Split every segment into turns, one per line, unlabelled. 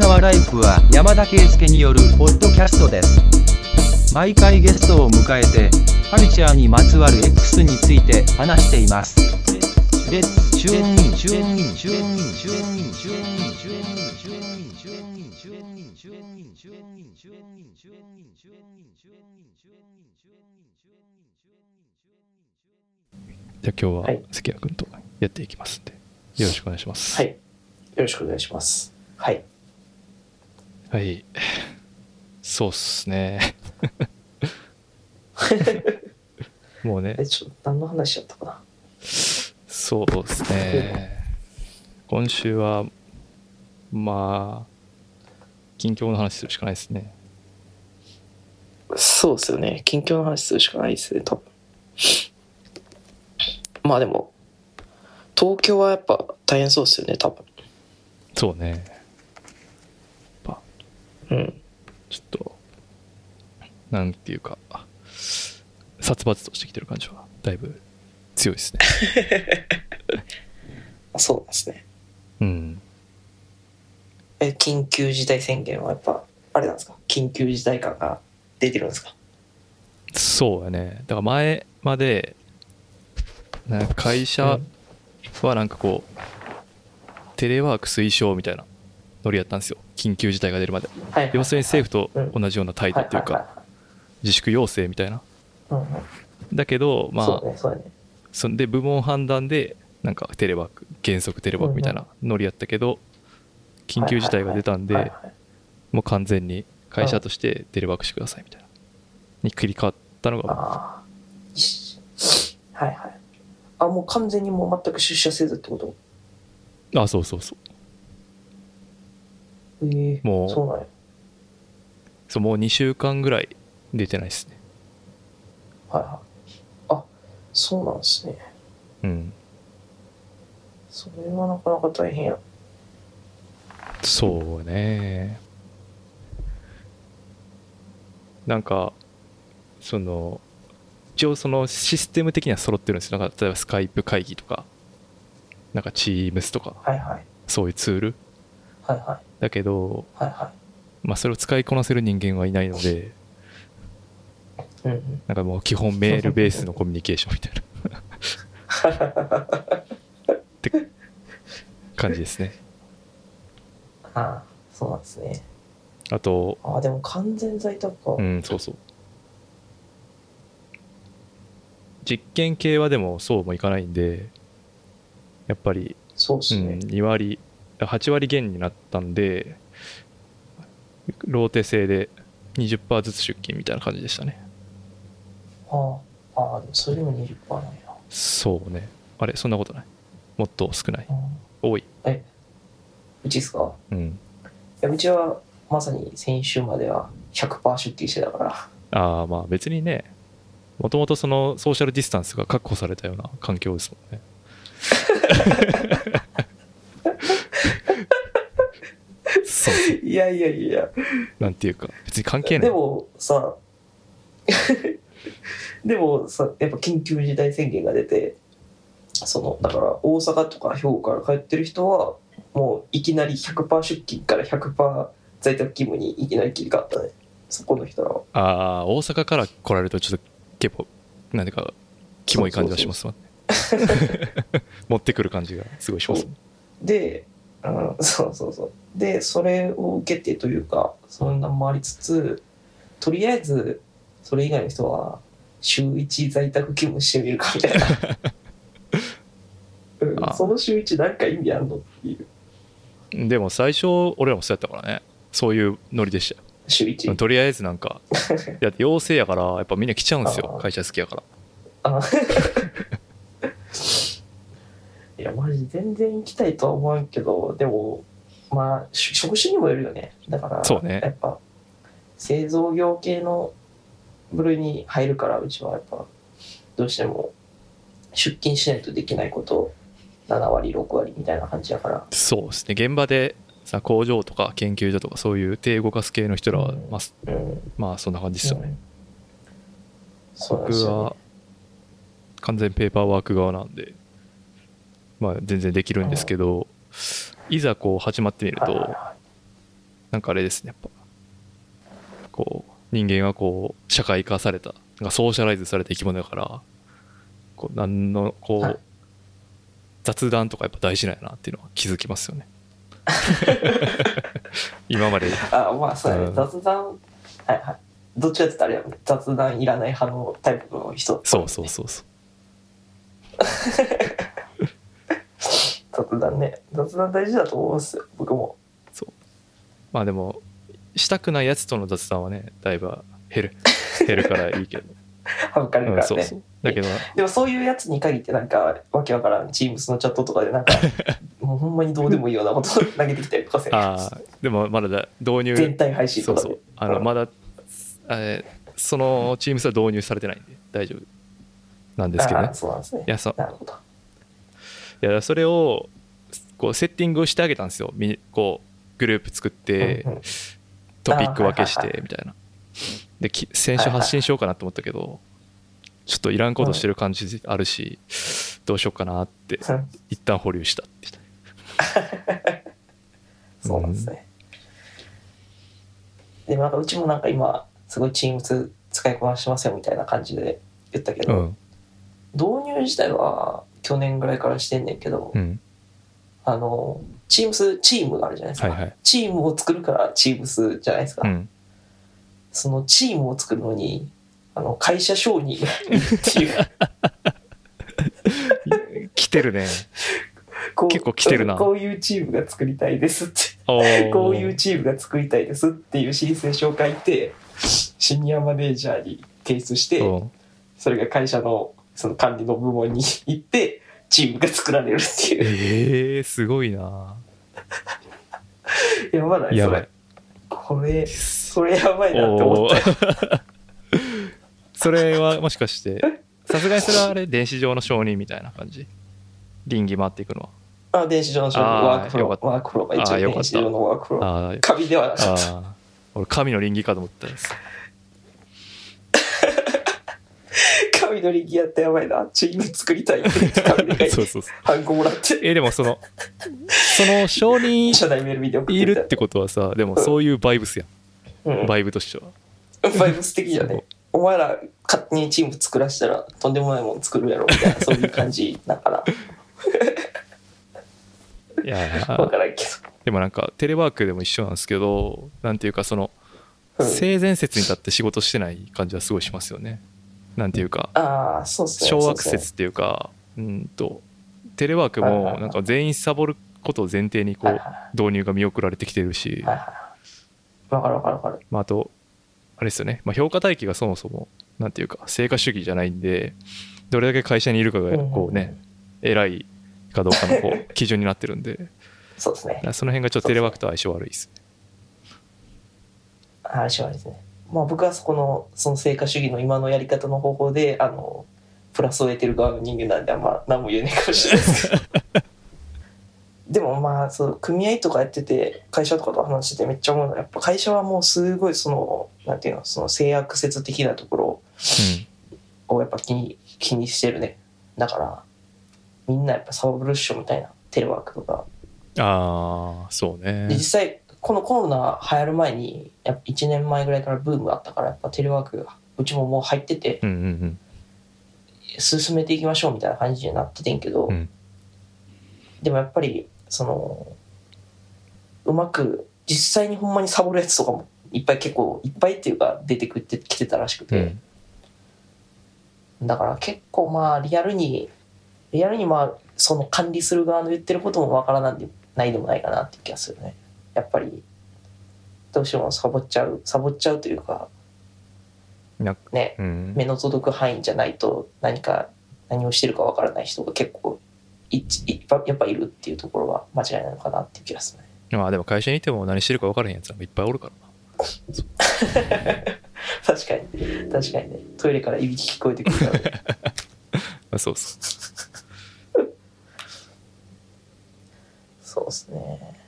川ライフは山田圭介によるポッドキャストです毎回ゲストを迎えてカルチャーにまつわる X について話していますレッツチューンインチューンインチューンインチューンインチューンインチューンインチューンインチューンインチューンインチューンインチューンインチューンインチューンインチューンインチューンインチューンインチューンインチューンインチューン
じゃあ今
は
日はい関谷君とやっていきますんで、よろしくお願いします。
は。い。よろしくお願いします。はい。
はい。 そうっす ね。もうね
え、、ちょっと何の話だったかな。
そうっすね。今週は、まあ、近況の話するしかないですね。
そうですよね。近況の話するしかないですね、多分。まあでも、東京はやっぱ大変そうですよね、多分。
そうね。やっぱ
うん。
ちょっと、なんていうか、殺伐としてきてる感じは、だいぶ強いですね。
あそうなんですね。
うん。
え、緊急事態宣言はやっぱ、あれなんですか緊急事態感が出てるんですか
そうやね。だから前まで、なんか会社はなんかこう、テレワーク推奨みたいなノリやったんですよ。緊急事態が出るまで。
はい。
要するに政
府
府と同じような態度っていうか、。自粛要請みたいな。
はいはいはいはい
だけど、
うんうん。
ま
そう
あ、
ね、そうね。
そんで部門判断で、なんかテレワーク、原則テレワークみたいなノリやったけど、緊急事態が出たん
はいはい
で
は、い
もう完全に会社としてテレワークしてくださいみたいな。に切り替わったのが、
ああ。しはいはい。あ、もう完全にもう全く出社せずってこと
あ、そうそうそう。
ええ
もう
そうなんや。
そうもう2週間ぐらい出てないですね
はいはい。あ、そうなんですね。
うん
それはなかなか大変や。
そうねなんかその一応そのシステム的には揃ってるんですよなんか例えばスカイプ会議とかなんか Teams とか
はいはい。
そういうツール
はいはい。
だけど、
はいは
まあ、それを使いこなせる人間はいないので
い。うんうん。
なんかもう基本メールベースのコミュニケーションみ たいなって感じですね
ああ、そうなんですね。
あと
ああ、でも完全在宅か。
うん、そうそう。実験系はでもそうもいかないんで、やっぱり、
そうっ
う
す
ん、
ね。
2割、8割減になったんで、ローテ制で20%ずつ出勤みたいな感じでしたね。
ああ、ああ、でもそれでも20%なんや。
そうね。あれ、そんなことない。もっと少ない。
うん
多い。
え、うちですか
うん。
いや、うちはまさに先週までは100%出勤してたから。
ああ、まあ別にね、もともとそのソーシャルディスタンスが確保されたような環境ですもんね。そう。
いやいやいや。
なんていうか、別に関係ない。
でもさ、 でもさ、やっぱ緊急事態宣言が出て、そのだから大阪とか兵庫から帰ってる人は、もういきなり100%出勤から100%在宅勤務にいきなり切り替わったね、そこの人らは。
ああ、大阪から来られると、ちょっと結構、なんていうか、キモい感じはします もんね。持ってくる感じがすごいしますもん。
で、うん、そうそうそう。で、それを受けてというか、そんなのもありつつ、とりあえず、それ以外の人は、週1在宅勤務してみるかみたいな。うん、
あ
その週1なんか意味あるのっていう。
でも最初、俺らもそうやったからね。そういうノリでした
週1
よ。。とりあえずなんか、だって陽性やから、やっぱみんな来ちゃうんですよ
あ。ー
会社好きやから。
あいや、マジ全然行きたいとは思わんけど、でも、まあ、し職種にもよるよね。だから、
そうね
やっぱ、製造業系の部類に入るから、うちはやっぱ、どうしても出勤しないとできないこと、7割、6割みたいな感じだから、
そうですね現場でさ工場とか研究所とかそういう低動かす系の人らは、
うん
まあす
うん。
まあそんな感じですよね、
ね。そうなんで
僕
すよ、ね
は。完全ペーパーワーク側なんでまあ全然できるんですけどいざこう始まってみる
はいはい
と
は
なんかあれですね、やっぱ。こう、人間はこう、社会化された、なんかソーシャライズされた生き物だから、こう、なんの、こう、
はい
雑談とかやっぱ大事なんやなっていうのは気づきます よね。今まで、
あまあそうやね、
うん
雑談はいはいどっちかって言ったらあれやもんね雑談いらない派のタイプの人
そうそうそうそう。
雑談ね雑談大事だと思うんですよ僕も
まあでも、したくないやつとの雑談はね、だいぶ減る、減るからいいけど。
省かれる
う
か
ん、
らね、
そうそう。だ けど、
でもそういうやつに限ってなんかわけわからんチームスのチャットとかでなん かもうほんまにどうでもいいようなこと 投げてきたりとかせん
ああ、でもまだだ導入。
全体配信
そう
とか
そ
で
う。あの、まだ、えーそのチームスは導入されてないんで、大丈夫なんですけど
あ
ね
あ。そうなんですね
いや、そう。
なるほど
いや、それを、こう、セッティングをしてあげたんですよ。みこう、グループ作って、
うんうん
トピック分けし
あーはいはい
て、みたいな。で、き先週発信しようかなと思ったけど、ちょっといらんことしてる感じあるし、どうしようかなって、一旦保留したって。
そうなんですね、でもなんかうちもなんか今すごいチームス使いこなしてますよみたいな感じで言ったけ
う
ど、
ん。
導入自体は去年ぐらいからしてんねんけど、
うん。
あのチームスチームがあるじゃないです
は
か、
いはい。
チームを作るからチームスじゃないですか、
うん。
そのチームを作るのにあの会社承認がいるっていう
来てるね。
こう
結構来てるな
こういうチームが作りたいですって
おー
こういうチームが作りたいですっていう申請書を書いてシニアマネージャーに提出して
うん
それが会社のその管理の部門に行ってチームが作られるっていう
ええすごいな。
やばない
や
そ
ば
れ
い。
これそれやばいなって思
おお
った
ー。 それはもしかして、さすがにそれはあれ、電子上の承認みたいな感じ。倫理回っていくの
あ電子上の書ワークフロ
あーよかっ
ー
た
ワークフローが
あー
一
よ
応
かった
電子上のワークフロー
は。あー
紙ではなかった
あー。俺、神の倫理かと思ったんです。
紙の力やったやばいなチーム作りたいって紙で
そ
書いうて
そうそう。
ハンコもらって
え、でもその、その承認
社内メール見て送って
い
み
る
た
ってことはさ、でもそういうバイブスや
うん
ん。バイブとしては。
バイブス的じゃねお前ら勝手にチーム作らしたらとんでもないもん作るやろみた いなそういう感じだから
いや
分
ー
からんけ
でもなんか、テレワークでも一緒なんですけど、なんていうか、その、
ど、うん
性善説に立って仕事してない感じはすごいしますよね。なんていうか、
ああそうっすね
小悪
そうっす
説っていうか、うんと、テレワーク
はいはい
も
はい
なんか全員サボることを前提にこ
はいうはい
導入が見送られてきてるし
ね、はいはい分かる分かる分かる
まあ、あと、あれですよね、まあ、評価体系がそもそも、なんていうか、成果主義じゃないんで、どれだけ会社にいるかが
うん
こうね、偉いかどうかのこ う基準になってるんで、だか
そうですね
らその辺がちょっとテレワークと相性悪いです。
話はですねまあ僕はそこのその成果主義の今のやり方の方法であのプラスを得てる側の人間なんであんま何も言えないかもしれないですけど でもまあそう組合とかやってて会社とかと話しててめっちゃ思うのはやっぱ会社はもうすごいそのなんていうのその制約説的なところをやっぱ気に気にしてるねだからみんなやっぱサボるっしょみたいなテレワークとか
うん、ああ、そうね
で。実際このコロナ流行る前にやっぱ1年前ぐらいからブームあったからやっぱテレワークうちももう入ってて
うんうん
進めていきましょうみたいな感じになっててんけど、
うん
でもやっぱりそのうまく実際にほんまにサボるやつとかもいっぱい結構いっぱいっていうか出てくってきてたらしく
うん。う
て、
ん
だから結構まあリアルにリアルにまあその管理する側の言ってることもわからなんでないでもないかなっていう気がするねやっぱりどうしてもサボっちゃうサボっちゃうというか
なんか
ね
うん
目の届く範囲じゃないと何か何をしてるかわからない人が結構いいっぱいやっぱいるっていうところは間違いなのかなっていう気がするね
まあでも会社にいても何してるか分からへんやつなんかいっぱいおるからな。
確かに確かにねトイレからいびき聞こえてくるから、ね、
あそうそう。
そうですね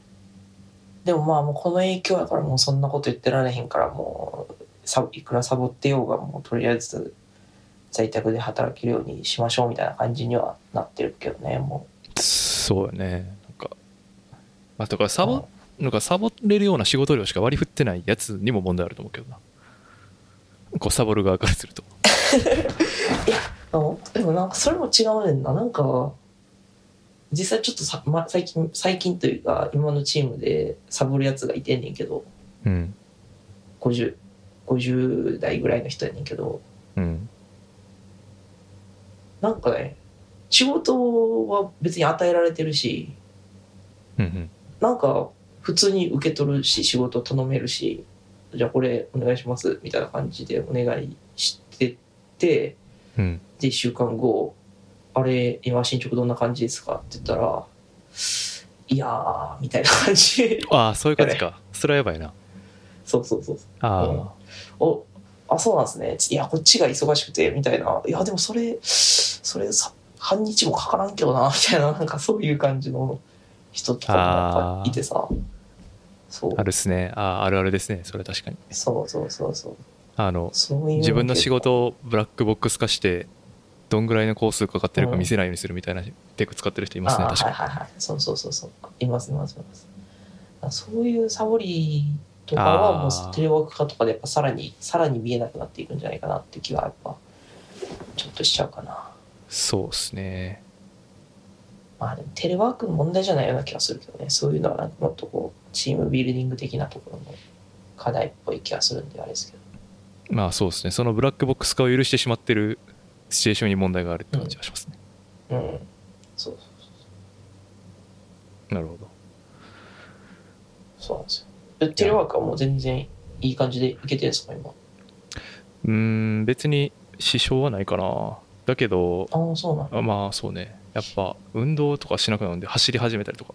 でもまあもうこの影響やからもうそんなこと言ってられへんからもうサボいくらサボってようがもうとりあえず在宅で働けるようにしましょうみたいな感じにはなってるけどねも
そうよね。なんか、まあ、とかサ
う
ボっなんかサボれるような仕事量しか割り振ってないやつにも問題あると思うけどなこうサボる側からすると
あのでもなんかそれも違うねんななんか実際ちょっとさ、ま、最近最近というか今のチームでサボるやつがいてんねんけど
うん
50 50代ぐらいの人やねんけど
うん
なんかね仕事は別に与えられてるし
うんうん
なんか普通に受け取るし仕事頼めるしじゃあこれお願いしますみたいな感じでお願いしてて
うん
で1週間後「あれ今進捗どんな感じですか?」って言ったら「いやー」みたいな 感じ
ああそういう感じかそれはやばいな
そうそうそう
ああ、
うんおあそうなんですねいやこっちが忙しくてみたいないやでもそれそれさ半日もかからんけどなみたいななんかそういう感じの人とかもなんかいてさそう
あるっすねあああるあるですねそれ確かに
そうそうそうそう
あの
そういう
自分の仕事をブラックボックス化してどんぐらいの工数かかってるか見せないようにするみたいなテク使ってる人いますね
あ
確かに
はいはいはいそうそうそうそういますいますいますあそういうサボりとか
あ
は
ー
もうテレワーク化とかでやっぱさらにさらに見えなくなっていくんじゃないかなって気はやっぱちょっとしちゃうかな
そうっすね
まあでもテレワークの問題じゃないような気がするけどねそういうのはなんかもっとこうチームビルディング的なところの課題っぽい気がするんであれですけど
まあそうですねそのブラックボックス化を許してしまってるシチュエーションに問題があるって感じがしますね、
うんそう
なるほど
そうなんですよでテレワークはもう全然いい感じでいけてるんですか今
うーん別に支障はないかなだけど
ああそうなん
あまあそうねやっぱ運動とかしなくなるんで走り始めたりとか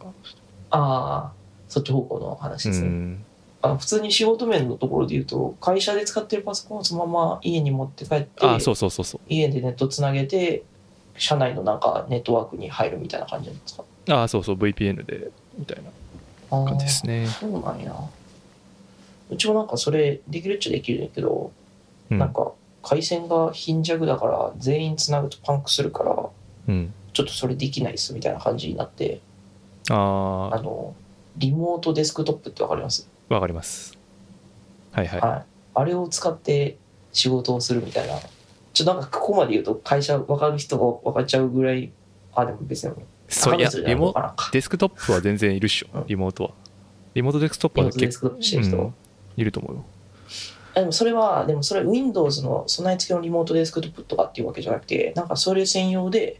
ああそっち方向の話
う
ですね、
ん
あの普通に仕事面のところで言うと会社で使ってるパソコンをそのまま家に持って帰って
あそうそうそうそ
家でネットつなげて社内のなんかネットワークに入るみたいな感じなんですか
うあそうそう VPN でみたいな感じですね
あーそうなんやうちもなんかそれできるっちゃできるんやけど、
うん
なんか回線が貧弱だから全員つなぐとパンクするから
うん
ちょっとそれできないっすみたいな感じになって
あ
あのリモートデスクトップってわかります、
あわかりますはいはい
はい、あれを使って仕事をするみたいなちょっとなんかここまで言うと会社分かる人が分かっちゃうぐらいあでも別に
そういや
高
リ
い
モ
のかなか
デスクトップは全然いるっし
う
ょ
ん
リモートはリモートデスクトップ
リモ
は
ートデ
結
ス
構
クトップしてる人、
うんいると思うよ
あでもそれはでもそれは Windows の備え付けのリモートデスクトップとかっていうわけじゃなくてなんかそれ専用で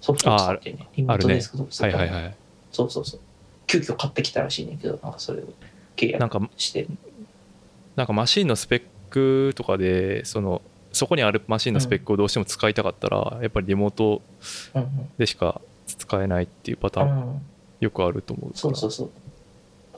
ソフトを使ってねリモートデスクトップす
はい
るた
は
め
い
に
はい
そうそうそう急遽買ってきたらしいねんけどなんかそれを契
なん
約
か
して
なんかマシンのスペックとかでそのそこにあるマシンのスペックをどうしても使いたかったら、やっぱりリモート
うんうん
でしか使えないっていうパターン
うん
よくあると思うから
そうそうそう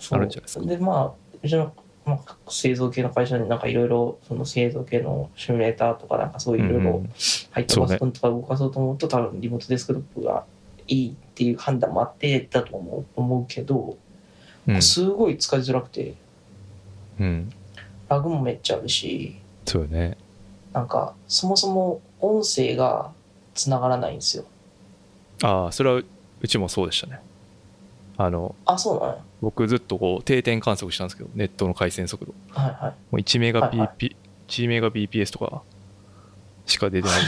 そう
あるんじゃないですか
でまあうちの、まあ、製造系の会社になんかいろいろその製造系のシミュレーターとかなんかそういういろい
うんう
ろ
ん
入ったパソコンとか動かそうと思うと多分リモートデスクトップがいいっていう判断もあってだと思う思うけど、
うん
すごい使いづらくて
うん
ラグもめっちゃあるし
そうよね
なんかそもそも音声が繋がらないんですよ
ああそれはうちもそうでしたねあの
あそうなの
僕ずっとこう定点観測したんですけどネットの回線速度も
はいはいう
1メガ BP、
はいは
1メガ BPS とかしか出てない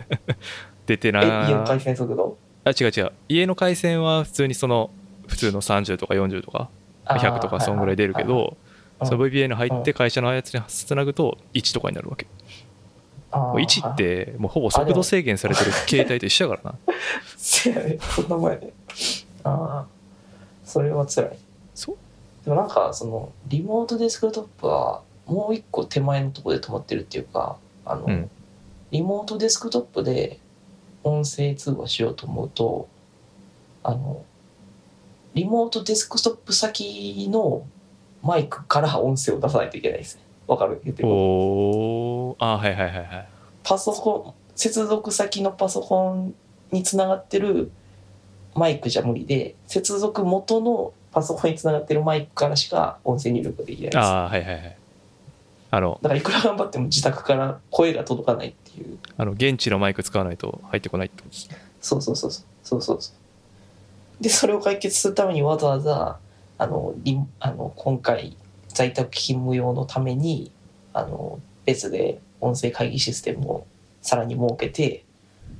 出てな
え
い
家の回線速度
あ違う違う家の回線は普通にその普通の30とか40とか100とかそんぐらい出るけど
うん
その VPN 入って会社のやつにつなぐと1とかになるわけもう1っ
って
もうほぼ速度制限されてる携帯と一緒や からな
せやねそんな前で ああそれは辛い
そう
でもなんかそのリモートデスクトップはもう一個手前のところで止まってるっていうかあの、
うん
リモートデスクトップで音声通話しようと思うとあのリモートデスクトップ先のマイクから音声を出さないといけないですねわかる言ってること
おーあーはいはいはいはい
パソコン接続先のパソコンにつながってるマイクじゃ無理で接続元のパソコンにつながってるマイクからしか音声入力できないですだか
ああーはいはいはいあの
らいくら頑張っても自宅から声が届かないっていう
あの現地のマイク使わないと入ってこないってことです
そうそうそうそうそうそうそうでそれを解決するためにわざわざあのリンあの今回在宅勤務用のためにあの別で音声会議システムをさらに設けて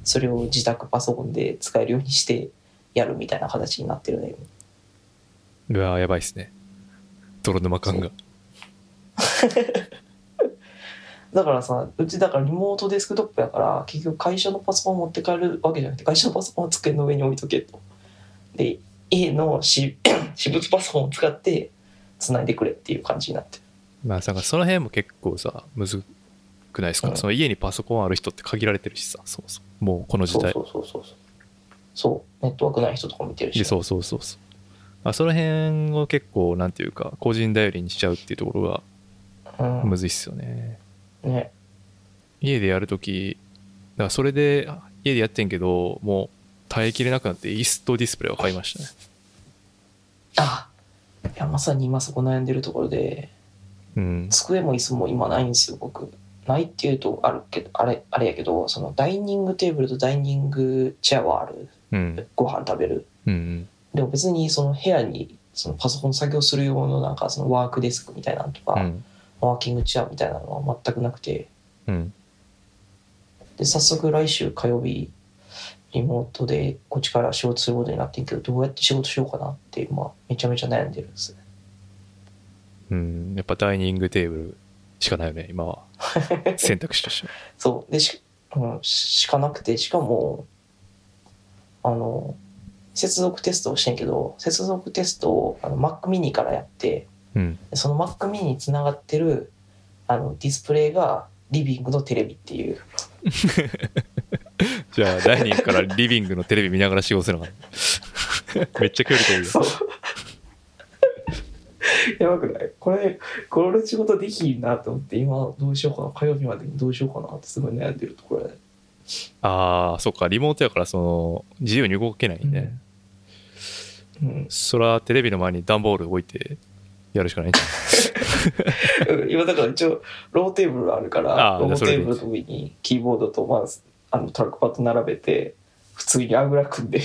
それを自宅パソコンで使えるようにしてやるみたいな形になってるね
うわーやばいっすね泥沼感が
だからさうちだからリモートデスクトップやから結局会社のパソコン持って帰るわけじゃなくて会社のパソコンを机の上に置いとけとで家のし 私物パソコンを使って繋いでくれっていう感じになってる
まあなんかその辺も結構さむずくないですか、
うん
その家にパソコンある人って限られてるしさそもそももうこの時代
そうそうそうそうそうそうネットワークない人とか見てるし
でそうそうそうそうあその辺を結構なんていうか個人頼りにしちゃうっていうところが
うん
むずいっすよね、
ね
家でやるときだからそれであ家でやってんけどもう耐えきれなくなってイーストディスプレイを買いましたね
あいやまさに今そこ悩んでるところで
うん
机も椅子も今ないんですよ僕ないっていうとあるけどあれあれやけどそのダイニングテーブルとダイニングチェアはある
うん
ご飯食べる
うん
でも別にその部屋にそのパソコン作業する用のなんかそのワークデスクみたいなのとか、
うん
ワーキングチェアみたいなのは全くなくて
うん
で早速来週火曜日リモートでこっちから仕事することになってんけどどうやって仕事しようかなって今めちゃめちゃ悩んでるんですね
うんやっぱダイニングテーブルしかないよね今は選択肢としては
そうでし,、うん、ししかなくてしかもあの接続テストをしてんけど接続テストをあの Mac mini からやって
うん
でその Mac mini につながってるあのディスプレイがリビングのテレビっていう
じゃあダイニングからリビングのテレビ見ながら仕事するのか なめっちゃ距離飛ぶよ
そう やばくないこれこれ仕事できんなと思って今どうしようかな火曜日までにどうしようかなってすごい悩んでるところだね
ああそっかリモートやからその自由に動けないね、
うんうん、
そらテレビの前に段ボール置いてやるしかないんじゃない
今だから一応ローテーブルあるか
あ
ら
ー
ロー
それ
テ
でいい
ーブルの上にキーボードとマウスあのトラックパッド並べて普通 にあぐら組んで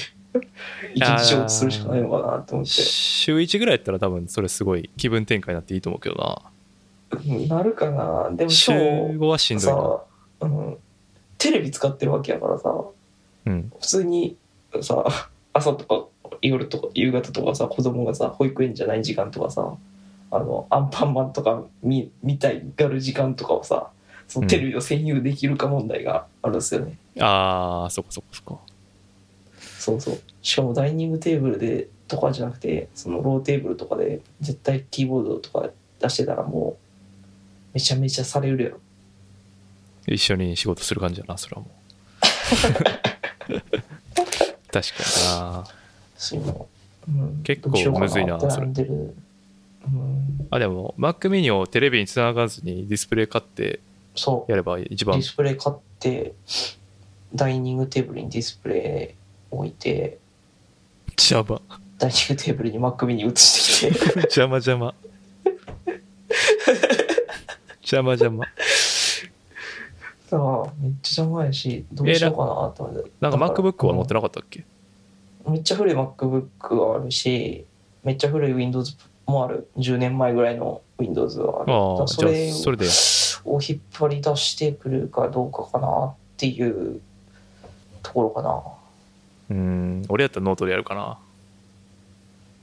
一日仕事するしかないのかなと思っ
週1ぐらいやったら多分それすごい気分転換になっていいと思うけど
てうんなるかなで
な
も
週
今
5はしん
日
どいな
さ、うん、テレビ使ってるわけやからさ
うん
普通にさ朝とか夜とか夕方とかさ子供がさ保育園じゃない時間とかさあのアンパンマンとか見見たいがる時間とかをさそのテレビを占有できるか問題があるんですよね、
ああそっかそっかそっか
そうそうしかもダイニングテーブルでとかじゃなくてそのローテーブルとかで絶対キーボードとか出してたらもうめちゃめちゃされるよ
一緒に仕事する感じだなそれはもう 確かにな
そういうの、うん、
結構
どうしようか
むずいな
って
それ
悩んでるうん
あでも Mac mini をテレビにつながずにディスプレイ買って
そう
やれば一
デ
番
ィスプレイ買ってダイニングテーブルにディスプレイ置いて
邪 魔
ダイニングテーブルに Mac mini 移してき て
邪魔邪 魔邪魔邪魔
さあめっちゃ邪魔やしどうしようかなって思って
なんか
だら
MacBook は持ってなかったっけ
めっちゃ古い MacBook はあるしめっちゃ古い Windows もある10年前ぐらいの Windows はある
ああ
そ
じゃ
れ
あそれで
を引っ張り出してくるかどうかかなっていうところかな
うん俺やったらノートでやるかな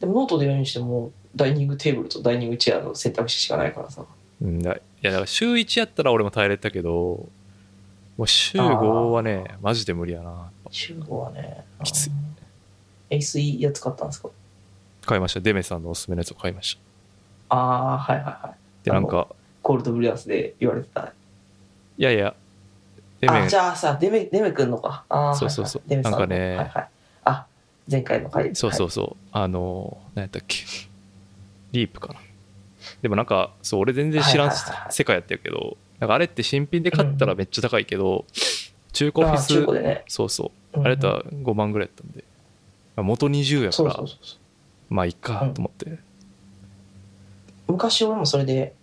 でもノートでやるにしてもダイニングテーブルとダイニングチェアの選択肢しかないからさ
うんだいやだから週1やったら俺も耐えれたけどもう週5はねマジで無理やな
中国はね
きつい
エースイやつ買ったんですか
買いましたデメさんのおすすめのやつを買いました
ああはいはいはい
でなんか
コールドブリュアスで言われてた
いやいやデメ
あじゃあさデメデメくんのかああ
そうそうそう
デメさんの
なんかね
はいはい、あ前回の回
そうそううそう、あの何やったっけリープかなでもなんかそう俺全然知らん
はいはいはいはい
世界やったけどなんかあれって新品で買ったらめっちゃ高いけど、中古オフィ
あ中
ス
古でね、
そうそう
うん
あれだったら5万ぐらいやったんで、まあ元20やか
そう
ら
そうそうそ
まあいっかと思って、
う昔俺もそれで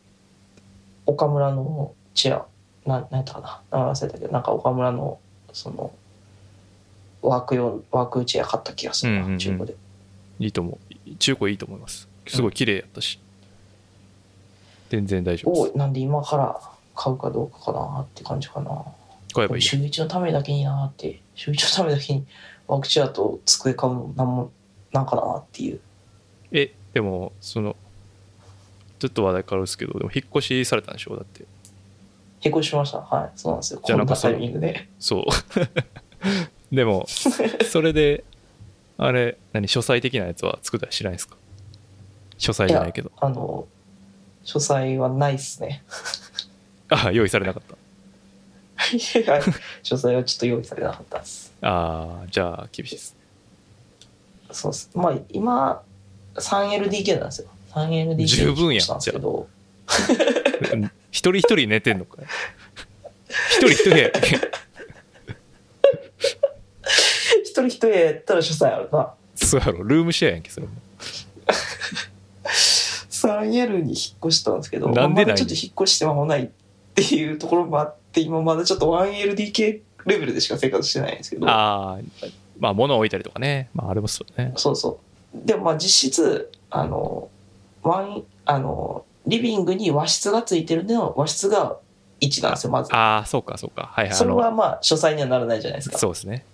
岡村のチェアなんなんやったかな名前忘れたけどなんか岡村のそのワーク用ワークチェア買った気がするな、
うんうんうん
中古で
いいと思う中古いいと思いますすごい綺麗やったし全然大丈夫
お
で
いなんで今から買うかどうかかなって感じかな
す買えばいい
週一のためだけになーって週一のためだけにワークチェアと机買うのなんもなんかなーっていう
えでもそのずっと話題変わるんですけどでも引っ越しされたんでしょだって
へこしましたはいそうなんですよ
じ
こ
ゃあ
ん
なん
な
かそ
タ
の
イミングで
そう でもそれであれ何書斎的なやつは作ったりしないんですか書斎じゃないけど
あの書斎はないっすね
ああ用意されなかった
書斎はちょっと用意されなかったっす
ああじゃあ厳しいです
そうっすまあ今 3LDK なんですよ 3LDK
十分やん
したんですけど
うん一人一人寝てんのかよ一人一部屋やっ け
一人一部屋やったら書斎あるな
そうやろルームシェアやんけそれも
3L に引っ越したんですけど
なんでない
まだちょっと引っ越して間もないっていうところもあって今まだちょっと 1LDK レベルでしか生活してないんですけど
ああまあ物を置いたりとかねまああれもそうね
そうそうでもまあ実質あのワンあのリビングに和室がついてるんでの和室が1なんですよまず
ああそうかそうかはいはいあ
それ
の
はまあ書斎にはならないじゃないですか
そうですね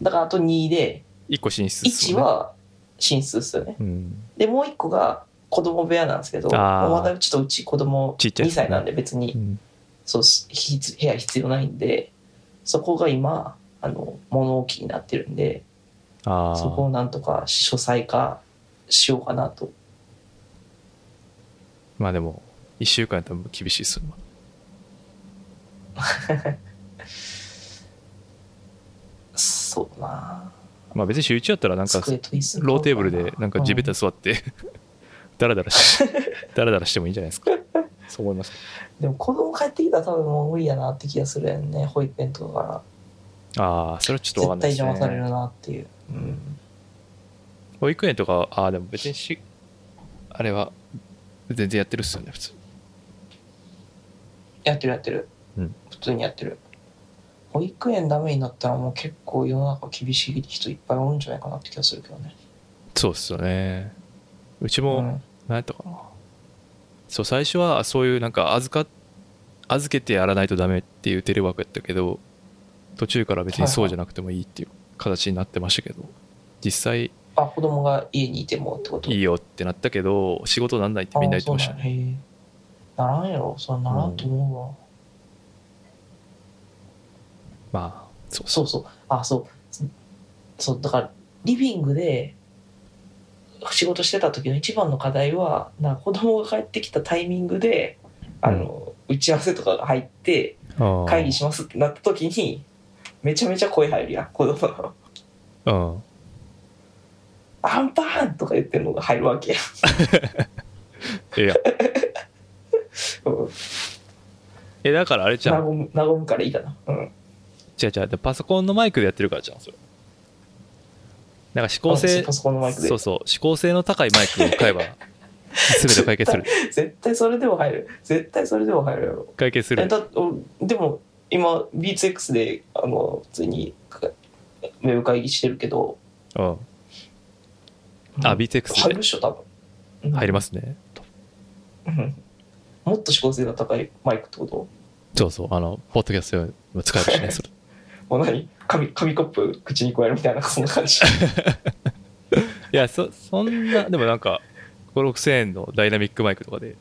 だからあと2で
一個寝室っす
1
もんね
は寝室ですよね
うん
でもう1個が子供部屋なんですけど
あー
まだちょっとうち子供
ちっちゃい
2
ですね
歳なんで別に
うん
そうひつ部屋必要ないんでそこが今あの物置になってるんで
あ
そ
あ
こをなんとか書斎化しようかなと
まあでも1週間やったら厳しいっすよ
そうな
まあ別に週1やったらなんか
机と椅子
ローテーブルでなんか地べた
うん
座って、 ダラダラ しダラダラしてもいいんじゃないですかそう思います
でも子供帰ってきたら多分もう無理やなって気がするよね保育園とかから
ああそれはちょっとわか
絶
んない
対
です
邪魔される
ね
なっていう、うん、
保育園とかああでも別にしあれは全然やってるっすよね普通
やってるやってる、
うん
普通にやってる保育園ダメになったらもう結構世の中厳しい人いっぱいおるんじゃないかなって気がするけどね、
そうっすよねうち
う
も、
ん、
何やったかなそう最初はそういうなんか預か預けてやらないとダメっていうテレワークやったけど途中から別にそうじゃなくてもいいっていう形になってましたけど実際
あ子供が家にいてもってこと
いいよってなったけど仕事なんないってみんな言ってましたね
あそうなんやへえならんやろそれならんと思うわ、
まあそうそ
そうそうあそうそうだからリビングで仕事してた時の一番の課題はなんか子供が帰ってきたタイミングであの、打ち合わせとかが入って
うあー
会議しますってなった時にめちゃめちゃ声入るやん子供の
うん
「アンパン!」とか言ってるのが入るわけやん
いや
うん
えだからあれじゃ
和
ん
む和むからいいかなうん
違う違うでパソコンのマイクでやってるからじゃんそれなんか指向
あそ
性
うパソコンのマイクで
そうそう指向性の高いマイクを 買えば全て解決する
絶対それでも入る絶対それでも入るやろ
解決する
えだおでも今 B2X であの普通にかウェブ会議してるけど
うんあ、BTX
入る
で
っしょ多分、うん
入りますね。
うんもっと指向性が高いマイクってこと
そうそう、あの、ポッドキャスト用にも使えるしね、そ れ。
もう何紙紙コップ口に加えるみたいなそんな感じ
いや、そ、そんな、でもなんか、5、6000円のダイナミックマイクとかで、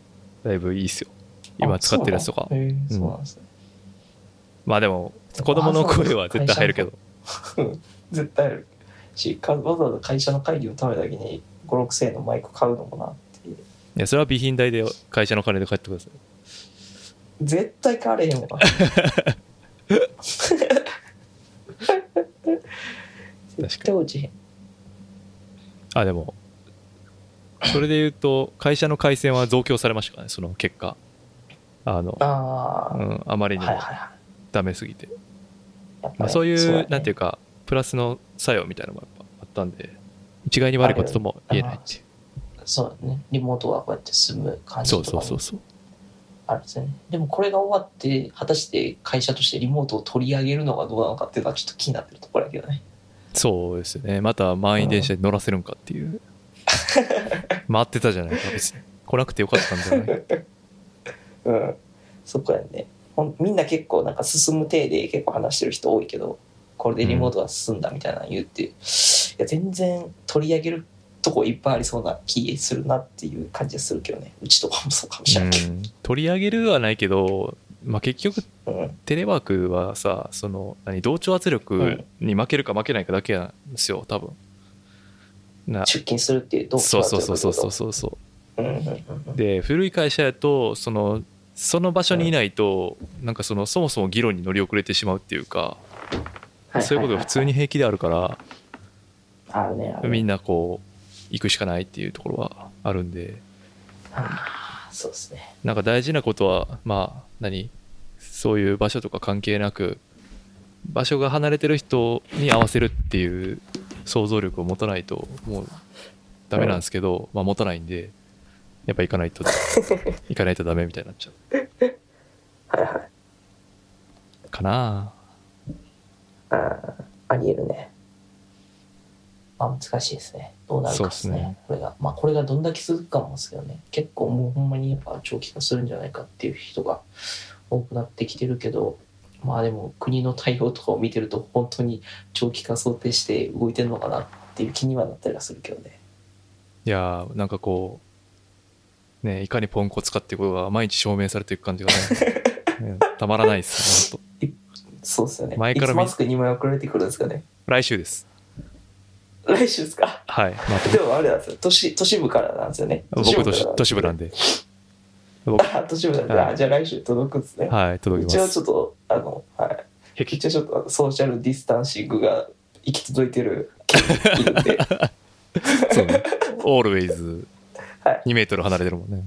だいぶいいっすよ。 今使ってるやつとか
あ。そうなんへえそうなんですね、
まあでも、子供の声は絶対入るけど。
絶対あるしかわざわざ会社の会議のためだけに56000円のマイク買うのもなっていう
いや、それは備品代で会社の金で買ってください。
絶対買われへんわ絶対落ちへん
あ、でも、それで言うと、会社の回線は増強されましたからね、その結果。あの、
ああ、
う
はい
ん、あまりに
はい
も
は
ダメすぎて。
いやっぱ
まあ、
ね。
そういう
だね
なんていうかプラスの作用みたいなのもやっぱあったんで一概に悪いこととも言えないっていう
そうだね。リモートがこうやって進む感じ
そう
と
そう
か
そう
も
そう
あるんですよね。でもこれが終わって、果たして会社としてリモートを取り上げるのがどうなのかっていうのはちょっと気になってるところだけどね。
そうですねまた満員電車に乗らせるんかっていう回ってたじゃないか別に来なくてよかったんじゃ ない
うんそこやねほんみんな結構なんか進む体で結構話してる人多いけどこれでリモートが進んだみたいなの言って、いや全然取り上げるとこいっぱいありそうな気するなっていう感じはするけどねうちとかもそうかもしれ
うん
けど、
ん取り上げるはないけど、まあ、結局
うん
テレワークはさその何同調圧力に負けるか負けないかだけなんですよ多分な
出勤するっていうどう
そうそうそうそうそうそうそう
うんうんうんうん
で古い会社やとそのその場所にいないとなんかそのそもそも議論に乗り遅れてしまうっていうか
は
そういうことが普通に平気であるから
あるねあるね
みんなこう行くしかないっていうところはあるんで
あーそうですね
なんか大事なことはまあ何そういう場所とか関係なく場所が離れてる人に合わせるっていう想像力を持たないともうダメなんですけど、まあ持たないんでやっぱ行かない と行かないとダメみたいになっちゃ
はいはいう
かな
あーありえるねまあ難しいですねどうなるかですね
そうっすね
これがまあこれがどんだけ続くかもですけどね結構もうほんまにやっぱ長期化するんじゃないかっていう人が多くなってきてるけどまあでも国の対応とかを見てると本当に長期化想定して動いてるのかなっていう気にはなったりはするけどね
いやーなんかこうねいかにポンコツかっていうことが毎日証明されていく感じが ねねたまらないですねほん
そうですよね
前から
い
見
つマスク2枚送られてくるんですかね
と来週です
来週ですか
はいま
で
た
もあれなんですよ都市都市部からなんですよね
僕都市都市部な
だ
んで僕
あ 都市部なんで、
はい
あじゃあ来週届くんですね、
はい届
う
き
ちは
ま
ち
す
ょっとあのはい
壁
一応ちょっとあのソーシャルディスタンシングが行き届いてる県にいる んで
そうね。オールウェイズ
はい、
2メートル離れてるもんね。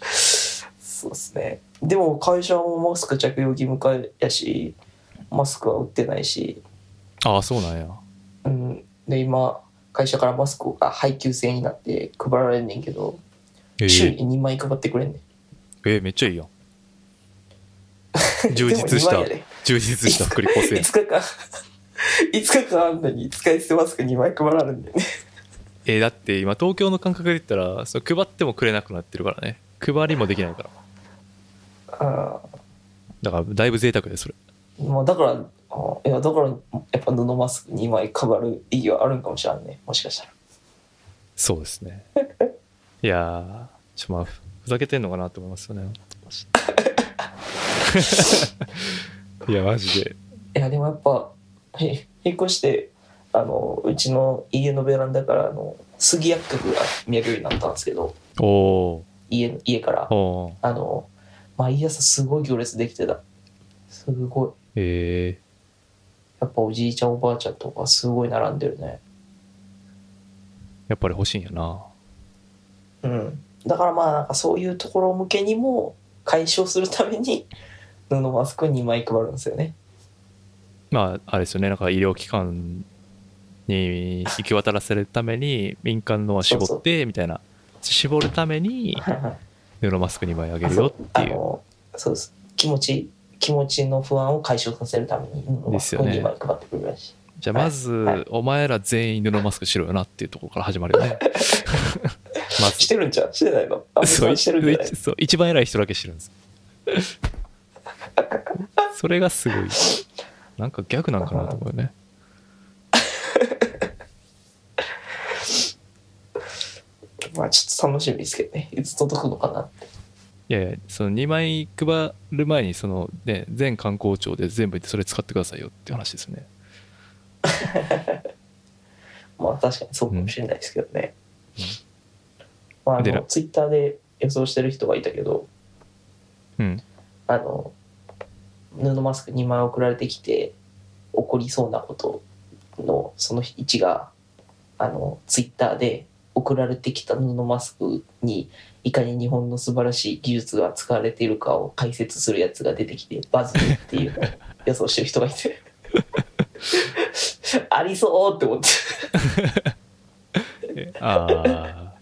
そうですねでも会社もマスク着用義務化やしマスクは売ってないし、
ああ、そうなんや。
うん、で今会社からマスクが配給制になって配られんねんけど
え
週
ー、
に2枚配ってくれんねん
えーめっちゃいいやん。充実し
で
た
も二枚やで、
充実した福利厚生
5。日間5日間あんのに使い捨てマスク2枚配られんねんね
えーだって今東京の感覚で言ったら、その配ってもくれなくなってるからね。配りもできないから。
あ
だからだいぶ贅沢でそれ。
ーまあだからあいやだからやっぱ布マスク2枚配る意義はあるんかもしれんねもしかしたら。
そうですね。 いやー、ちょっとまあ、ふふざけてんのかなと思いますよね。 いや、マジで。
いやでもやっぱへ引っ越してあのうちの家のベランダからあの杉薬局が見えるようになったんですけど
お
家の家から
ー、おー、
あの毎朝すごい行列できてたすごい
え
やっぱおじいちゃんおばあちゃんとかすごい並んでるね
ー、やっぱり欲しいんやな。
うんだからまあなんかそういうところ向けにも解消するために布マスク2枚配るんですよね
まあ、あれですよね、なんか医療機関に行き渡らせるために、民間のは絞
そう
ってみたいな、絞るために
はいはい
布マスク2枚あげるよって
あ
いう、
のそうです気持ち気持ちの不安を解消させるために布マ
で
ス
す
ク
よね
2枚配ってくれるらしい
じゃあまず、お前ら全員布マスクしろよなっていうところから始まるよ ね。ま
し
ず、
てるんじゃんしてないのあ
そう
してるんじゃない
一そう一番偉い人だけしてるんです。 それがすごい。なんかギャグなんかなと思うよね。
まあちょっと楽しみですけどねいつ届くのかなって
いやいや、その2枚配る前に、そのね、全観光庁で全部それ使ってくださいよっていう話ですよね。
まあ確かにそうかもしれないですけどね、まああ
で
のツイッターで予想してる人がいたけど
うん。
あの布マスク2枚送られてきて起こりそうなことのその1があのツイッターで送られてきた布マスクにいかに日本の素晴らしい技術が使われているかを解説するやつが出てきてバズるっていうのを予想してる人がいてありそうって思って
あ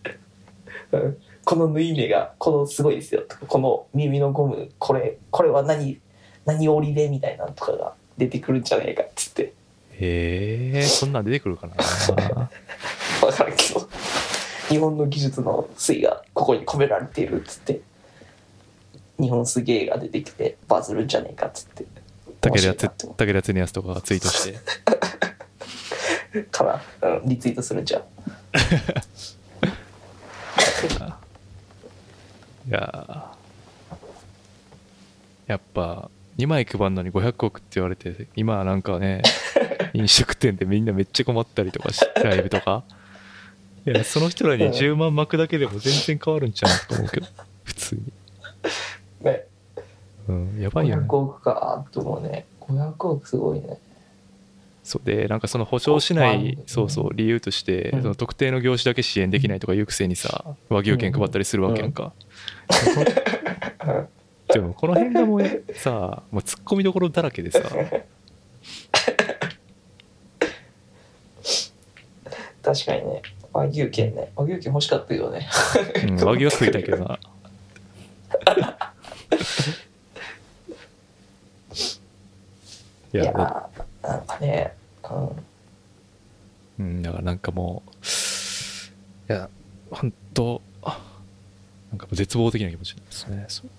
うんこの縫い目がこのすごいですよとかこの耳のゴムこれこれは何何折りでみたいなのとかが出てくるんじゃないかっつって
へえそんなん出てくるかな
分からんけど日本の技術の粋がここに込められているっつって日本すげえが出てきてバズるんじゃねえかっつって
武田
面白い
つ
なって思
武田恒康とかがツイートして
うから、うん、リツイートするんじゃん
いやーやっぱ2枚配るのに500億って言われて今はなんか ね飲食店でみんなめっちゃ困ったりとかしライブとかいやその人らに10万巻くだけでも全然変わるんちゃうかと思うけ ど普通に、
ね
うん、やばいよね
500億かと思うね500億すごいね
そうでなんかその保証しな
あまあね
いそうそう理由として、
うん
その特定の業種だけ支援できないとかいうくせにさ和牛券配ったりするわけやんか、
うん
でも この辺がもうさもうツッコミどころだらけでさ
確かにね和牛券ね和牛券欲しかったけどね
うん和牛は食いたいけどな。い
い
や
やーなんかね、うん、
うん、だからなんかもう、いや、本当なんかもう絶望的な気持ちなんですね。そう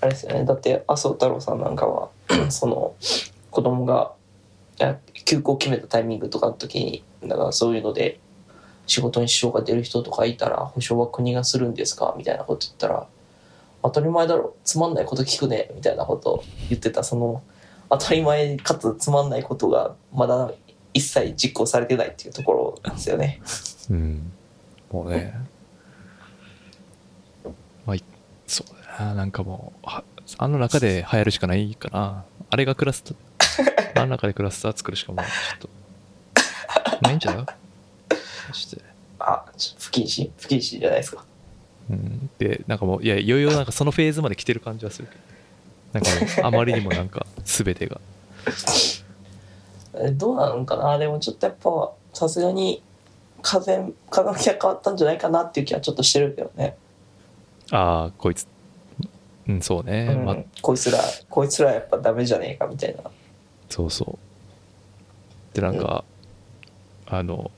あれですよねだって麻生太郎さんなんかは その子供がいや休校を決めたタイミングとかの時にだからそういうので仕事に支障が出る人とかいたら保証は国がするんですかみたいなこと言ったら当たり前だろつまんないこと聞くねみたいなことを言ってたその当たり前かつつまんないことがまだ一切実行されてないっていうところなんですよね。
うん。もうね、まあ、いそうだな、なんかもう、はあの中で流行るしかないかな。あれがクラ スター、あの中でクラスター作るしかもう、ちょっと、ないんちゃうそして。
あちょ不謹慎不謹慎じゃないですか。
うん、でなんかもういやいよいよなんかそのフェーズまで来てる感じはするけどなんかもうあまりにもなんか全て が
えどうなのかなでもちょっとやっぱさすがに風風向きが変わったんじゃないかなっていう気はちょっとしてるけどね、
ああこいつうんそうね、
うん
ま
こいつらこいつらやっぱダメじゃねえかみたいな
そうそうでなんか、あの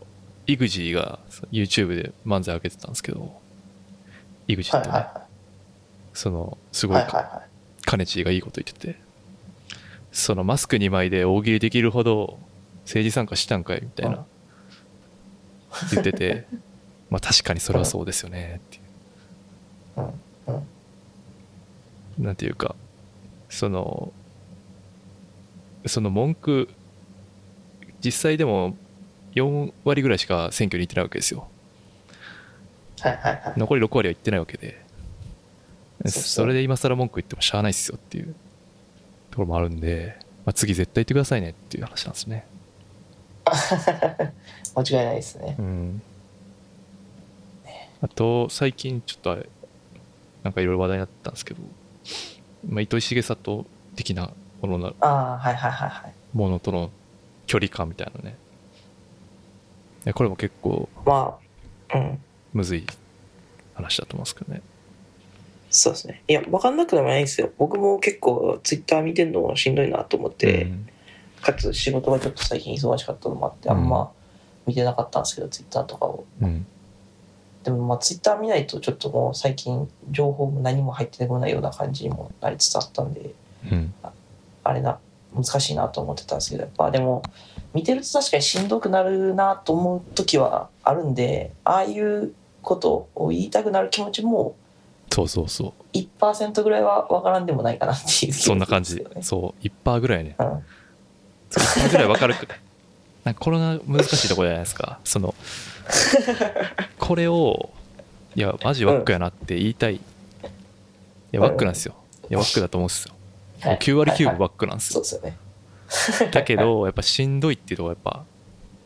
イグジーが YouTube で漫才上げてたんですけどイグジーってね、そのすごい
はいはいはいはい
か
は
カネチーがいいこと言っててそのマスク2枚で大喜利できるほど政治参加したんかいみたいな言っててまあ確かにそれはそうですよねって
いはいうんうん
いうなんていうかそのその文句実際でも4割ぐらいしか選挙に行ってないわけですよ
はいはいはい
残り6割は行ってないわけで
そうそう
それで今更文句言ってもしゃあないっすよっていうところもあるんで、まあ、次絶対行ってくださいねっていう話なんですね
間違いないですね
うんあと最近ちょっとあれなんかいろいろ話題になったんですけど、まあ、糸井重里的なものな
ああはいはいはいはい
ものとの距離感みたいなねいやこれも結構
まあうん
むずい話だと思うんですけどね
そうですねいや分かんなくてもないんですよ僕も結構ツイッター見てるのもしんどいなと思って、
うん
かつ仕事がちょっと最近忙しかったのもあってあんま見てなかったんですけど、ツイッターとかを
うん
でもまあツイッター見ないとちょっともう最近情報も何も入ってこないような感じにもなりつつあったんで
うん
あれな難しいなと思ってたんですけどやっぱでも見てると確かにしんどくなるなと思う時はあるんでああいうことを言いたくなる気持ちも
そうそうそう
1%ぐらいは分からんでもないかなっていう気がす
そ
る
んな
で
感じ
すよね。
そう、1%ぐらいね。
うん
1%ぐらいわかるく。なんかこれが難しいところじゃないですか。そ の、これを、いや、マジワックやなって言いたい。いや、ワックなんですよ。いや、ワックだと思うんですよ。
はい
9割9
はい
分
はい
ワックなんです
そ
よ。
うですよね。
だけど、やっぱしんどいっていうところがやっ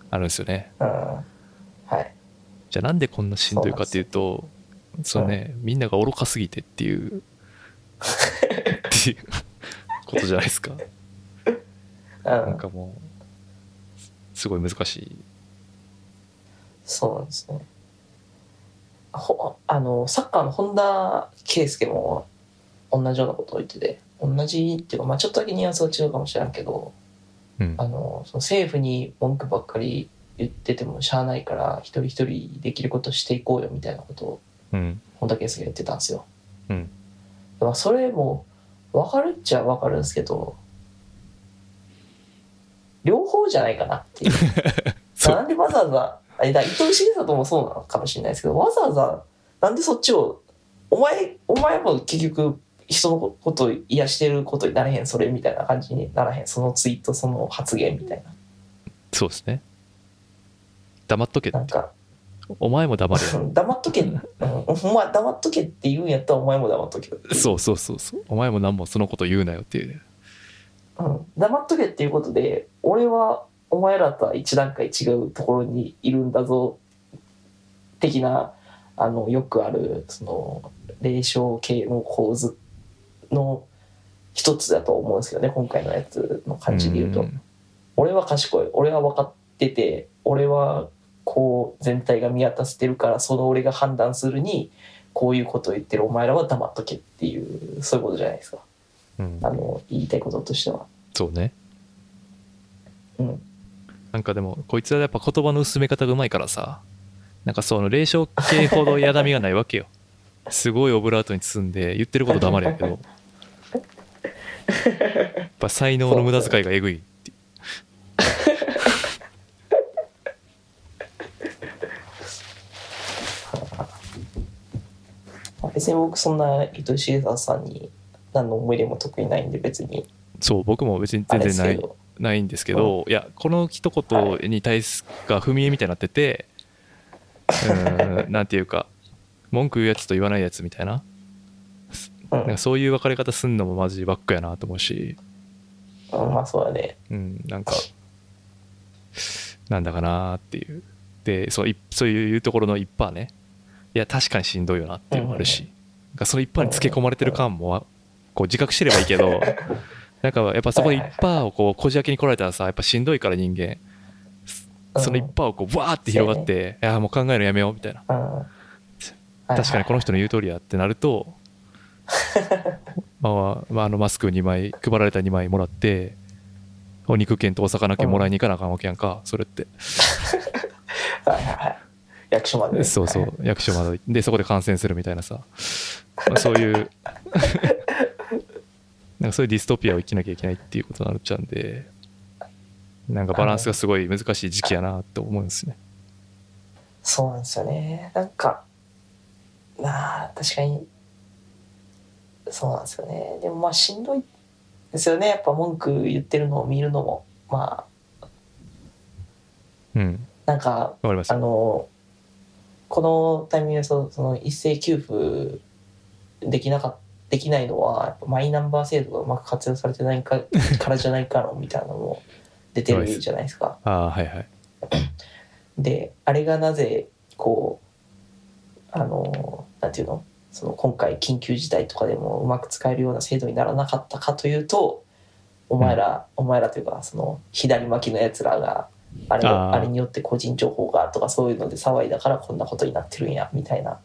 ぱあるんですよね。
うんはい
じゃあなんでこんなしんどいかっていうと、そ
よ
うね、みんなが愚かすぎてっていう、っていうことじゃないですか。
う
なん
ん、
かもう、すごい難しい
そうなんですね。ほあのサッカーの本田圭佑も同じようなことを言ってて同じっていうか、まあ、ちょっとだけニュアンスは違うかもしれんけど
うん
あのその政府に文句ばっかり言っててもしゃあないから一人一人できることしていこうよみたいなことを
うん
本田圭佑が言ってたんですよ。
うん
まあそれも分かるっちゃ分かるんですけど両方じゃないかなっていう
そう
なんでわざわざあだから伊藤重里もそうなのかもしれないですけどわざわざなんでそっちをお前お前も結局人のことを癒してることにならへんそれみたいな感じにならへんそのツイートその発言みたいな
そうですね黙っとけって
なんか
お前も黙れ
うん 黙っとけ、うん、お前黙っとけって言うんやったらお前も黙っとけ
そうそうそうそうお前も何もそのこと言うなよっていうね
うん、黙っとけっていうことで俺はお前らとは一段階違うところにいるんだぞ的なあのよくあるその霊障系の構図の一つだと思うんですけどね今回のやつの感じで言うと、
ん
俺は賢い俺は分かってて俺はこう全体が見渡せてるからその俺が判断するにこういうことを言ってるお前らは黙っとけっていうそういうことじゃないですか
うん
あの言いたいこととしては。
そうね
うん
なんかでもこいつはやっぱ言葉の薄め方がうまいからさなんかその霊障系ほどやだみがないわ けよすごいオブラートに包んで言ってること黙れやけ どやっぱ才能の無駄遣いがえぐいっていう
別に僕そんな伊藤シエサさんに何の思い入れも特にないんで別に
そう僕も別に
あ
全
れで
然
す
な
け
い
ど
ないんですけどいやこの一言に対すが踏み絵みたいになってて、うんなんていうか文句言うやつと言わないやつみたいな
う
なん
ん
かそういう分かれ方すんのもマジバックやなと思うし、
うんまあそうだね
うん、なんかなんだかなーっていうでそういそういうところの一パーねいや確かにしんどいよなっていうのもあるし、なんかその一パーにつけ込まれてる感もこう自覚してればいいけ どなんかやっぱそこの一パーをこうこじ開けに来られたらさやっぱしんどいから人間その一パーをこうわーって広がって、いやもう考えるのやめようみたいな
うん
確かにこの
の
人の言う通りやってなるとまあ、まあ、あのマスク2枚配られた2枚もらってお肉券とお魚券もらいに行かなあかんわけやんかそれって
役所まで
そうそう役所まででそこで感染するみたいなさ、まあ、そういうなんかそういうディストピアを生きなきゃいけないっていうことになっちゃうんでなんかバランスがすごい難しい時期やなと思うんですね
そうなんですよねなんかまあ確かにそうなんですよねでもまあしんどいですよねやっぱ文句言ってるのを見るのもま
うん
あなんか
わかります
あのこのタイミングでそその一斉給付できなかできないのはやっぱマイナンバー制度がうまく活用されてないか からじゃないかのみたいなのも出てるじゃないですか。
ああはいはい
であれがなぜこうあのなんていうのその今回緊急事態とかでもうまく使えるような制度にならなかったかというとお前ら、お前らというかその左巻きのやつらがあれ
あー
あれによって個人情報がとかそういうので騒いだからこんなことになってるんやみたいな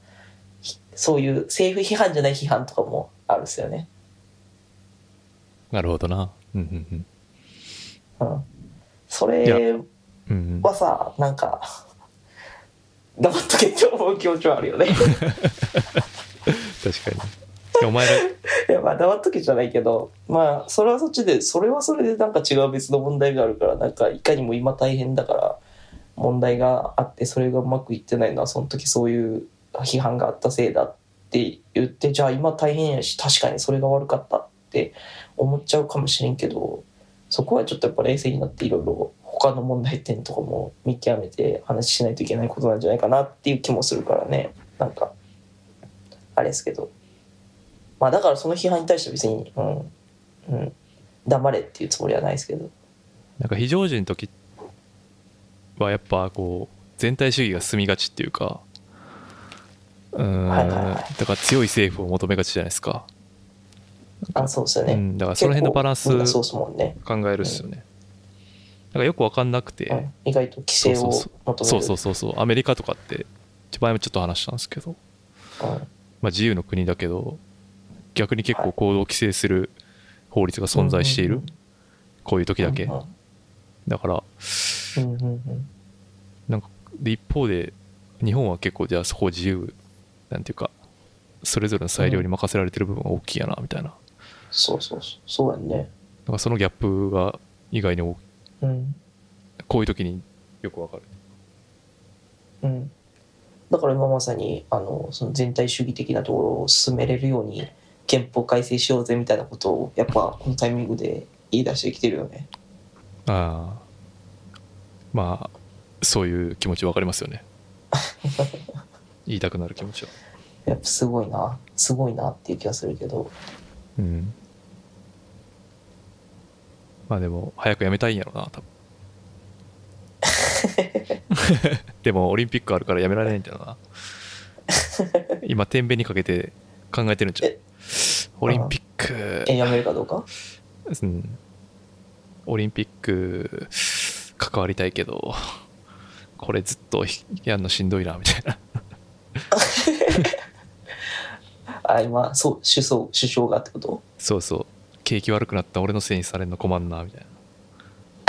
ひそういう政府批判じゃない批判とかもあるんですよね。
なるほどなうんうん
うん、そ
いや
れ
うんうんうん
はさなんか黙っとけって思う気持ちはあるよね。
確かにいやお前ら
いやまあ黙っとけじゃないけどまあそれはそっちでそれはそれでなんか違う別の問題があるからなんかいかにも今大変だから問題があってそれがうまくいってないのはその時そういう批判があったせいだって言ってじゃあ今大変やし確かにそれが悪かったって思っちゃうかもしれんけどそこはちょっとやっぱ冷静になっていろいろ他の問題点とかも見極めて話ししないといけないことなんじゃないかなっていう気もするからねなんかあれですけど。まあだからその批判に対して別に、うん、うん、黙れっていうつもりはないですけど。
なんか非常時の時はやっぱこう全体主義が進みがちっていうかうーん、
はいはいはい
だから強い政府を求めがちじゃないですか、
あ、そうですよ
う
ね。
ん、だから
結
そ
構
の辺のバランス
みんなそう
考
ですもんね。
えるっすよねなんかよく分かんなく
う
て
ん、意外と規制を
そうそう
求め
そ
る。
うそうそうそうアメリカとかって前もちょっと話したんですけど、
うん
まあ、自由の国だけど逆に結構行動を規制する法律が存在している、
うんうん
こういう時だけ、
うん
だから
うんうんうん
なんかで一方で日本は結構じゃあそこ自由なんていうかそれぞれの裁量に任せられてる部分が大きいやなみたいな,、
そうそうそうそうやんね
なんかそのギャップが意外に大き
うん
こういう時によくわかる
うんだから今まさにあのその全体主義的なところを進めれるように憲法改正しようぜみたいなことをやっぱこのタイミングで言い出してきてるよね
ああまあそういう気持ちわかりますよ ね言いたくなる気持ちは
やっぱすごいなすごいなっていう気がするけど
うんまあでも早くやめたいんやろな 多分でもオリンピックあるからやめられないんだよな今天秤にかけて考えてるんちゃう
え
オリンピック
えやめるかどうか
うん、オリンピック関わりたいけどこれずっとひやんのしんどいなみたいな
あ今そう首相首相がってこと
そうそう景気悪くなった俺のせいにされるの困んなみたいない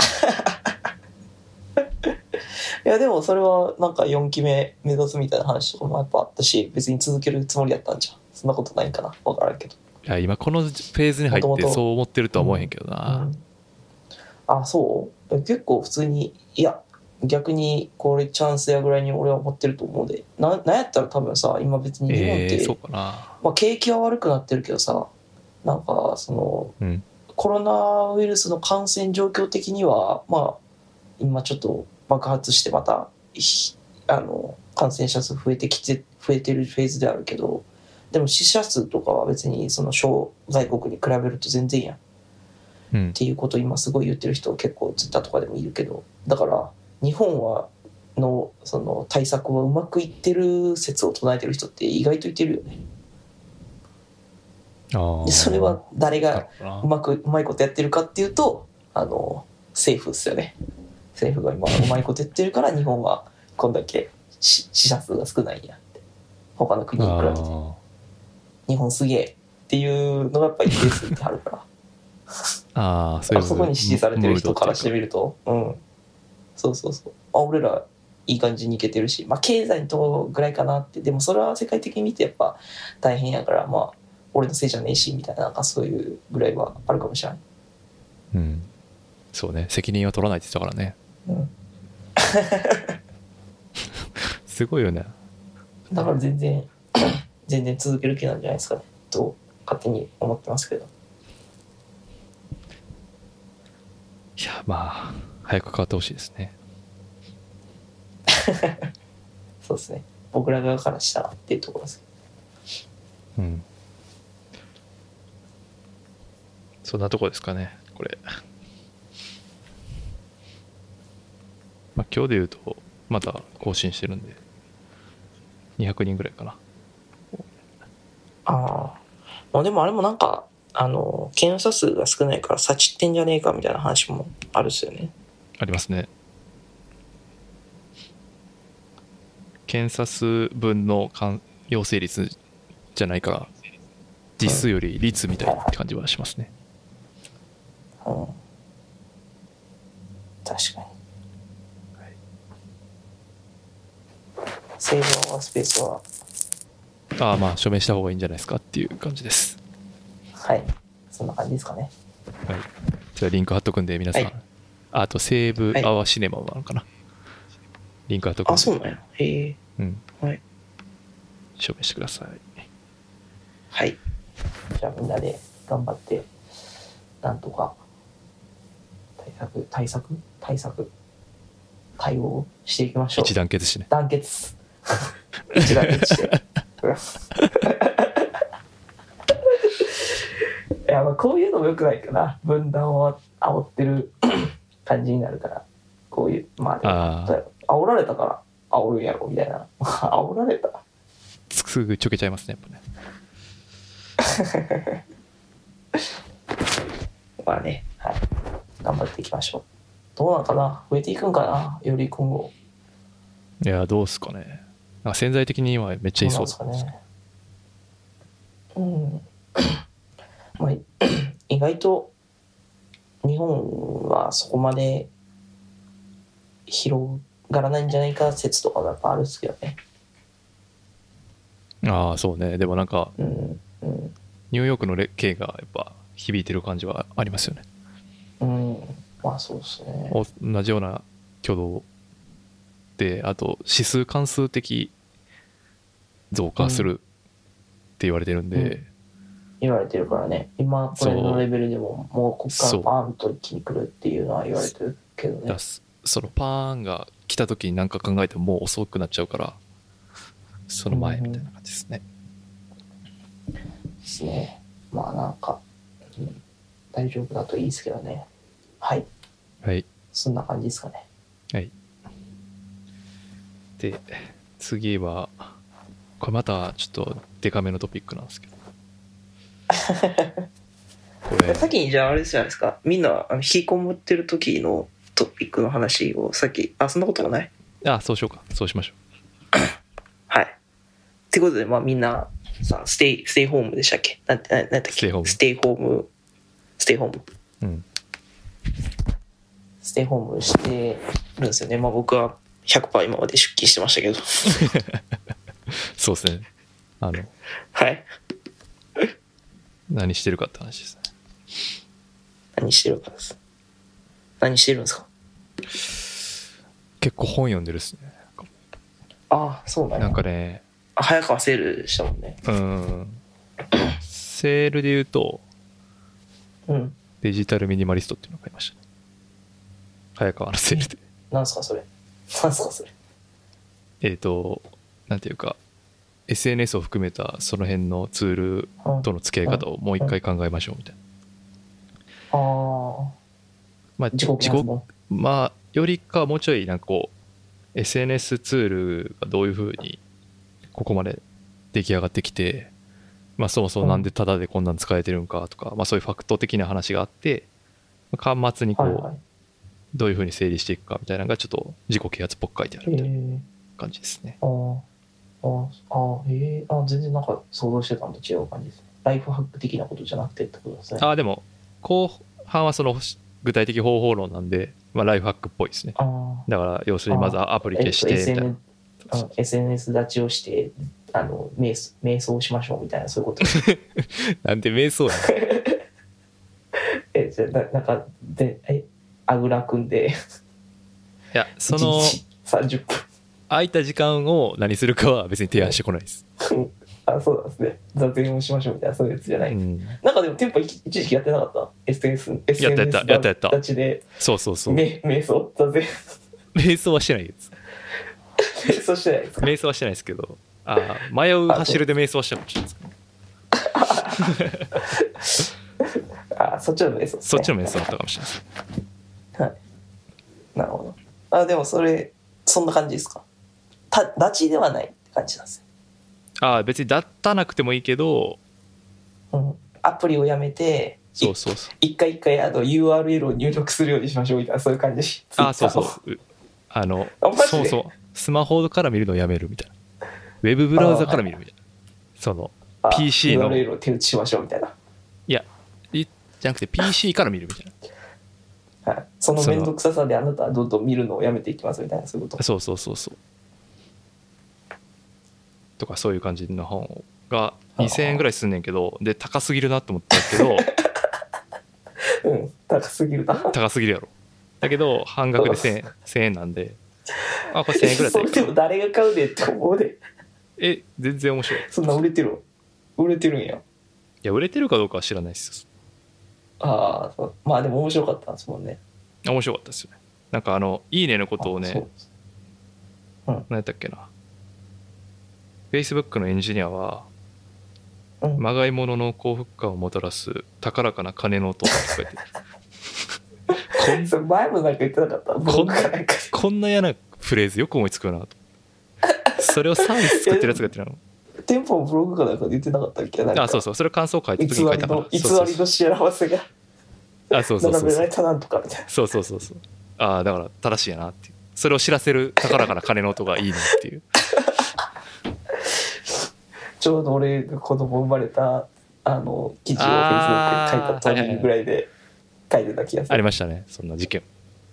やでもそれはなんか4期目目指すみたいな話とかもやっぱあったし別に続けるつもりだったんじゃんそんなことないんかな分からんけど
いや今このフェーズに入
も
っ
と
て
もと
そう思ってるとは思えへんけどな、
うんあそうえ結構普通にいや逆にこれチャンスやぐらいに俺は思ってると思うでななんやったら多分さ今別に日本っ
え
て、
ー、そうかな
まあ、景気は悪くなってるけどさなんかその
うん
コロナウイルスの感染状況的にはまあ今ちょっと爆発してまたひあの感染者数増えてきて増えてるフェーズであるけどでも死者数とかは別にその小外国に比べると全然やん
うん
っていうことを今すごい言ってる人結構ツイッターとかでもいるけどだから日本はのその対策はうまくいってる説を唱えてる人って意外といてるよね
あー
でそれは誰
な
が
るほどな
うまくうまいことやってるかっていうとあの政府っすよね政府が 今うまいことやってるから日本はこんだけし死者数が少ないんやって他の国に比べて
あ
日本すげえっていうのがやっぱ一定数ってあるから
ーあ ーそういう
あそこに支持されてる人からしてみると、うん、そうそうそう、あ俺らいい感じにいけてるし、まあ、経済のとこぐらいかなって、でもそれは世界的に見てやっぱ大変やから、まあ、俺のせいじゃねえしみたいな、なんかそういうぐらいはあるかもしれない。
うんそうね責任は取らないって言ってたからね
うん、
すごいよね
だから全然、 全然続ける気なんじゃないですかね、と勝手に思ってますけど。
いやまあ早く変わってほしいですね
そうですね僕ら側からしたらっていうところですけ
うんそんなとこですかねこれ、 まあ、今日で言うとまた更新してるんで200人ぐらいかな
ど。ああ。まあでもあれもなんか、あの、検査数が少ないから、さちってんじゃねえかみたいな話もあるっすよね。
ありますね検査数分の感陽性率じゃないから実数より率みたいな感じはしますね
うん確かに、セーブオアスペースは
ああまあ署名した方がいいんじゃないですかっていう感じです
はいそんな感じですかね
はい、じゃあリンク貼っとくんで皆さん、
はい
ああと西武
はい
アワーシネマもあるかな、リンク貼っとくんで
あそうなんやへえ
うん、
はい
証明してください
はいじゃあみんなで頑張ってなんとか対策対策対策対応をしていきましょう
一団結してね
団結 一団結して うんいやまあこういうのもよくないかな分断を煽ってる 感じになるからこういうまあでも
あ
例えば煽られたから煽るんやろみたいな 煽られた
すぐちょけちゃいますねやっぱね
まあねはい頑張っていきましょうどうなんかな増えていくんかなより今後
いやどうすかねなんか潜在的に今めっちゃいそう
どうなんですかねうん、まあ、 意外と日本はそこまで広がらないんじゃないか説とかもやっぱあるっすけどね。
ああそうねでもなんか
うんうん
ニューヨークのれ刑がやっぱ響いてる感じはありますよね
うん、まあそうですね。
お同じような挙動であと指数関数的増加するって言われてるんで、
うん言われてるからね、今これのレベルでも、もうこっか
そ
ら
う
バーンと一気に来るっていうのは言われてるけど
だか
ね
ら。そそのパーンが来た時に何か考えてももう遅くなっちゃうからその前みたいな感じですね、
ですね。まあなんか、うん大丈夫だといいですけどね。はい、
はい
そんな感じですかね。
はいで次はこれまたちょっとデカめのトピックなん ですけどこれ
先にじゃああれじゃないですか、みんなあの引きこもってる時のトピックの話をさっき、あ、そんなこともない
あそうしようかそうしましょ
はい。ってことで、まあみんなさ、ステイ、ステイホームでしたっけなんて、ななんだっけ
ステイホーム
ステイホーム。ステイホーム。
ううん
ステイホームしてるんですよね。まあ僕は100%今まで出勤してましたけど。
そうですねあの
はい。
何してるかって話ですね
何してるかです。何してるんですか
結構本読んでるっすね
ああ、そうなんや
なんかね
あ早川セールしたもんね。
うんセールで言うと
うん。
デジタルミニマリストっていうのを買いました、ね、早川のセールで
なんすかそれ。なんすかそれ。
えっ、となんていうか SNS を含めたその辺のツール
うん、
との付き合い方をもう一回考えましょうみたいな、
ああ。
まあ、
自己啓発本。
まあよりかはもうちょいなんかこう SNS ツールがどういうふうにここまで出来上がってきて、まあ、そもそもなんでタダでこんなん使えてるんかとか、まあ、そういうファクト的な話があって端末にこ
はいは
う
い。
どういうふうに整理していくかみたいなのがちょっと自己啓発っぽく書いてある
え
みたいな
ー、
感じですね。
あーあー、あーえー、あー全然なんか想像してたのと違う感じですね。ライフハック的なことじゃなくてってことですね。
ああでも後半はその具体的方法論なんで、まあ、ライフハックっぽいですね。
あー
だから要するにまずアプリ消してみたいな。
あの SNS 立ちをしてあの瞑想瞑想しましょうみたいなそういうこと
なんで瞑想やねん
えじゃあななんかでえあぐら組んで
いやその
1日30
空いた時間を何するかは別に提案してこないです。
分あそうなんですね座禅をしましょうみたいなそういうやつじゃない、
うん
なんかでもテンポ一一時期やってなかった SNS
やったやったやったやった
立ちで
そうそうそう。
め瞑想座禅
瞑想はしてないです。
瞑想してないですか
瞑想はしてないですけど、あー迷う走るで瞑想はしたかもしれないです。
あそっちの瞑想ですね
そっちの瞑想だったかもしれないです。
はい。なるほど。あ、でもそれ、そんな感じですか。た、立ちではないって感じなんです
ああ、別にだったなくてもいいけど、
よ。うん。アプリをやめて、い
そうそうそう。
一回一回あの URL を入力するようにしましょうみたいな、そういう感じ。
ああ、そうそう。うあの
あマジ、で
そうそう。スマホから見るのやめるみたいな。ウェブブラウザから見るみたいな。その、
あ
PC の
URL を手打ちしましょうみたいな。
いや、いじゃなくて PC から見るみたい な。
はい。その面倒くささであなたはどんどん見るのをやめていきますみたいな、そういうこと。
そうそうそうそう。とかそういう感じの本が2000円ぐらいすんねんけど、で、高すぎるなと思ったけ ど、
うん。高すぎるな。
高すぎるやろ。だけど、半額で1000円、1000円なんで、あ、これ1000円ぐらい
そ
だっ
れ
たらいい
でも
か。
誰が買うでって思うで。
え、全然面白い。い
そんな売れてる売れてるんや。
や、売れてるかどうかは知らないです
ああ、そうまあでも面白かったんですもんね。
よ。面白かったですよね。なんかあの、いいねのことを
あそう
ね、
です
何やったっけな。Facebook のエンジニアは、
うん
まがいものの幸福感をもたらす高らかな鐘の音とか言 ってこん
それ前もなんか言ってなかった僕がなんか
こんな嫌なフレーズよく思いつくよなとそれをサービス作ってるやつがやってるの
テンポのブログかなんかで言ってなかったっけなんか
あそうそうそれ感想書いた
偽
時に書い
り
たか
の
ら
偽
そうそう
り
そう
の幸せが
あそうそうそ
並
う
べ
そ
ら
う
れたなんとかみたいな
そうそうそうそうああだから正しいやなっていうそれを知らせる高らかな鐘の音がいいなって いう
ちょうど俺の子供生まれたあの記事を Facebook
あ
に
ー
書いたタイミングぐらいで書いてた気がす
あり
る
ましたねそんな事件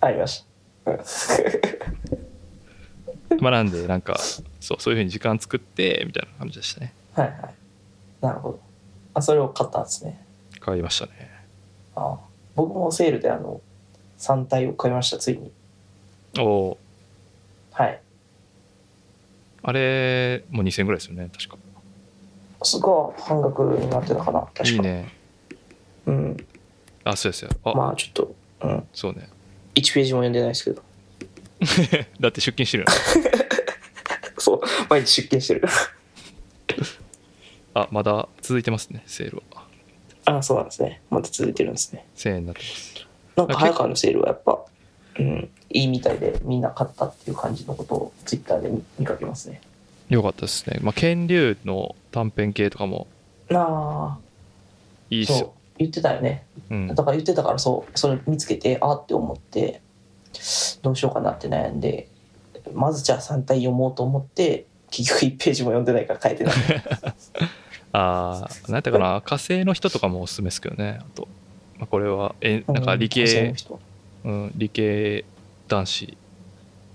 ありましたうん
まあなんでなんかそうそういうふうに時間作ってみたいな感じでしたね
はいはい。なるほど。あ、それを買ったんですね。
変わりましたね
ああ僕もセールであの、3体を買いました、ついに。
おおー
はい。
あれも2000円ぐらいですよね確か
そこは半額になってたかな、確か
いいね
うん。
あそうですよあ、
まあちょっと、うん。
そうね
1ページも読んでないですけど。
だって出勤してるよね
そう、毎日出勤してる。
あまだ続いてますねセールは
ああ、そうなんですね。また続いてるんですね。
1000円になってます
なんか早川のセールはやっぱ、うん、いいみたいで、みんな買ったっていう感じのことをツイッターで見見かけますね。
よかったですねまあ剣流の短編系とかも
ああ、
いいっす
そう
よ、
言ってたよね。
うん
だ、から言ってたからそうそれ見つけてあーって思ってどうしようかなって悩んでまずじゃあ3体読もうと思って結局1ページも読んでないから書 いてない
ああ何やったかな火星の人とかもおすすめですけどねあと、まあ、これはえなんか理
うん
系
女性の、人
うん、理系男子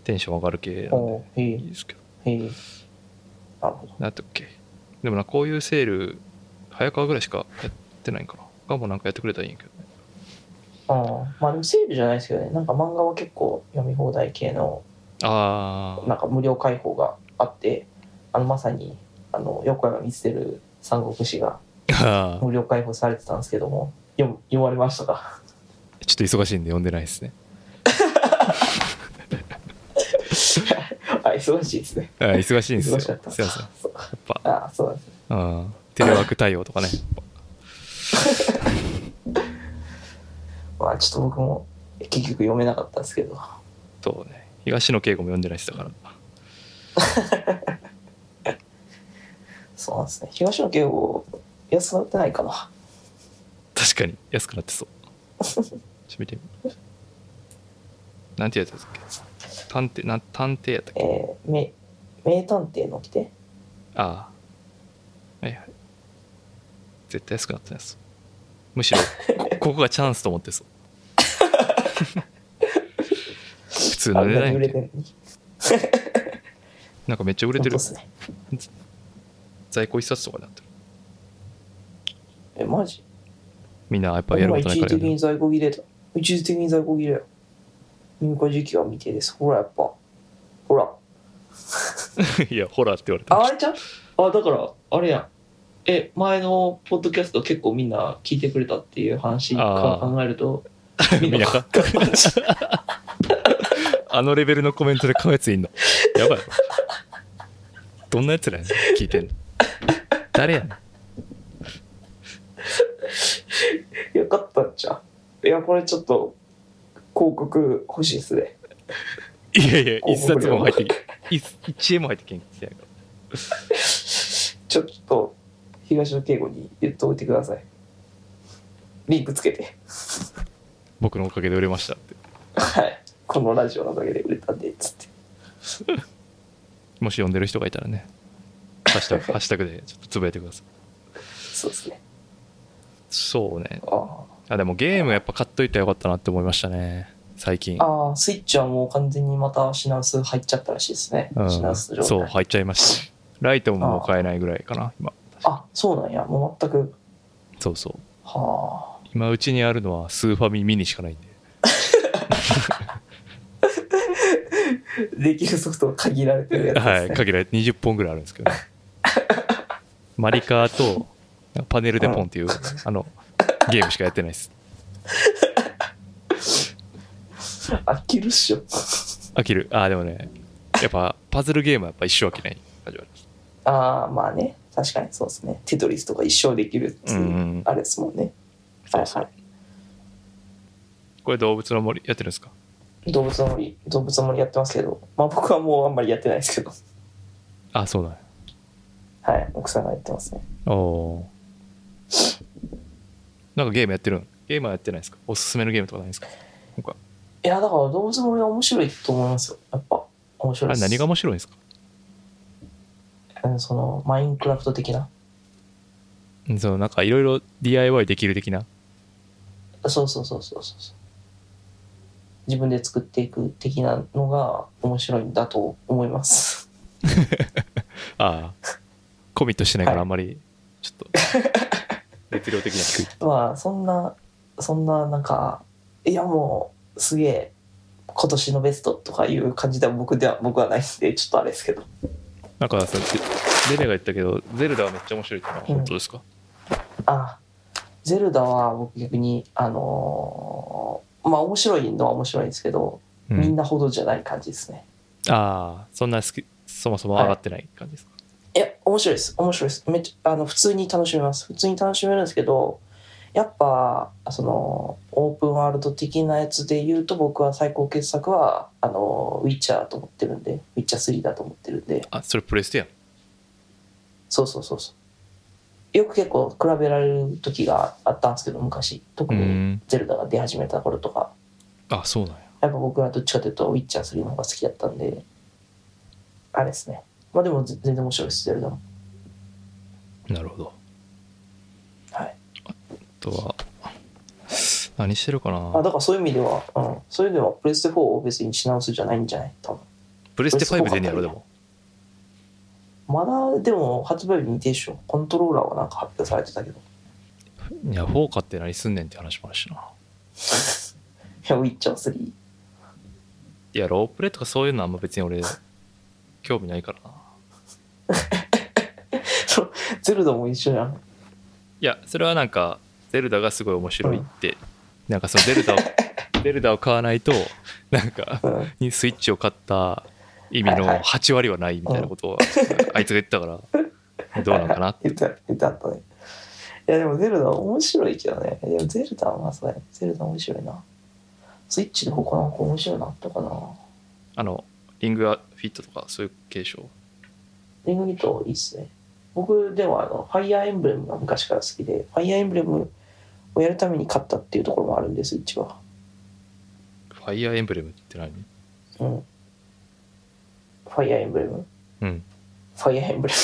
テンション上がる系なん
お
で
うへ
い
え
いですけど
へえなるほど
何やったっけでもなこういうセール早川ぐらいしかやってないんかな他もなんかやってくれたらいいんやけどね
あーまあでもセールじゃないですけどねなんか漫画は結構読み放題系の
あ
なんか無料開放があってあのまさにあの横山見つてる三国志が
あ
無料開放されてたんですけども読む読まれましたか
ちょっと忙しいんで読んでないですね
あ忙しいですね
あー忙しいんですよ
忙し
す
か
い
った
ませんやっ
そう
ぱ
あーそうなんです
うんテレワーク対応とかねやっぱ
まあちょっと僕も結局読めなかったんですけど
そうね東野圭吾も読んでないですだから
そうなんですね東野圭吾安くなってないかな
確かに安くなってそうちょっと見てみなんてやつだっけ探偵なん探偵やったっけ
えー、め名探偵の来て
ああはいはい絶対安くなってないですむしろこここがチャンスと思って そう普通
あ
の
ん
値
な
段
に
や
売
ん
れ
け
てるのに
なんかめっちゃ売れて
本
る
当っすね
在庫一冊とかになってる
えマジ
みんなやっぱやる
今
ことな
一
いか
時
ら
的
やる
に在庫切れだ一時的に在庫切れ入荷時期は未定ですほらやっぱほら
いやホラーって言われてま
あ
し
あれちゃんあだからあれやんえ前のポッドキャスト結構みんな聞いてくれたっていう話から考えると
た みんなか
マジ
あのレベルのコメントで買うやついんのやばいどんなやつらやねん聞いてんの誰やねん
よかったんちゃういや、これちょっと、広告欲しいっすね。
いやいや、一
広告
冊
料
も入ってき、一一円も入ってけんきてないから。
ちょっと、東野敬吾に言っておいてください。リンクつけて。
僕のおかげで売れましたって。
はい。このラジオのおかげで売れたんで、つって。
もし読んでる人がいたらね、ハッシュタ グハッシュタグでちょっとつぶやいてください。
そうですね。
そうね。
あ
あ、でもゲームやっぱ買っといたらよかったなって思いましたね。最近
あ。。ああ、スイッチはもう完全にまた品薄入っちゃったらしいですね。
うん、
品薄状態。
そう、入っちゃいました。ライトももう買えないぐらいかな、今。
あ、そうなんや。もう全く。
そうそう。
は
今、うちにあるのはスーファミミニしかないんで。
あ。できるソフトが限られてるやつですね。
はい、限られて20本ぐらいあるんですけど、 ね、マリカーとパネルでポンっていう、あのゲームしかやってないです
飽きるっしょ。
飽きるああでもねやっぱパズルゲームはやっぱ一生飽きない感じはあります
ああ、まあね。確かにそうですね。テトリスとか一生できるっていう
うんうん
あれですもんね。
そうそう
はい
これ動物の森やってるんですか
はい、動物の森、動物の森やってますけど、まあ僕はもうあんまりやってないですけど、
あそうだね
はい、奥さんがやってますね。
おおーなんかゲームやってるのゲームはやってないですかおすすめのゲームとかないですかなんか
いや、だから動物の森は面白いと思いますよ。やっぱ、面白
あ
いで
れ
す。
何が面白いんですか
うんその、マインクラフト的な。
うんそのなんかいろいろ DIY できる的な
そうそうそうそうそうそう。自分で作っていく的なのが面白いんだと思います。
ああコミットしてないか
は
ら
い
あんまりちょっと 熱量的には低い
まあそんなそんななんかいやもうすげえ今年のベストとかいう感じでは僕では僕はないんでちょっとあれですけど
なんかさレレが言ったけどゼルダはめっちゃ面白いってのは本当ですか、
あゼルダは僕逆にあのーまあ面白いのは面白いんですけど、
うん
みんなほどじゃない感じですね
ああそんな好きそもそも上がってない感じですか、
いや面白いです面白いですめっちゃあの普通に楽しめます普通に楽しめるんですけどやっぱそのオープンワールド的なやつで言うと僕は最高傑作はあのウィッチャーと思ってるんでウィッチャー3だと思ってるんで
あそれプレステやん
そうそうそうそうよく結構比べられる時があったんですけど昔特
う
に
ん
ゼルダが出始めた頃とか
あそうなんや
やっぱ僕はどっちかというとウィッチャー3の方が好きだったんであれですねまあでも全然面白いですゼルダも
なるほど
はい
あとは何してるか
あ
な
だからそういう意味では、うん、そういう意味ではプレステ4を別にし直すじゃないんじゃない多分
プレステ
プレステ
5出んねやろでも
まだでも発売日にでしょコントローラーはなんか発表されてたけどい
いや4買って何すんねんって話もあるしな
やウィッチャー3
いやロープレとかそういうのあんま別に俺興味ないからな
ゼルダも一緒じゃん
いやそれはなんかゼルダがすごい面白いって、なんかそのゼ ルダをゼルダを買わないとなんか
うん
にスイッチを買った意味
はいは
の
い
8割はないみたいなことをあいつが言ってたからどうなのかなって
言って言ってあったねいやでもゼルダは面白いけどねでもゼルダはまあそうだねゼルダ面白いなスイッチで他なんか面白いなあったかな
あのリングアフィットとかそういう継承
リングニットいいっすね僕でもあのファイアーエンブレムが昔から好きでファイアーエンブレムをやるために買ったっていうところもあるんですうちは
ファイアーエンブレムって何
うんファイアーエンブレム
うん
ファイアーエンブレム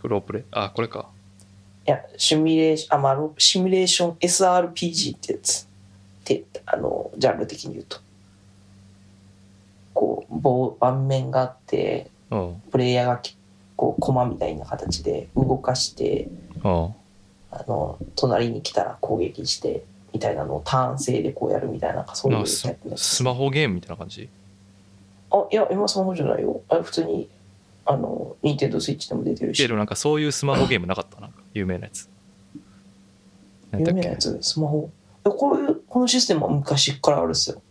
これロープレあこれか
いや、シミュレーション、あ、まあ、ロシミュレーション SRPG ってやつ。って、あの、ジャンル的に言うと。こう、棒盤面があって、
うんうん
プレイヤーが結構駒みたいな形で動かして、あの、隣に来たら攻撃して、みたいなのをターン制でこうやるみたいな、なんかそうい
な
うん
か
タイ
ス
プのやつ
スマホゲームみたいな感じ
あ、いや、今スマホじゃないよ。あれ普通に、あの、ニンテンドースイッチでも出てる
いや
し
で。もなんかそういうスマホゲームなかったなんか有名なやつ何
有
だっ
名なや
け
つ、スマホ。えこういう、このシステムは昔からあるっすよ。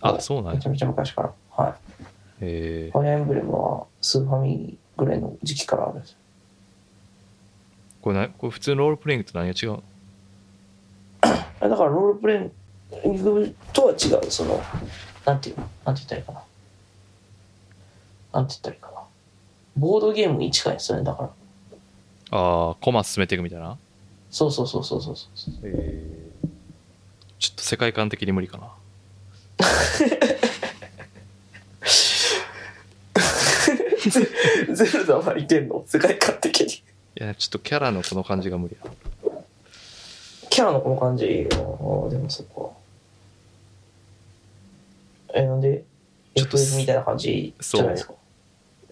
あそうなん
め
や
ちゃめちゃ昔から。はい。
へえ
ファイアーエンブレムはスーファミぐらいの時期からあるんです
これなこれ普通のロールプレイングと何が違うの
だからロールプレイングとは違うそのなんていうのなんて言ったらいいかななんて言ったらいいかなボードゲームに近いですよねだから
ああコマ進めていくみたいな
そうそうそうそうそうそう
ちょっと世界観的に無理かな
ゼルダはいけんの世界観的に
いやちょっとキャラのこの感じが無理や
キャラのこの感じいいよあーでもそこえなんで
ちょっと
FF みたいな感じじゃないですか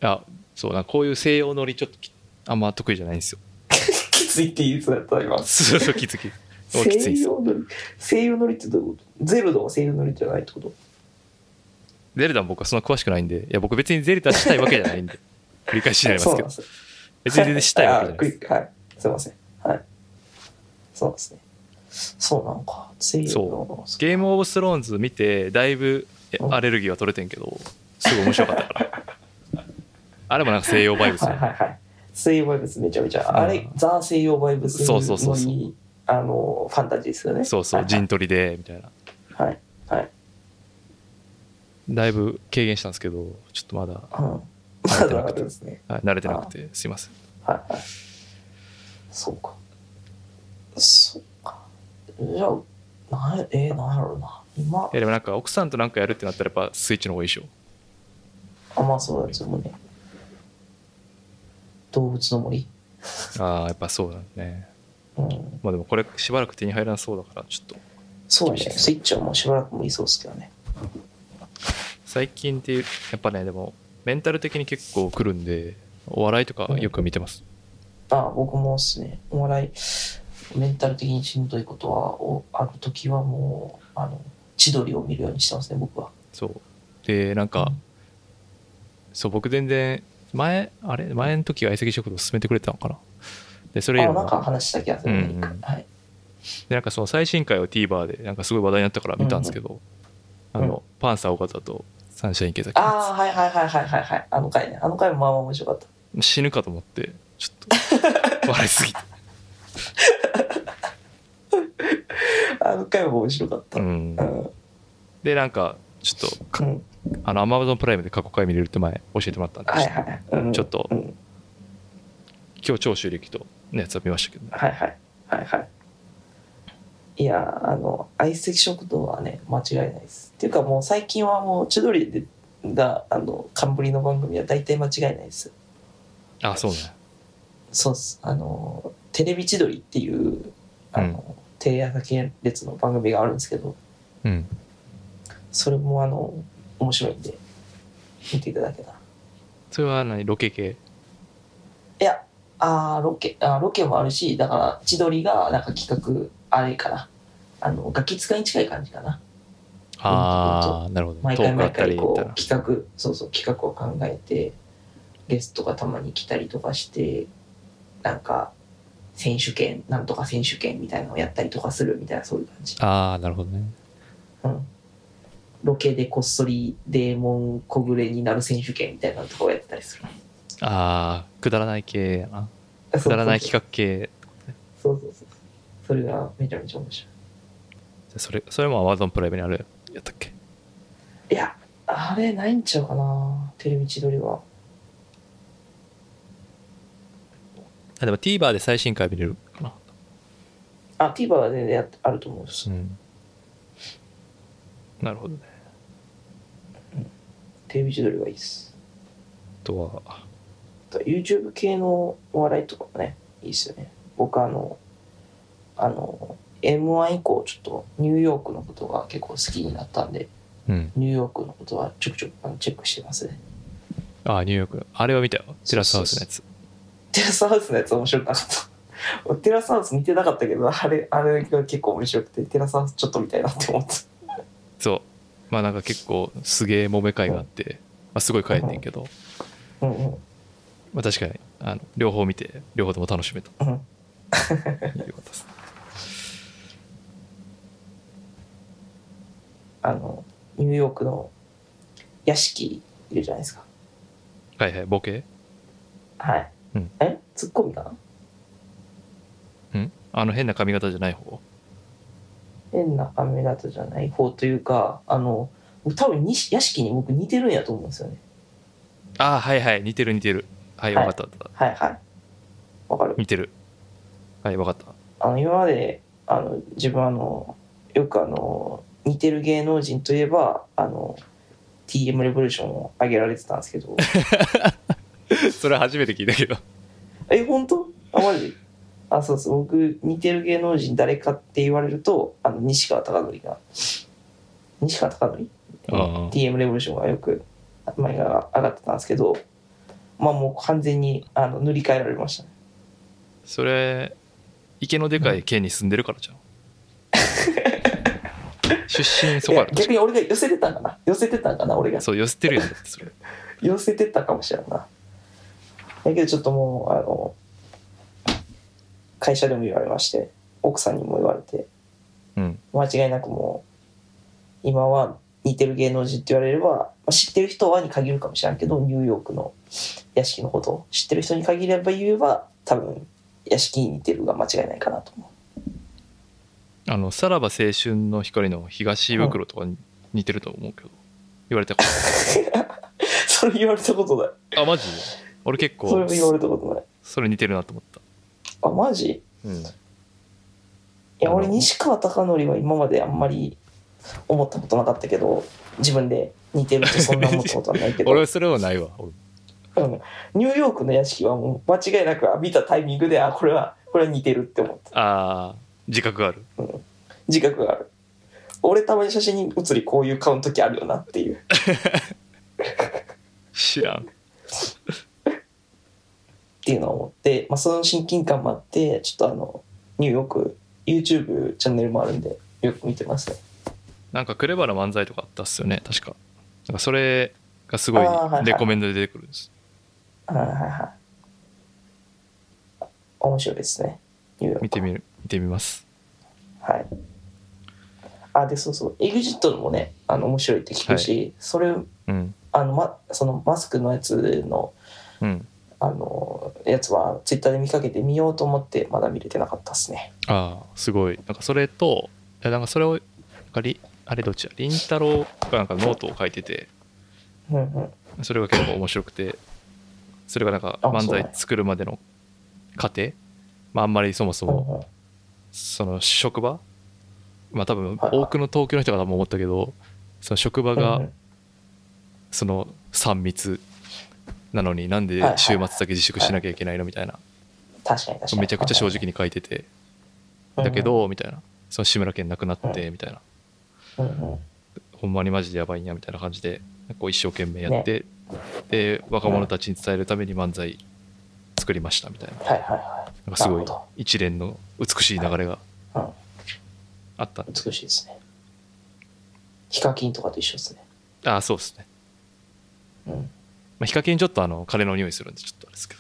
あそうなこういう西洋乗りちょっときあんま得意じゃないんですよ
きついって言いそうだった今
そうそうきつきもうきつい
西
です
洋乗り西洋乗りってどういうことゼルダは西洋乗りじゃないってこと
ゼルダも僕はそんな詳しくないんでいや僕別にゼルダしたいわけじゃないん で繰り返しになりま
そ
す
う
け
なん
ど
です
別に全然したいわけじゃないです
あはいすいませんはいそうですねそうなんか西洋の
ゲームオブスローンズ見てだいぶえアレルギーは取れてんけどすごい面白かったから あれもなんか西洋バイブス
はいはいはい西洋バイブスめちゃめちゃあれ
う
ザ西洋バイブス
そうそうそうそう
のにあのファンタジーですよね
そうそう
はい
陣取りでみたいな
はいはい、
だいぶ軽減したんですけどちょっとまだ
うん、まだなかったですね
はい慣れてなくてすいません
はいはいそうかそうかじゃあなんえー、なんやろうな
い
今
やでもなんか奥さんとなんかやるってなったらやっぱスイッチの方がいいでしょ
あ、まあそうだよ、それもね。動物の森。
ああやっぱそうなんね
うん。
まあでもこれしばらく手に入らなそうだからちょっと
そうね。スイッチはもうしばらく無理そうですけどね。
最近っていうやっぱねでもメンタル的に結構来るんでお笑いとかよく見てます、
あ僕もですねお笑いメンタル的にしんどいことはおある時はもうあの千鳥を見るようにしてますね僕は
そうでなんか、
うん
そう僕全然前あれ前の時は相席食堂勧めてくれてたのかなでそれ以
あ
来
なんか
も
話した気がするね、
うんうん
はい
でなんかその最新回を TVer でなんかすごい話題になったから見たんですけど、あ
うん
のパンサー尾形とサンシャイン池崎のやつ
ああーはいはいはいはいはいはいあの回ねあの回もまあまあ面白かった
死ぬかと思ってちょっと 笑いすぎて
あの回も面白かった。
う
う
ん
ん。うん。
でなんかちょっとあの Amazon プライムで過去回見れるって前教えてもらったんで、
はいはい。うん、
ちょっと
うん。
今日長州力とのやつは見ましたけどね
はいはい。はいはい。いやー、あの、相席食堂はね、間違いないです。っていうかもう最近はもう、千鳥でが、あの、冠の番組は大体間違いないです。
あそうね
そうっす。あの、テレビ千鳥っていう、あの、テレ朝系列の番組があるんですけど、
うん
それもあの、面白いんで、見ていただけたら。
それは何ロケ系
いや、あーロケ、あーロケもあるし、だから、千鳥が、なんか企画、あれかな。あの、ガキ使いに近い感じかな。
ああなるほど
毎
トー
回
クあ
毎
ったり
回、
みたい
こ
な
う、企画、そうそう、企画を考えて、ゲストがたまに来たりとかして、なんか、選手権、なんとか選手権みたいなのをやったりとかするみたいな、そういう感じ。
ああなるほどね
うん。ロケでこっそりデーモン小暮になる選手権みたいなのとかをやってたりする。
ああくだらない系やなくだらない企画系
そうそうそう。それがめちゃめちゃ面白い。
じゃあそれそれも Amazon プライムにあるやったっけ
いや、あれないんちゃうかな、テレビ千鳥は。
あでも TVer で最新回見れるかな
あ、TVer は全然やっあると思うし、
うんなるほどね
テレビ千鳥はいいっす。
あとは
あと YouTube 系のお笑いとかもね、いいっすよね。僕あの、あの、M1 以降、ちょっとニューヨークのことが結構好きになったんで、
うん
ニューヨークのことはちょくちょくあのチェックしてますね。
ああニューヨークあれは見たよテラスハウスのやつ
テラスハウスのやつ面白かった。 テラスハウス見てなかったけど、あれ、あれが結構面白くて、テラスハウスちょっと見たいなって思った。
そうまあなんか結構すげえ揉め会があって、まあ、すごい帰ってんけど、
うんうん。
まあ、確かにあの両方見て両方とも楽しめた
うん
よかったです
あの、ニューヨークの屋敷いるじゃないですか。
はいはいボケ
はい。
うん
えツッコミかな
うんあの変な髪型じゃない方
変な髪型じゃない方というか、あの、多分に屋敷に僕似てるんやと思うんですよね。
ああはいはい似てる似てるはい
は
分
い
かった分かっ
はいはい。わかる
た似てるはい分かった
あの、今まで、あの、自分あの、よくあの、似てる芸能人といえば、あの、TM レボリューションを挙げられてたんですけど、
それは初めて聞いたけど
え、本当あ、マジあ、そうそう、僕、似てる芸能人誰かって言われると、あの、西川貴教が、西川貴教
ああ
?TM レボリューションがよく、前が上がってたんですけど、まあもう完全にあの塗り替えられましたね。
それ池のでかい県に住んでるからじゃん 出身そこや
い
ろ
や逆に俺が寄せてたんかな寄せてたんかな俺が。
そう寄せてるやんだってそれ
寄せてったかもしれんな。だけどちょっともう、あの、会社でも言われまして、奥さんにも言われて、
うん
間違いなくもう今は似てる芸能人って言われれば、まあ知ってる人はに限るかもしれんけどニューヨークの屋敷のことを知ってる人に限れば言えば多分屋敷に似てるが間違いないかなと思
あのさらば青春の光の東袋とかに似てると思うけど言われたこ
う それ言われたことない
とあマジ俺結
それ
構
も言われたことない
それ似てるなと思った
あマジい
うん
や俺
あの
西川貴教は今まであんまり思ったことなかったけど自分で似てるってそんな思ったことはないけ ど
俺はそれはないわ俺
うんニューヨークの屋敷はもう間違いなく見たタイミングであこれはこれは似てるって思った
ああ自覚がある
自覚がある俺たまに写真に写りこういう顔の時あるよなっていう
知らん。
っていうのを思って、まあ、その親近感もあってちょっとあのニューヨーク YouTube チャンネルもあるんでよく見てますね
なんかクレバな漫才とかあったっすよね、確か。なんかそれがすごい
あーはいはい
レコメンドで出てくるんです。
はいはいはい面白いですねニューヨーク
見てみる、見てみます。
はいあでそうそう EXIT もねあの面白いって聞くし、それ
うん。
あの、ま、そのマスクのやつの
うん。
あのやつはツイッターで見かけて見ようと思ってまだ見れてなかったですね
ああ、すごい。なんかそれと、いやなんかそれを、なんかりあれどっちや、りんたろうがなんかノートを書いてて、
うんうん
それが結構面白くて、それがなんか
あそう
漫才作るまでの過程、まああんまりそもそ
うん
も
うん
その職場まあ多分
はいはい
多くの東京の人が多分思ったけどその職場
うんう
が
ん
その3密なのになんで
はいはいはい
週末だけ自粛しなきゃいけないのみたいな
確かに確かに
めちゃくちゃ正直に書いててだけ、どみたいなその志村けん亡くなってみたいな
うんうんうんうん
ほんまにマジでやばいんやみたいな感じでこう一生懸命やってで若者たちに伝えるために漫才作りましたみたいな
はいはいは
なんかすご
ないるほど
一連の美しい流れが
い、うん
あったんで
美しいですね。ヒカキンとかと一緒ですね。
ああそうですね
うん、
まあヒカキンちょっとあの金の匂いするんでちょっとあれですけ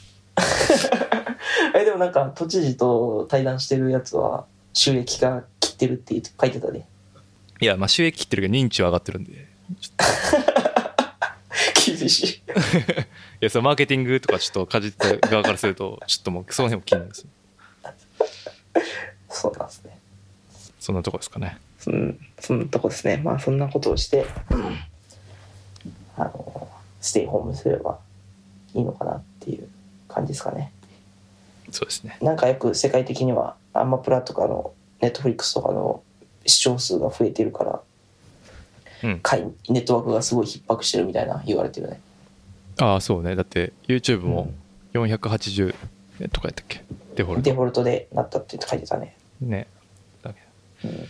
ど
えでもなんか都知事と対談してるやつは収益が切ってるって言って書いてたね。
いや、まあ、収益切ってるけど認知は上がってるんで。い
厳しい。
や、そのマーケティングとかちょっとかじった側からすると、ちょっともうその辺も気になるんですよ。
そうなんですね。
そんなとこですかね。
そんそんなとこですね。まあそんなことをして、あのステイホームすればいいのかなっていう感じですかね。
そうですね。
なんかよく世界的にはアンマプラとかのネットフリックスとかの視聴数が増えてるから
うん。
かいネットワークがすごい逼迫してるみたいな言われてるね。
ああ、そうね。だって、YouTube も480とかやったっけデフォル
デ
ト。
フォルトでなったって書いてたね。
ね。だけ
うん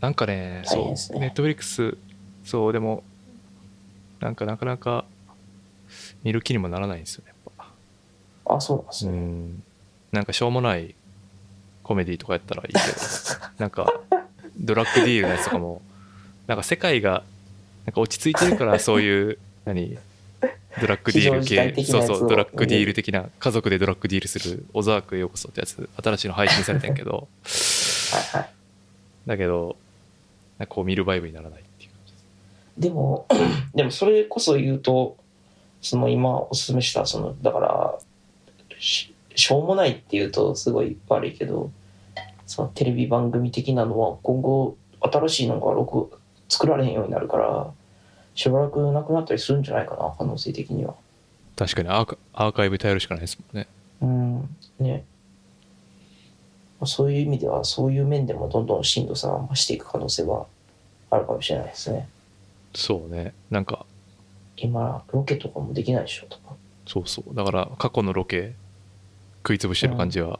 なんかね、
大
そう
変です、ね
ネットフリックス、そう、でも、なんかなかなか見る気にもならないんですよね、やっぱ。
あ、そうなんです
う
ね。
んなんかしょうもないコメディとかやったらいい けどなんかドラッグディールのやつとかもなんか世界がなんか落ち着いてるからそういう何ドラッグディ
非常事態
ール系
的
そ
な
う
やつを
そうドラッグディール的な家族でドラッグディールする「小沢区へようこそ」ってやつ新しいの配信されてんけ ど
はいはい。
だけどなんかこう見るバイブにならないっていう感じです
でも、 でもそれこそ言うと、その今おすすめした、その、だから、ししょうもないっていうとすごい悪いけど、そのテレビ番組的なのは今後新しいのが録作られへんようになるから、しばらくなくなったりするんじゃないかな、可能性的には。
確かにアーカアーカイブ頼るしかないですもんね
うん、ね。まあそういう意味では、そういう面でもどんどん深度差が増していく可能性はあるかもしれないですね。
そうねなんか
今、ロケとかもできないでしょ、とか。
そうそうだから過去のロケ食いつぶしてる感じは、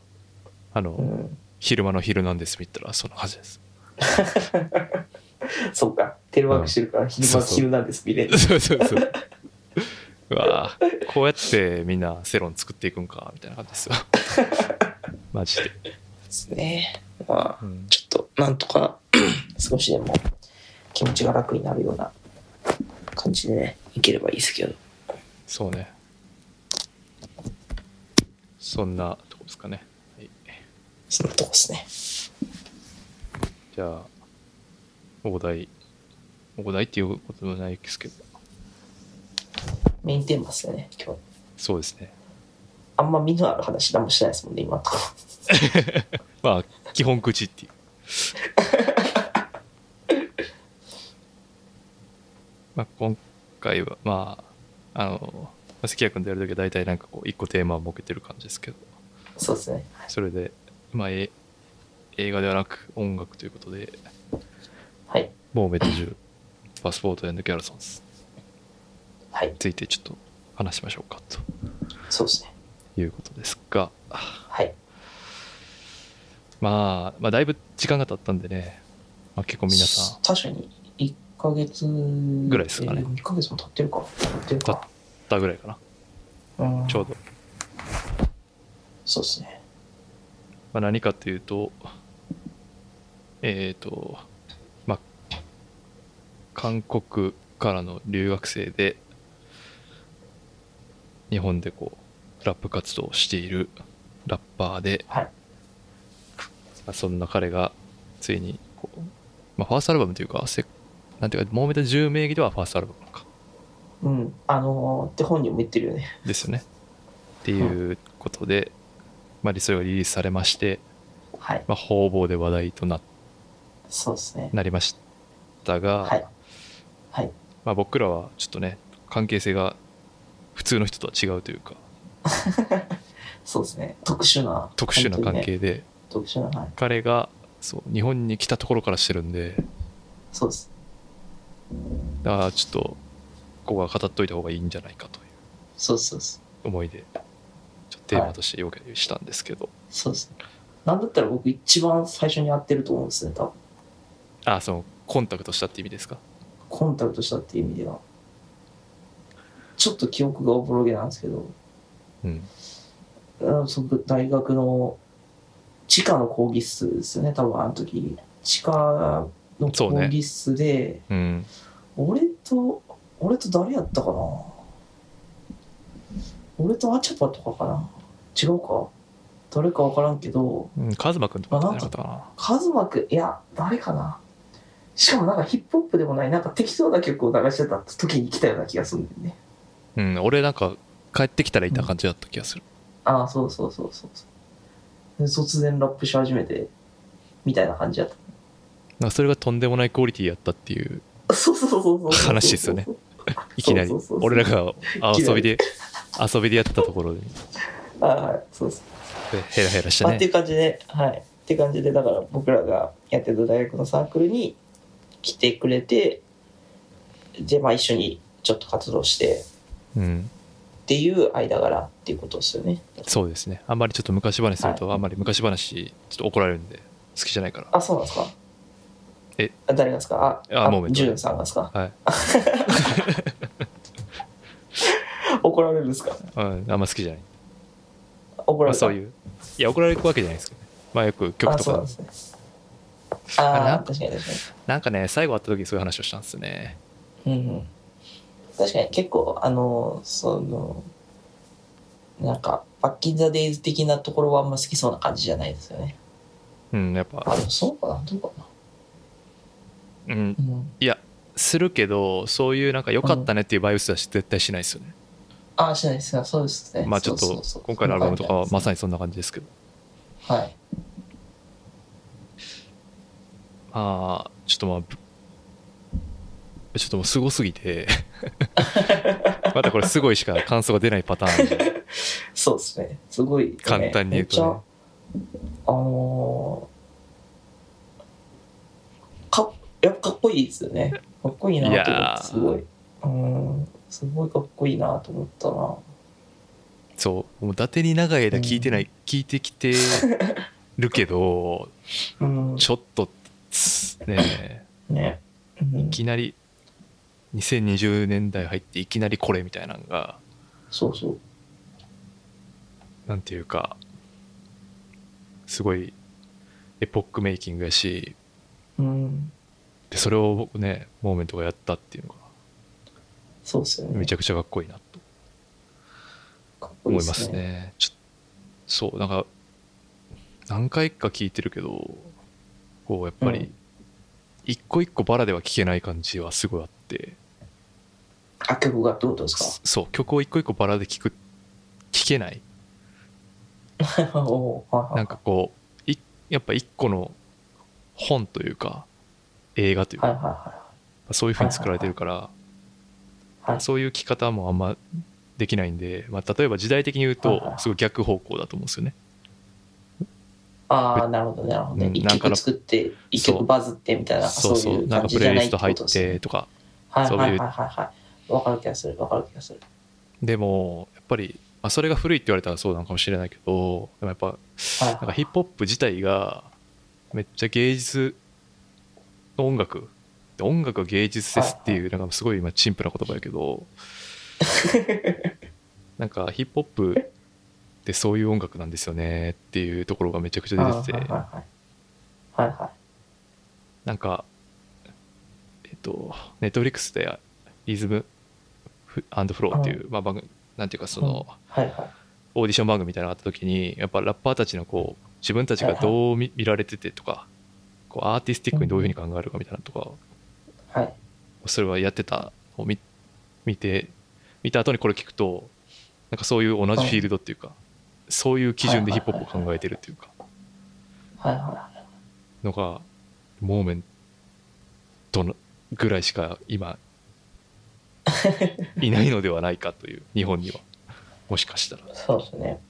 あの、
うん。
昼間の昼なんです見たらそんな感じです。
そうか。テレワークしてるから、昼
そう
間、
そう
昼なんです、見れる。
そうそう そう。うわあこうやってみんな世論作っていくんかみたいな感じ ですよ。マジで。
ですね。まあ、
うん、
ちょっと、なんとか、 少しでも気持ちが楽になるような感じでね、いければいいですけど。
そうね。そんなとこですかね。はい、
そんなとこですね。
じゃあ、お題。お題っていうことでもないですけど。
メインテーマですね、今日。
そうですね。
あんま身のある話何もしてないですもんね、今のと こ。
まあ、基本口っていう。まあ、今回は、まあ、あの、まあ関谷君とやるときは大体なんかこう、一個テーマを設けてる感じですけど、
そうですね。
それで、まあ、え映画ではなく音楽ということで、
はい。
モーメット10、パスポートエンドギャルソンズ
はい
に。ついてちょっと話しましょうかと
そうですね。
いうことですが、
はい。
まあ、まあ、だいぶ時間が経ったんでね、まあ、結構皆さん
確かに1ヶ月ぐ
らいですかね
2ヶ月も経ってるか経ってる
経っ
か
たぐらいかな
うん
ちょうど、ま
そうですね
あ、何かというとえっ、とまあ韓国からの留学生で日本でこうラップ活動をしているラッパーで、
はい
まあそんな彼がついにこう、まあ、ファーストアルバムというかせなんていうかモーメタ10名義ではファーストアルバムか
うんあのーって本人も言ってるよね
ですよねっていうことで、まあ、理想がリリースされまして、
はい
まあ、方々で話題とな
そうですね
なりましたが、
はいはい
まあ、僕らはちょっとね関係性が普通の人とは違うというか
そうですね特殊な
特殊な
本当に
関
ね
係で、
特殊なはい
彼がそう日本に来たところからしてるんで
そうです
だからちょっとここは語っといた方がいいんじゃないかという
そうそうそう
思いでちょっとテーマとして用意したんですけど、
そうですねなんだったら僕一番最初に会ってると思うんですね多分
あそのコンタクトしたって意味ですか
コンタクトしたっていう意味ではちょっと記憶がおぼろげなんですけど
うん
うんそこ大学の地下の講義室ですよね多分あの時地下の
そう
講
ね
義室で、
うん
俺と俺と誰やったかな俺とアチャパとかかな違うか誰か分からんけど
うんカズマ君とかじゃなかったかな
カズマくんいや誰かなしかもなんかヒップホップでもないなんか適当な曲を流してた時に来たような気がするんだよね
うん、俺なんか帰ってきたらいた感じだった気がする。
ああそうそうそうそうそうで突然ラップし始めてみたいな感じやった
なんかそれがとんでもないクオリティやったっていう、
そうそうそうそうそうそ う。
話ですよね。いきなり
そうそうそう、そう
俺らがあ
いきな
遊
り
びで、遊びでやってたところで、
はいはい、そうです。
ヘラヘラした
まあ、って
ね。
いう感じで、はい。っていう感じで、だから僕らがやってた大学のサークルに来てくれて、で、まあ一緒にちょっと活動して
うん、
っていう間柄っていうことですよね。
そうですね。あんまりちょっと昔話すると、あんまり昔話、ちょっと怒られるんで、好きじゃないから。
あ、そうなんですか
え
あ誰がですかあ、
あモーメント
ジュンさんがです か
はい。
怒られるんですか
うん、あんま好きじゃない。
怒ら
ま
れ
あ
る
そういう。いや、怒られるわけじゃないですけどね。まあよく曲
あ、
と
そうなん
か
で。すね。
あれ
あ
な
あ、確かに確かに。
なんかね、最後会った時にそういう話をしたんですね。
うんうん、確かに結構あのそのなんかバッキン・ザ・デイズ的なところはあんま好きそうな感じじゃないですよね
うん、やっ
あ
ぱ、
でもそうかなどうか
うん、
な、うん、
いや、するけど、そういうなんか良かったねっていうバイオスは絶対しないですよね。
ああしないですがそうですね
まあちょっ
そう
と
そうそう
今回のアルバムとかはまさ
に
にそんな感じですけど、
はい
まあちょっとまあぶ、ちょっともうすごすぎて、 またこれすごいしか感想が出ないパターンで、
そうですねすごい、ね、
簡単に言うとね
めっちゃあのー、かやっぱかっこいいですよねかっこいいな
い
と思
やー
ってすごいうんすごいかっこいいなと思ったな
そう、もう伊達に長い間聞いてない、聞いてきてるけど、
うん
ちょっとつね、
ね、うん
い、きなり2020年代入っていきなりこれみたいなのが、
そうそう
なんていうか、すごいエポックメイキングやし、
うん
でそれを僕ねモーメントがやったっていうのが
そうですよね
めちゃくちゃかっこいいなと
かっこ
思
っ
いますねちょそうなんか何回か聞いてるけどこうやっぱ
う
り
ん
一個一個バラでは聞けない感じはすごいあって、
あ曲がってことです
そう曲を一個一個バラで聞く聞けない
かおー はいはい
なんかこういやっぱ一個の本というか映画というか、
はいはいは
そういうふうに作られてるから、
いはい
そういう聞き方もあんまできないんで、まあ、例えば時代的に言う
はいはい
と
はい
すごい逆方向だと思うんですよね。
ああなるほどなるほど
うん
一
なんか
曲作って一
そ
曲
う
バズってみたいな
そう
そう
そ、
いうう
なん
感
か
じ
プ
じ
レ
ゃ
イリ
ないっ
スト入っ
てことですね
てとか、
はい
そう
はい
い
はいうはいはいわかる気がするわかる気がする
でもやっぱり、まあ、それが古いって言われたらそうなのかもしれないけど、でもやっぱ
はい
なん
は
か
い
ヒップホップ自体がめっちゃ芸術音楽音楽は芸術ですっていうなんかすごい今陳腐な言葉やけど なんかヒップホップってそういう音楽なんですよねっていうところがめちゃくちゃ出て
はい
て
はいはい。はいは
なんかえっとネットフリックスでリズムフアンドフローっていう、まあ、番組なんていうかその、
いはいはい。
オーディション番組みたいなのがあった時にやっぱラッパーたちのこう自分たちがどう見見られててとかこうアーティスティックにどういうふうに考えるかみたいなのとか
はい。
それはやってたのを見見て見た後にこれ聞くとなんかそういう同じフィールドっていうかそういう基準でヒップホップを考えてるっていうか
はいはい。
のがモーメントのぐらいしか 今いないのではないかという日本にはもしかしたら
そうですね。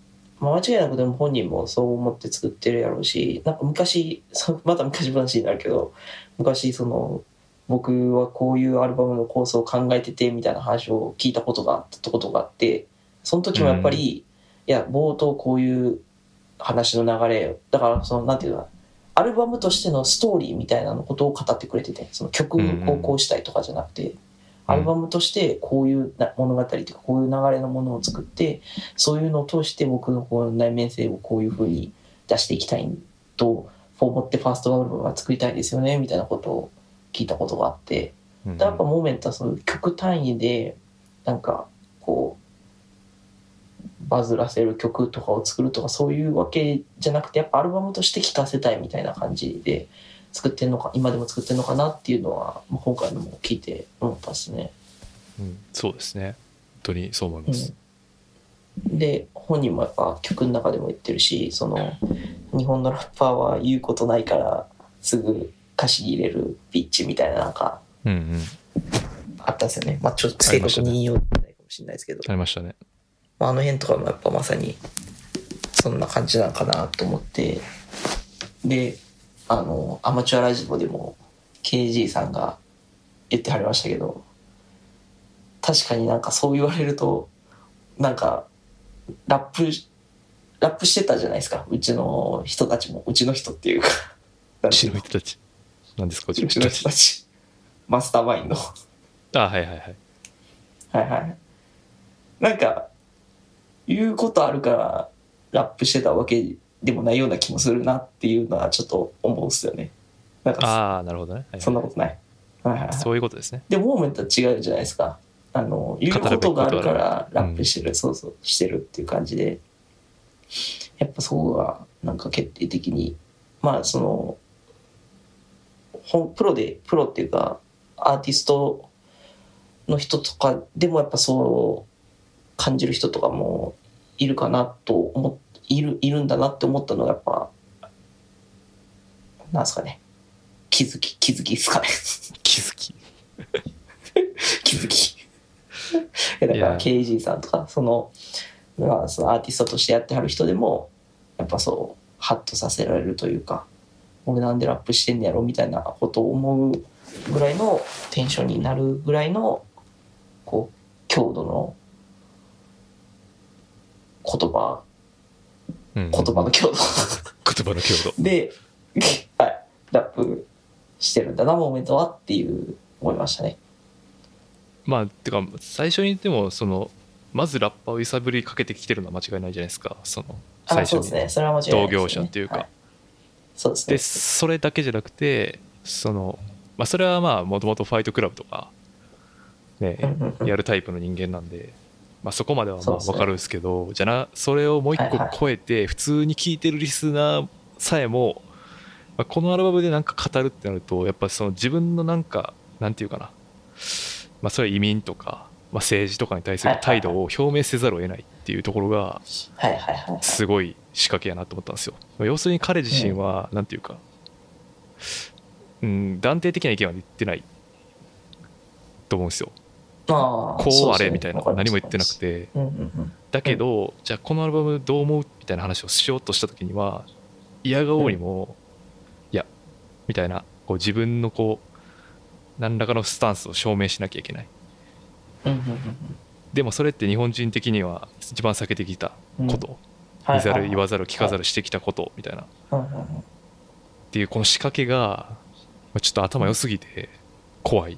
まあ、間違いなくでも本人もそう思って作ってるやろうし、なんか昔、 そうまた昔話になるけど、昔その、僕はこういうアルバムの構想を考えててみたいな話を聞いたことがあったことがあって、その時もやっぱり、いや、冒頭こういう話の流れ、だからその、なんていうのかな、アルバムとしてのストーリーみたいなのことを語ってくれてて、その曲をこうこうしたいとかじゃなくて、アルバムとしてこういうな物語というかこういう流れのものを作ってそういうのを通して僕のこう内面性をこういうふうに出していきたいとこう思ってファーストアルバムは作りたいですよねみたいなことを聞いたことがあって
うん
でやっぱモーメントはそういう曲単位でなんかこうバズらせる曲とかを作るとかそういうわけじゃなくてやっぱアルバムとして聴かせたいみたいな感じで作ってんのか今でも作ってんのかなっていうのはまあ今回のも聞いて思ったですね。
うんそうですね本当にそう思います、
で本人もやっぱ曲の中でも言ってるしその日本のラッパーは言うことないからすぐ歌詞に入れるビッチみたいななんか
うんうん
あったんですよねまあちょっと正確に引用できないかもしれないですけど
ありましたね
まあ、あの辺とかもやっぱまさにそんな感じなのかなと思ってであのアマチュアラジオでも KG さんが言ってはりましたけど確かになんかそう言われるとなんかラップラップしてたじゃないですかうちの人たちもうちの人っていうか
うちの人たち。何ですか、うち
う
の人
ちの
た
人
ち
た。ちマスターマインド
あ、はいはいはい。
はいはい。なんか、言うことあるから、ラップしてたわけでもないような気もするなっていうのはちょっと思うんですよね。なんか、
ああ、なるほどね。はいはい
そんなことない。はいはいはい。
そういうことですね。
で、モーメントは違うじゃないですか。あの、言うことがあるから、ラップしてる、そうそう、してるっていう感じで、やっぱそこが、なんか決定的に、まあ、その、本プロで、プロっていうか、アーティストの人とかでもやっぱそう感じる人とかもいるかなと思っいるいるんだなって思ったのがやっぱなんですかね気づき気づきですかね
気づき。
気づき いやだか
いや
ら KG さんとかその,、まあ、そのアーティストとしてやってはる人でもやっぱそうハッとさせられるというか俺なんでラップしてんねやろみたいなことを思うぐらいのテンションになるぐらいのこう強度の言葉
うん、
言葉の強度
言葉の強度。
で、 はい、ラップしてるんだなモーメントはっていう思いましたね。
まあ、てか、最初にでも、その、まずラッパーを揺さぶりかけてきてるのは間違いないじゃないですか。その、最
あ
初
そう
に。
ですねそれは間違いない
同
ですね
業者っていうか。
はそうですね
で、それだけじゃなくて、その、まあ、それはまあ、もともとファイトクラブとか、ね、
うんうんうん
やるタイプの人間なんで、まあ、そこまではま
そ
あ
うですね
分かるんですけどじゃなそれをもう一個
はいはい
超えて普通に聴いてるリスナーさえも、まあ、このアルバムでなんか語るってなるとやっぱその自分のなんかなんていうかな、まあ、それは移民とか、まあ、政治とかに対する態度を表明せざるを得ないっていうところが
はいはいはい
すごい仕掛けやなと思ったんですよ要するに彼自身はなんていうか、うん、断定的な意見は言ってないと思うんですよ
ああ
こうあれみたいな何も言ってなく
く
て
うんうん
だけど、じゃあこのアルバムどう思うみたいな話をしようとした時には嫌がおうにも、いやみたいなこう自分のこう何らかのスタンスを証明しなきゃいけない
うんうんうん
でもそれって日本人的には一番避けてきたこと、
うん
見ざる言わ
ず
ざる聞かざるしてきたことみたいなっ
はいはいはい
ていうこの仕掛けがあちょっと頭良すぎて怖い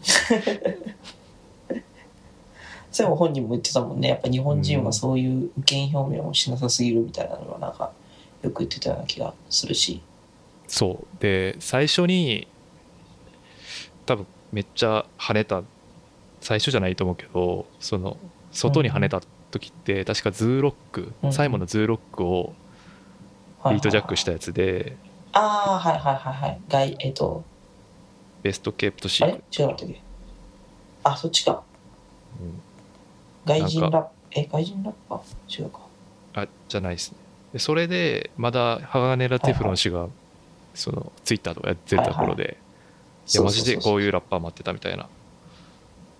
それも本人も言ってたもんねやっぱ日本人はそういう意見表明をしなさすぎるみたいなのはなんかよく言ってたような気がするし
そうで最初に多分めっちゃ跳ねた最初じゃないと思うけどその外に跳ねた時って確かズーロック、
うん
サイモンのズーロックを
はいはいはい
ビートジャックしたやつで
ああはいはいはいはい外えっ、と
ベストケープとシ
あ
ー
れ
ク
違う待ってねあそっちか
うん
外人ラ
な
ッえ外人ラッパー違うか
あじゃないですねでそれでまだ鋼ラテフロン氏がそのツイッターとかやってた頃でいやマジでこういうラッパー待ってたみたいな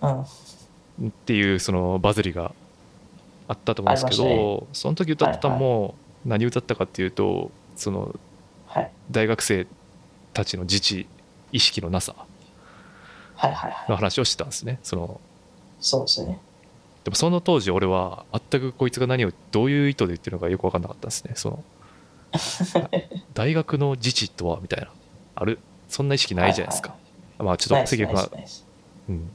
そうそうそう
っていうそのバズりがあったと思うんですけど、
あり
その時歌ってたのも何歌ったかっていうと、その
うんはい
大学生たちの自治意識のなさ
はいはいはい
の話をしてたんですねその
そうですね
でもその当時俺は全くこいつが何をどういう意図で言ってるのかよく分かんなかったですね その大学の自治とはみたいなあるそんな意識ないじゃないですか、
は
まあちょっ
ナ
と
イス
関
ナ
君
イ
は
スナイス
うん、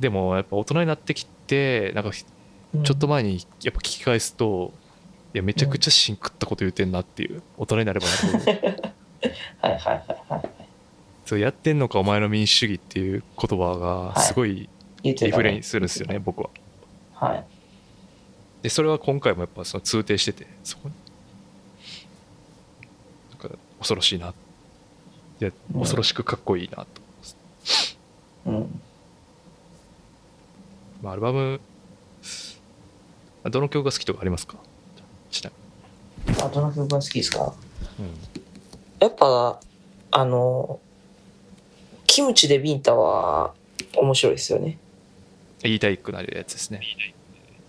でもやっぱ大人になってきてなんか
うん
ちょっと前にやっぱ聞き返すと、いやめちゃくちゃシンクったこと言ってんなっていう大人になればなるほど
はいはいはいはいはい
そうやってんのかお前の民主主義っていう言葉がすごい
言って
リ
た
フ
ね
レインするんですよね僕は
はい
でそれは今回もやっぱその通底しててそこになんか恐ろしいないや
うん
恐ろしくかっこいいなと、
うん
まあ、アルバムどの曲が好きとかありますかちな
あどの曲が好きですか
みに
やっぱあのキムチでビンタは面白いですよね
言いたいくなるやつですね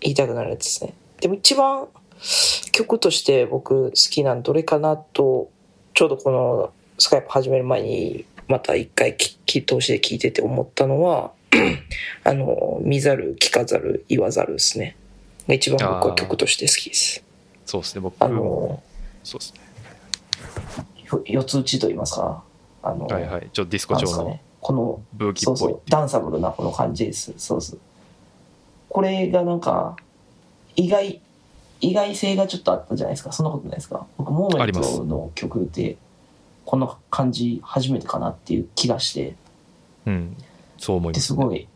言いたくなるやつですねでも一番曲として僕好きなのどれかなとちょうどこのスカイプ始める前にまた一回きき通しで聞いてて思ったのは あの見ざる聞かざる言わざるですねが一番僕は曲として好きです
そうですね僕
あ
も
の
そうですね
よ四つ打ちと言いますかあの、
はいはいちょっとディスコ
なん
調
ですか
の
ねこの
ブーキ
そ
ー
う
っぽ
そ
いっ
う
ていう
ダンサブルなこの感じですそうそうこれがなんか意外意外性がちょっとあったじゃないですかそんなことないですか僕モー
あ
メ
り
ン
ます
トの曲でこの感じ初めてかなっていう気がして
うんそう思いま
ですす
ね
ごい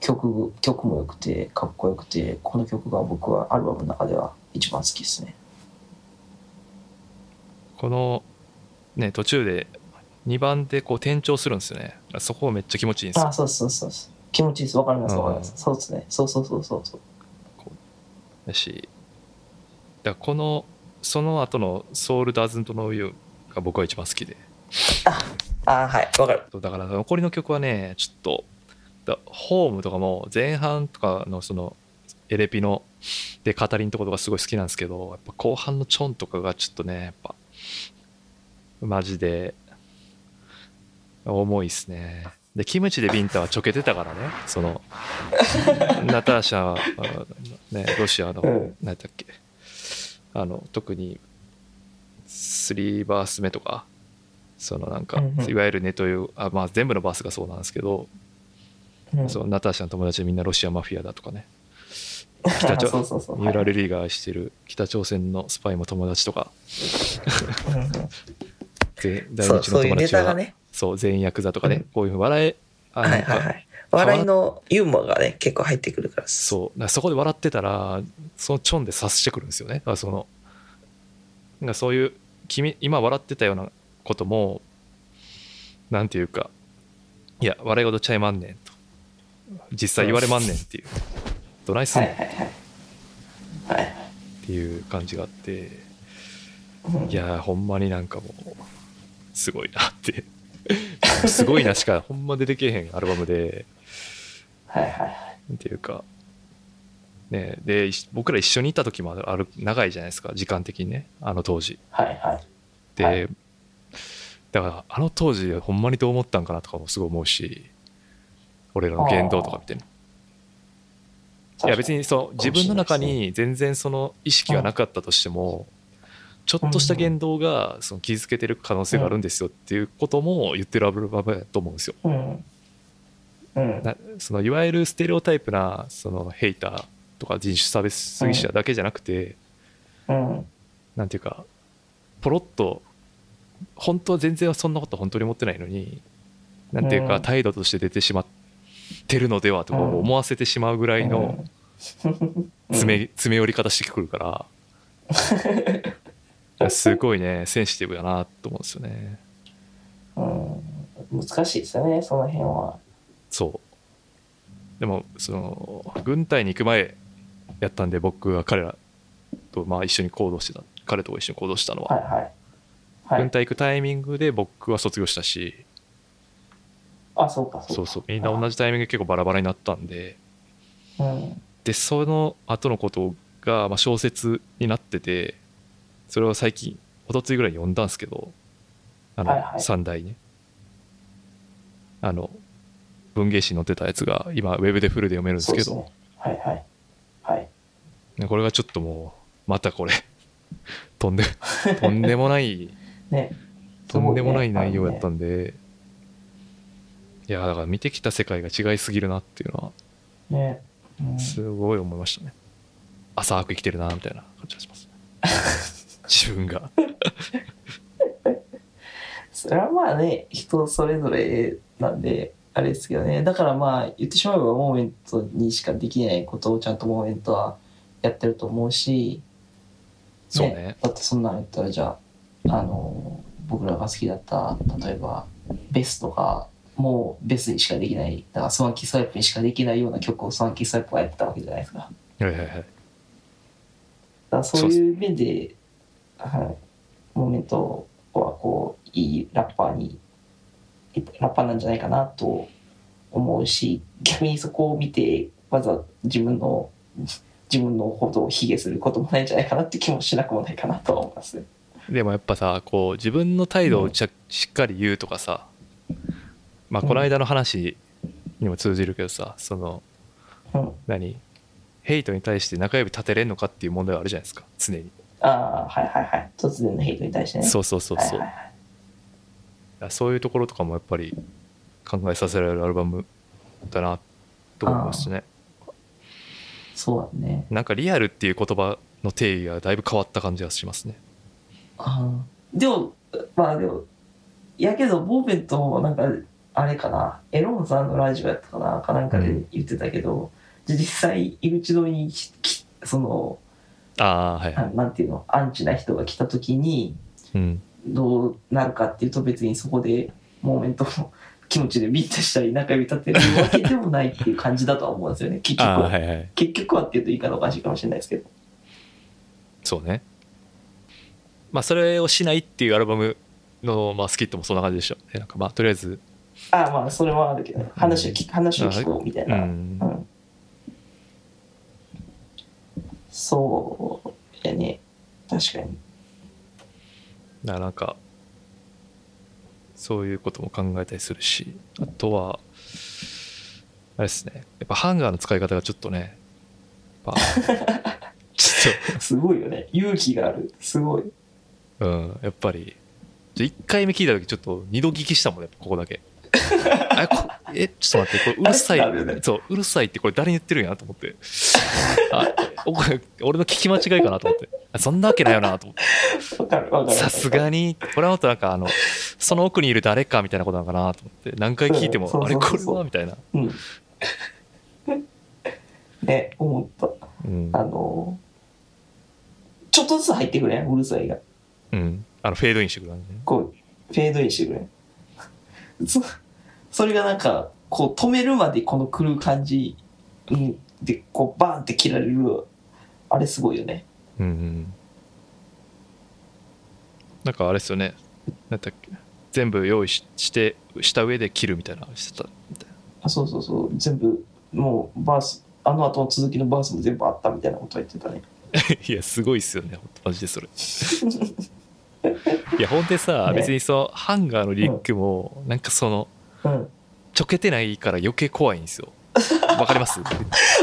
曲曲も良くてかっこよくてこの曲が僕はアルバムの中では一番好きですね
このね途中で2番でこう転調するんですよねそこめっちゃ気持ちいいんです
あ
よ
そうそうそうそう気持ちいいですわかりますわかります
う
そうですねそうそうそうそうそう
だしだからこのその後の「ソウル・ダーズント・ノー・ユー」が僕は一番好きで
あはいわかる
そうだから残りの曲はねちょっとだホームとかも前半とかのそのエレピので語りんとことかすごい好きなんですけどやっぱ後半のチョンとかがちょっとねやっぱマジで重いっすねでキムチでビンタはちょけてたからねそ のナターシャ、あね、ロシアの
うん
何だっけあの特に3バース目とかそのなんか
うんうん
いわゆるねというあ、まあ、全部のバースがそうなんですけど、
うん
そのナターシャの友達みんなロシアマフィアだとかね北 朝
そうそうそう
三浦瑠麗が愛してる北朝鮮のスパイも友達とか
はいうんうん
ぜ大日
そ
の
うそういう
友
ネ
達
タが
は
ね、
そう全員ヤクザとか
う
ね
ん
こういうふうに笑えあ
はい
なん
はいは
か
い、笑いのユーモアがね結構入ってくるからう
そうだからそこで笑ってたらそのチョンで察してくるんですよねだからそのなんかそういう君今笑ってたようなこともなんていうかいや笑い事ちゃいまんねんと実際言われまんねんっていうどないすん
は
ね
い
ん
は
っ
いはいはい
ていう感じがあって
うん
いやーほんまになんかもうすごいなって すごいなしかほんま出てけえへんアルバムで
はいはい
っていうか、ね、で一僕ら一緒にいた時もある長いじゃないですか時間的にねあの当時
はいはい
で、
はい
だからあの当時ほんまにどう思ったんかなとかもすごい思うし俺らの言動とか見てねいや別にそう自分の中に全然その意識がなかったとしてもちょっとした言動がその傷つけてる可能性があるんですよっていうことも言ってるアルバムだと思うんですよ。
うんうん
なそのいわゆるステレオタイプなそのヘイターとか人種差別主義者だけじゃなくて、
うん
なんていうかポロッと本当は全然そんなこと本当に思ってないのになんていうか、
うん
態度として出てしまってるのではとか思わせてしまうぐらいの詰め,、詰め寄り方してくるからすごいねセンシティブだなと思うんですよね
うん難しいですよねその辺は
そうでもその軍隊に行く前やったんで僕は彼らとまあ一緒に行動してた彼と一緒に行動したのは、
はいはいは
軍
い
隊行くタイミングで僕は卒業したし
あそうかそうか
そうそうみんな同じタイミングで結構バラバラになったんで
うん
でその後のことが、まあ、小説になっててそれを最近一昨日ぐらいに読んだんですけどあの、
はいはい
三代ねあの文芸誌に載ってたやつが今ウェブでフルで読めるんです
そう
け
です
ど
ねはいはいはい
ねこれがちょっともうまたこれ とんでとんでも ない
ね
とんでもない内容やった
ん
んでいやだから見てきた世界が違いすぎるなっていうのは
ねうん
すごい思いましたね。浅く生きてるなみたいな感じがし ます。自分が。
それはまあね人それぞれなんであれですけどねだからまあ言ってしまえばモーメントにしかできないことをちゃんとモーメントはやってると思うし、
そうね。
だってそんなの言ったらじゃああの僕らが好きだった例えばベスとかもうベスにしかできないだからスワンキースワイプにしかできないような曲をスワンキースワイプがやってたわけじゃないですか。
はいはいはい。
だからそういう面で、はい、モーメントはこういいラッパーにラッパーなんじゃないかなと思うし逆にそこを見てわざわざ自分の 自分のことを卑下することもないんじゃないかなって気もしなくもないかなとは思いますね。
でもやっぱさ、こう自分の態度をちゃしっかり言うとかさ、まあ
うん
この間の話にも通じるけどさ、その
うん、
何ヘイトに対して中指立てれんのかっていう問題はあるじゃないですか、常に。
ああはいはいはい突然のヘイトに対してね。
そうそうそうそう。
は
だ
い
か
はいはい
らそういうところとかもやっぱり考えさせられるアルバムだなと思いますね。
そうだね。
なんかリアルっていう言葉の定義がだいぶ変わった感じがしますね。
あーでもまあでもやけどボーベントもなんかあれかなエロンさんのラジオやったかなかなんか
う
で
ん
言ってたけど、実際井口堂にききその
ああー、はいは。
ないなんていうのアンチな人が来た時に
うん。
どうなるかっていうと別にそこでモーメントの 気持ちでビッタしたり中指立てるわけでもないっていう感じだとは思うんです よね結局
あ
は、
あー、はいはい。
結局はっていうと言い方おかしいかもしれないですけど
そうね。まあ、それをしないっていうアルバムの、まあ、スキットもそんな感じでしたね。なんか、まあ、とりあえず、
ああまあそれはあるけどね話を聞く話を聞こうみたいうな。
ん
う。んそうやね確かに
ななんか、そういうことも考えたりするし、あとは、あれですね。やっぱハンガーの使い方がちょっとね、やっぱ ちょっ
すごいよね勇気があるすごい
と、うん、やっぱり、1回目聞いた時ちょっと2度聞きしたもんね、ここだ け。あこえ、ちょっと待って、これうるさい
あれってなるよね、
そう、うるさいってこれ誰に言ってるんやなと思って。あお俺の聞き間違いかなと思って。あそんなわけないよなと思っ
わかるわか
て。
る
さすがに、これはもっとなんか、あの、その奥にいる誰かみたいなことなのかなと思って、何回聞いても
うん、そう
あ
そ
れ
うそ
こ
う
れ
そう
はみたいな。
うん ね思った
うん
あ。のちょっとずつ入ってくれんうるさいが
うん。あの、フェードインしてくる感じね。
こうフェードインしてくれん そそれがなんかこう止めるまでこの来る感じ、うん、でこうバーンって切られるあれすごいよね
うんうん。なんかあれですよね。なんだっけ。全部用意しして、した上で切るみたいなのしてた みたいな。
あそうそうそう全部もうバースあの後の続きのバースも全部あったみたいなこと言ってたね
いや、すごいっすよね、ほんとマジでそれ。 いや、ほんでさ、
ね
別にそのハンガーのリュックも、なんかその、
うん
ちょけてないから余計怖いんですよ。わかります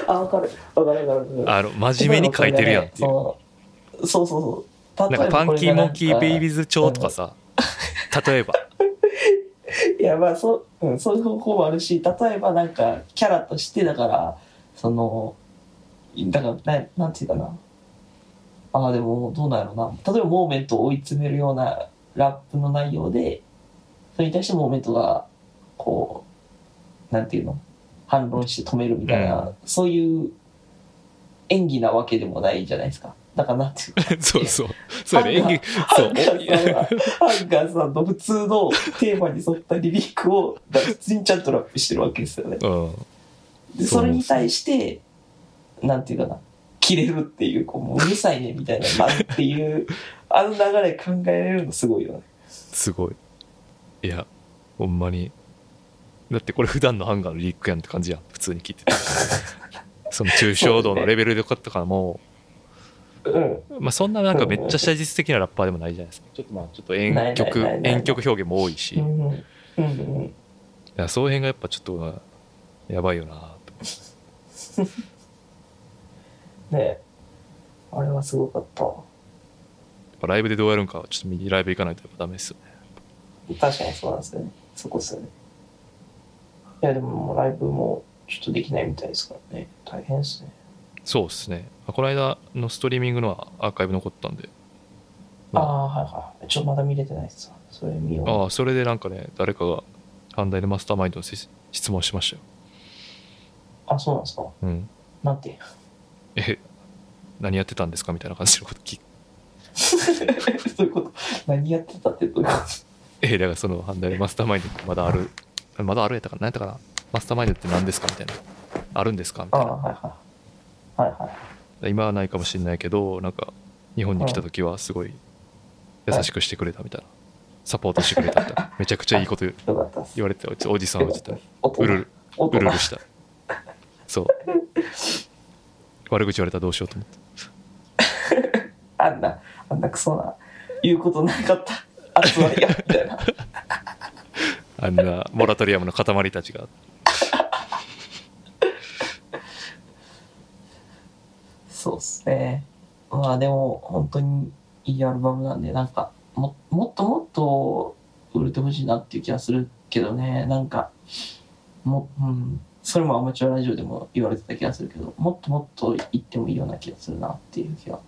あ分かる分かる分かる分かる
あの、真面目に書いてるやんっていう。
そうそうそう
なんかパンキーモンキーベイビーズ調とかさ例 えば
いやまあそう、うん、そういう方法もあるし例えばなんかキャラとしてだからそのだからななんていうかなああでもどうなんやろうな例えばモーメントを追い詰めるようなラップの内容でそれに対してモーメントがこうなんていうの反論して止めるみたいな、
う
そういう演技なわけでもないじゃないですかだからなんていうか
そうそうそうやね演技
ハ
そう
ンガーさんはハンガーさんの普通のテーマに沿ったリリックをだから普通にちゃんとラップしてるわけですよね
お うん
で
そう
それに対してなんていうかな切れるっていうこうもううるさいねみたいななんっていうあの流れ考えられるのすごいよね
すごいいやほんまにだってこれ普段のハンガーのリークやんって感じやん普通に聞い ててその抽象度のレベルでかとかも
うん
まあ、そんななんかめっちゃ写実的なラッパーでもないじゃないですかちょっとまあちょっと遠曲
ないないないない
遠曲表現も多いし、
う
い
んうんうん
やその辺がやっぱちょっとやばいよなと
うんねあれはすごかった
やっぱライブでどうやるんかちょっと右ライブ行かないとやっぱダメですよね
確かにそうなんですよねそこっすよねいやでももうライブもちょっとできないみたいですからね大変ですね
そうですねあこの間のストリーミングのはアーカイブ残ったんでうん
ああはいはいちょまだ見れてないっすわそれ見よう
ああそれでなんかね誰かが反対のマスターマインドのせ質問しましたよ
あそうなんですか
うん
なんて
え何やってたんですかみたいな感じのこと聞く
そういうこと何やってたってどういうこと
えだからその反対のマスターマインドってまだあるまだあるやったかな何やったかなマスターマインドって何ですかみたいなあるんですかみ
あ
たい
あ
な
はいはいはいはい
今はないかもしれないけどなんか日本に来た時はすごい優しくしてくれたみたいなサポートしてくれたみたいなめちゃくちゃいいこと言う
よかったっす
言われてたおじさんはちょっと
大人
うるる
大
う
人
るうるしたそう悪口言われたらどうしようと思って
あんなあんなクソな言うことなかったあつまりやみたいな
あんなモラトリアムの塊たちが
そうっすねまあでも本当にいいアルバムなんでなんかももっともっと売れてほしいなっていう気がするけどねなんかもうんそれもアマチュアラジオでも言われてた気がするけどもっともっと言ってもいいような気がするなっていう気が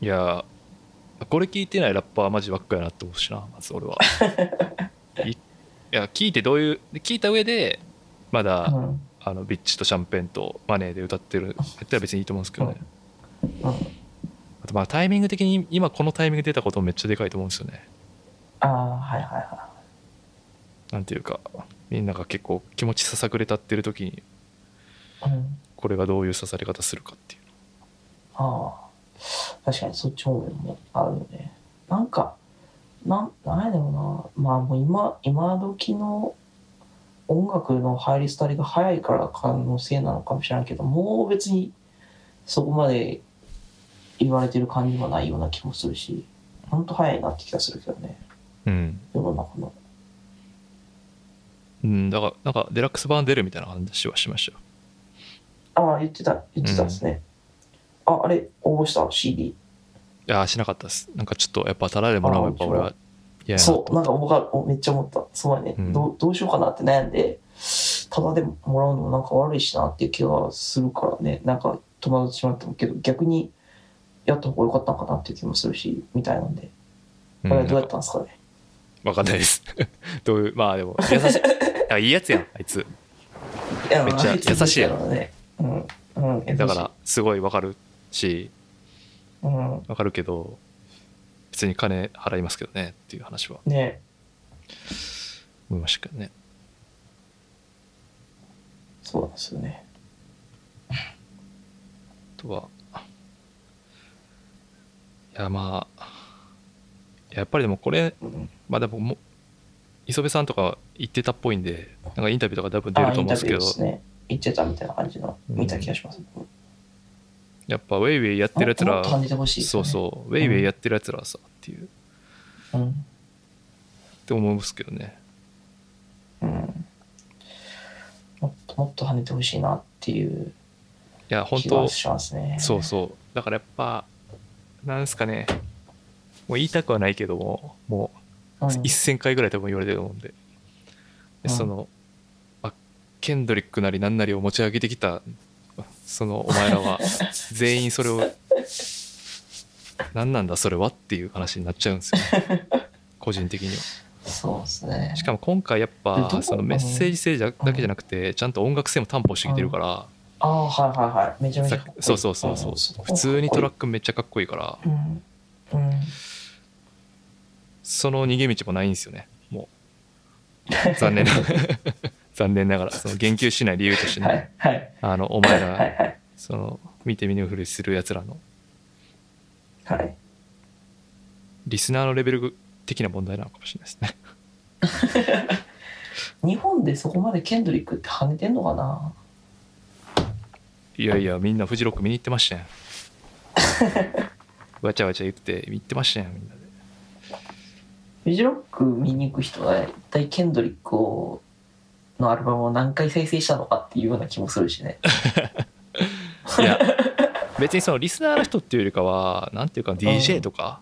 いやーこれ聞いてないラッパーマジばっかやなって思うしなまず俺 はいいや聞いてどういうで聞いた上でまだ、
うん
あのビッチとシャンペンとマネーで歌ってるやったら別にいいと思うんですけどね、
うん
あとまあタイミング的に今このタイミングで出たこともめっちゃでかいと思うんですよね
ああはいはいはい
なんていうかみんなが結構気持ちささくれ立ってる時に
うん、
これがどういう刺され方するかっていう
ああ確かにそっち方面もあるよねなんかなんなんやだろうなまあもう今今時の音楽の入り廃りが早いから可能性なのかもしれないけどもう別にそこまで言われてる感じもないような気もするしほんと早いなって気がするけどね
うん、
世の中の
うん、だからなんかデラックス版出るみたいな話はしましたよ
ああ言ってた言ってたですね、ああれ応募した CD
いやーしなかったですなんかちょっとやっぱタダでもらうのはやっぱ俺は嫌やなと
そう、なんか僕はおめっちゃ思った。そうやね、
うん
どう。どうしようかなって悩んで、ただでもらうのもなんか悪いしなっていう気がするからね、なんか戸惑ってしまったけど、逆にやった方が良かったのかなっていう気もするし、みたいなんで。
う
こ
ん
れはどうやったんですかね。
わかんないです。 どういう、まあでも、優しい。 あいいやつやん、あいつ。
いや
めっちゃ
まあ
優しいやろ
ろうね。うん。うん、優しい
だから、、すごいわかるし、
うん。
わかるけど、別に金払いますけどねっていう話は
ね
思いましたけどね。
そうなんですよね。
あとは、いや、まあ、いややっぱりでもこれ、
うん、
まあでももう、磯部さんとか言ってたっぽいんで、なんかインタビューとか多分出ると思うんですけ
あインタビュー
ど、
ですね。言ってたみたいな感じの、
うん
見た気がします。
やっぱウェイウェイやってるやつ
も
ら
っと、感じてほしい、
そうそう、ウェイウェイやってるやつらはさ、っていう、
う。うん。
って思うんですけどね。
うんもっともっと跳ねてほしいなっていう
いや、本
気
当
がしますね。
そうそうだからやっぱなんですかねもう言いたくはないけども、もう1000回ぐらい多分言われてると思うんで。
うん
でその、あ、ケンドリックなりなんなりを持ち上げてきた、そのお前ら は、全員それを、何なんだそれはっていう話になっちゃうんですよ、 個人的には。
そうですね
しかも今回やっ
でどこ
ぱそのメッセージ性じゃ
うん
だけじゃなくてちゃんと音楽性も担保してきてるから
ああはいはいはいめちゃめち
さ
ゃかっこいい
そうそうそうそう普通にトラックめっちゃかっこいいから
うんうん
その逃げ道もないんですよねも う残念な残念ながらその言及しない理由として
は
ね
いはい
あのお前
はいは
ら
い
その見て見ぬふりするやつらの
はい
リスナーのレベル的な問題なのかもしれないですね
日本でそこまでケンドリックって跳ねてんのかない
やいやみんなフジロック見に行ってま したやんわちゃわちゃ言って行ってましたやんみんなで
フジロック見に行く人は一体ケンドリックをのアルバムを何回再生したのかっていうような気もする しね
いや別にそのリスナーの人っていうよりかはなんていうか DJ とか、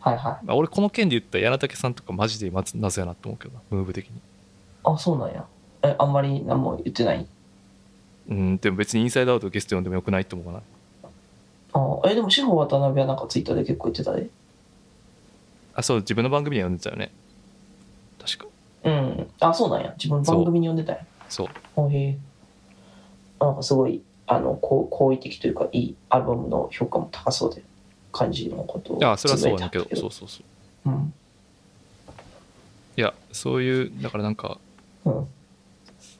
はいはい
まあ俺この件で言ったら柳竹さんとかマジでまずなぜやなと思うけどなムーブ的に
あそうなんやえあんまり何も言ってない
うんでも別にインサイドアウトゲスト呼んでもよくないと思うな
あえでも志保渡辺はなんかツイッターで結構言ってたで
あそう自分の番組には呼んでたよね確か
うんあそうなんや自分の番組に呼んでたんや
そう
あへえなんかすごいあの好好意的というかいいアルバムの評価も高そうで感じのことを
いやそれはそうだけど
つぶやいてあ
そ
っ
うそうそう
たうん
いやそういうだからなんか
うん、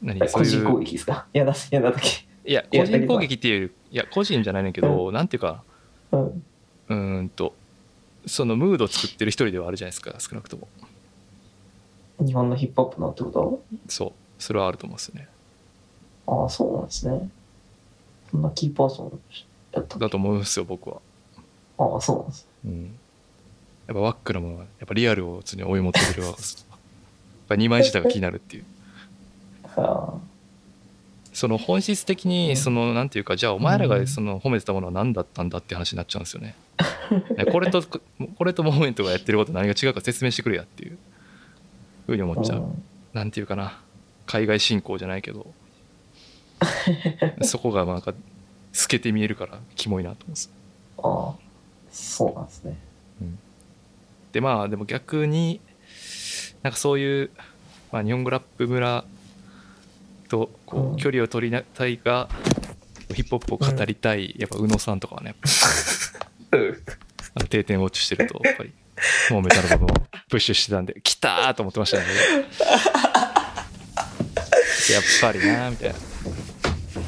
何そ
個
うい
人攻
う
撃ですか 嫌だ嫌だ時
いや個人攻撃っていうよりいや個人じゃないねんけど、なんていうか
うん
うーんとそのムードを作ってる一人ではあるじゃないですか少なくとも
日本のヒップホップのってこ
そうそれはあると思うんですよね
とああそうなんですねそんなキーパーソンやった
だと思うんですよ僕は
ああそうなんです
うんやっぱワックのものはやっぱリアルを常に追い求めるわやっぱ2枚舌が気になるっていう
あ
その本質的にそのなんていうかじゃあお前ら
うん
がその褒めてたものは何だったんだって話になっちゃうんですよねねこれとこれとモーメントがやってること何が違うか説明してくれやっていうふうに思
あ
っちゃう、
ん
なんていうかな海外侵攻じゃないけどそこがなんか透けて見えるからキモいなと思うんです
ああそうなんですね
でまあでも逆になんかそういう、まあ、日本語ラップ村とこ
うん
う距離を取りなたいがヒップホップを語りたい、やっぱ宇野さんとかはねやっぱあの定点ウォッチしてるとやっぱりもうメタルバムをプッシュしてたんで来たーと思ってましたねやっぱりなーみたいな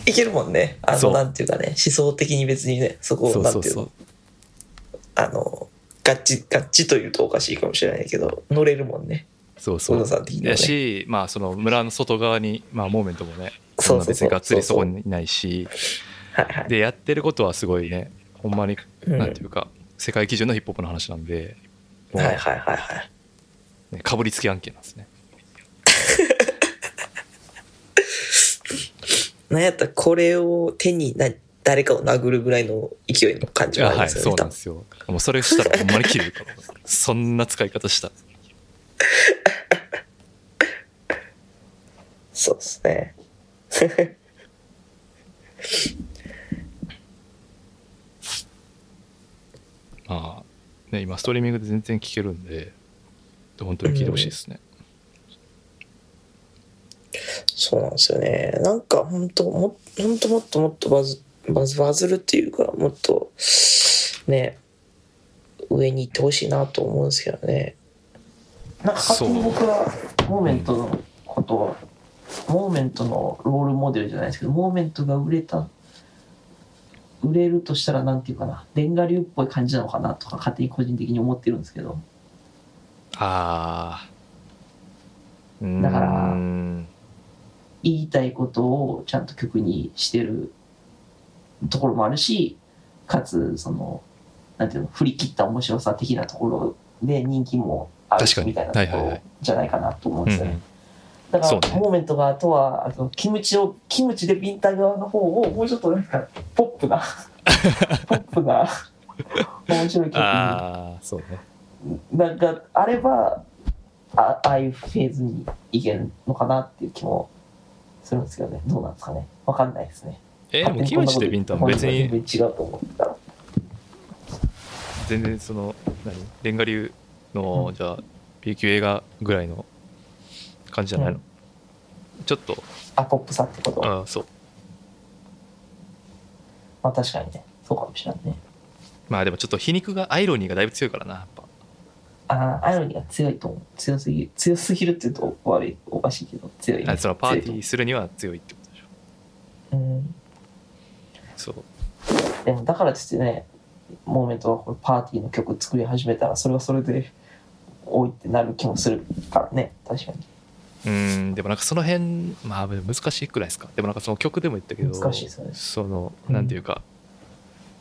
い
けるもんねあ
そ
の
う
なんていうかね思想的に別にねそこをなんていうのあのガッチガッチというとおかしいかもしれないけど乗れるもんね
そうそ
小
う
野さん的に
や
はね
し、まあ、その村の外側に、まあ、モーメントもね、
そ
そ
うんそうそう
な別にがっつりそこにいないし、
はいはい
で、やってることはすごいね、ほんまに、
うん
なんていうか、世界基準のヒップホップの話なんで、もう
はいはいはいはい
ねかぶりつき案件なんですね。
なんやったらこれを手にな誰かを殴るぐらいの勢いの感じがあり
は
ま
い、
す
そ
よ
う
ね
なんですよ。もうそれしたらほんまに切れるから、 そんな使い方した。
そうですね。
まあ、ね、今、ストリーミングで全然聞けるんで、本当に聞いてほしいですね。
そうなんですよね。なんか本当も本当もっともっとバズバズバズるっていうかもっとね上に行ってほしいなと思うんですけどね。なんか勝手に
そう
僕はモーメントのことをモーメントのロールモデルじゃないですけどモーメントが売れた売れるとしたらなんていうかなレンガ流っぽい感じなのかなとか勝手に個人的に思ってるんですけど
ああー。
だから
うーん
言いたいことをちゃんと曲にしてるところもあるしかつそのなんていうの振り切った面白さ的なところで人気もある
確かに
みたいなと
はい
こ
はいは
ろ
い
じゃないかなと思
う
うんで
ん
す
う
よね。
ん
だから、
そうね
モーメントがあとはあのキムチをキムチ でビンタ側の方をもうちょっとなんかポップなポップな面白い曲
ああ
そうね。
なんかあればあああいうフェーズにいけるのかなっていう気もするんですけどねどうなんですかねわかんないですね
えでもキムチとビンタも別に
全然違うと思ったら
全然その何レンガ流のじゃあ B 級映画ぐらいの感じじゃないの、ちょっと
あポップさってことは、
あそう
まあ確かにねそうかもしれないね
まあでもちょっと皮肉がアイロニーがだいぶ強いからなやっぱ
ああアイロニーが強いと思う強すぎる強すぎるって言うと悪いおかしいけど強い、ね、
あそのパーティ
強い
ーするには強いってことでしょ
と思ううん
そう
でもだからといってねモーメントはこれパーティーの曲作り始めたらそれはそれで多いってなる気もするからね確かに
うんでもなんかその辺まあ難しいくらいですかでもなんかその曲でも言ったけど
難しいですよね
その
うん
なんていうか、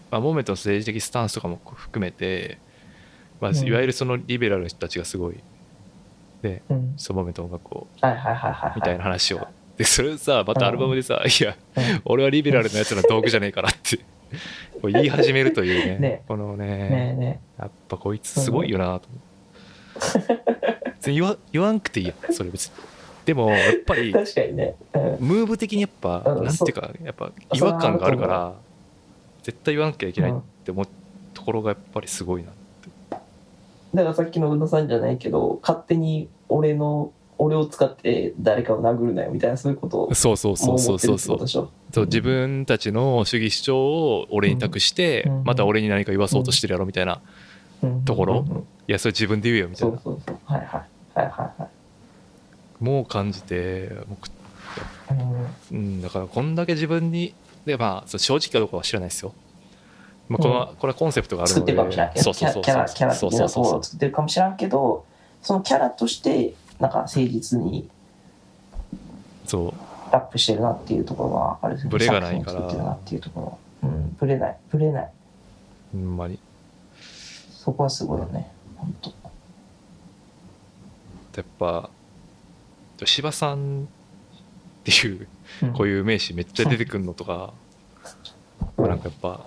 まあ、モーメントの政治的スタンスとかも含めて、まあ、
うん
いわゆるそのリベラルの人たちがすごいで
うん
そのモーメントの音楽を
はいはいはいはいは
みたいな話をでそれをさまたアルバムでさ「いや
うん
俺はリベラルのやつらの道具じゃねえから」ってこう言い始めるというね
ね
このね
ねえね
やっぱこいつすごいよなと思う別に言わ言わんくていいやんそれ別にでもやっぱ
え
り
確かにね、うん、
ムーブ的にやっぱ
うん
なんていうかやっぱ違和感があるか
それは
ら絶対言わなきゃいけないって思うところがやっぱりすごいな
だからさっきの宇野さんじゃないけど勝手に俺の俺を使って誰かを殴るなよみたいなそういうことを
そうそうそ
も
う
う
そ
思
う
って
そ
る
う
って
そ
こと
う
でしょ
そう自分たちの主義主張を俺に託して
うん
また俺に何か言わそうとしてるやろみたいなところ
うんうんうん
いやそれ自分で言えよみた
そ
いうな
そうそうはいはいはいはいは
もう感じてもう
いうん
うん、だからこんだけ自分にでまあそう正直かどうかは知らないですよ、まあ、この、これはコンセプトがある
作
の
って
で
るかもしれないけ
そ
ど
う
キ
そうそ
ャ
う
キャラキャラ
そう
的
そ
な
う
と
そう
こ
そ
ろ
う
を作ってるかもしれんけどそのキャラとしてなんか誠実に
そう
ラップしてるなっていうところはある
ブレがないから
作品を作ってるなっていうところはうんブレないブレない
ほんまに
そこはすごいよね本当
やっぱ芝さんっていう
うん
こういう名詞めっちゃ出てくるのとか、まあなんかやっぱ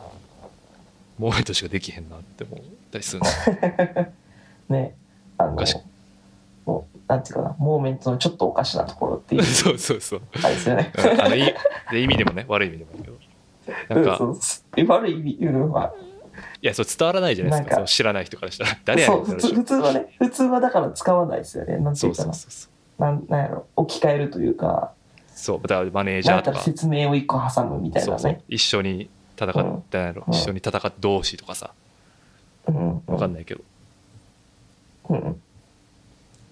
モーメントしかできへんなって思ったりするの
ねあの
おかしい
もうなんていうかなモーメントのちょっとおかしなところ ってい う
そうそうそう、
あれですよね
うんあのいで意味でもね悪い意味でもいいけどなんか、
うんそう悪い意味言うのは、
いやそう伝わらないじゃないですか
なんか
その知らない人からした ら誰やねん
そ
っ
う
てな
普
るでし
通
ょ
普通はね普通はだから使わないですよねなんて
そ
いううか
そうそ
な
うそう
なんなんやろ置き換えるというか
そうだからマネージャ
な
ー
ん
と
たら
か
説明を一個挟むみたい
そ
な
うそう
ね
一緒に戦ったんやろ、
うん
一緒に戦った同士とかさ
うん
分かんないけど、
うん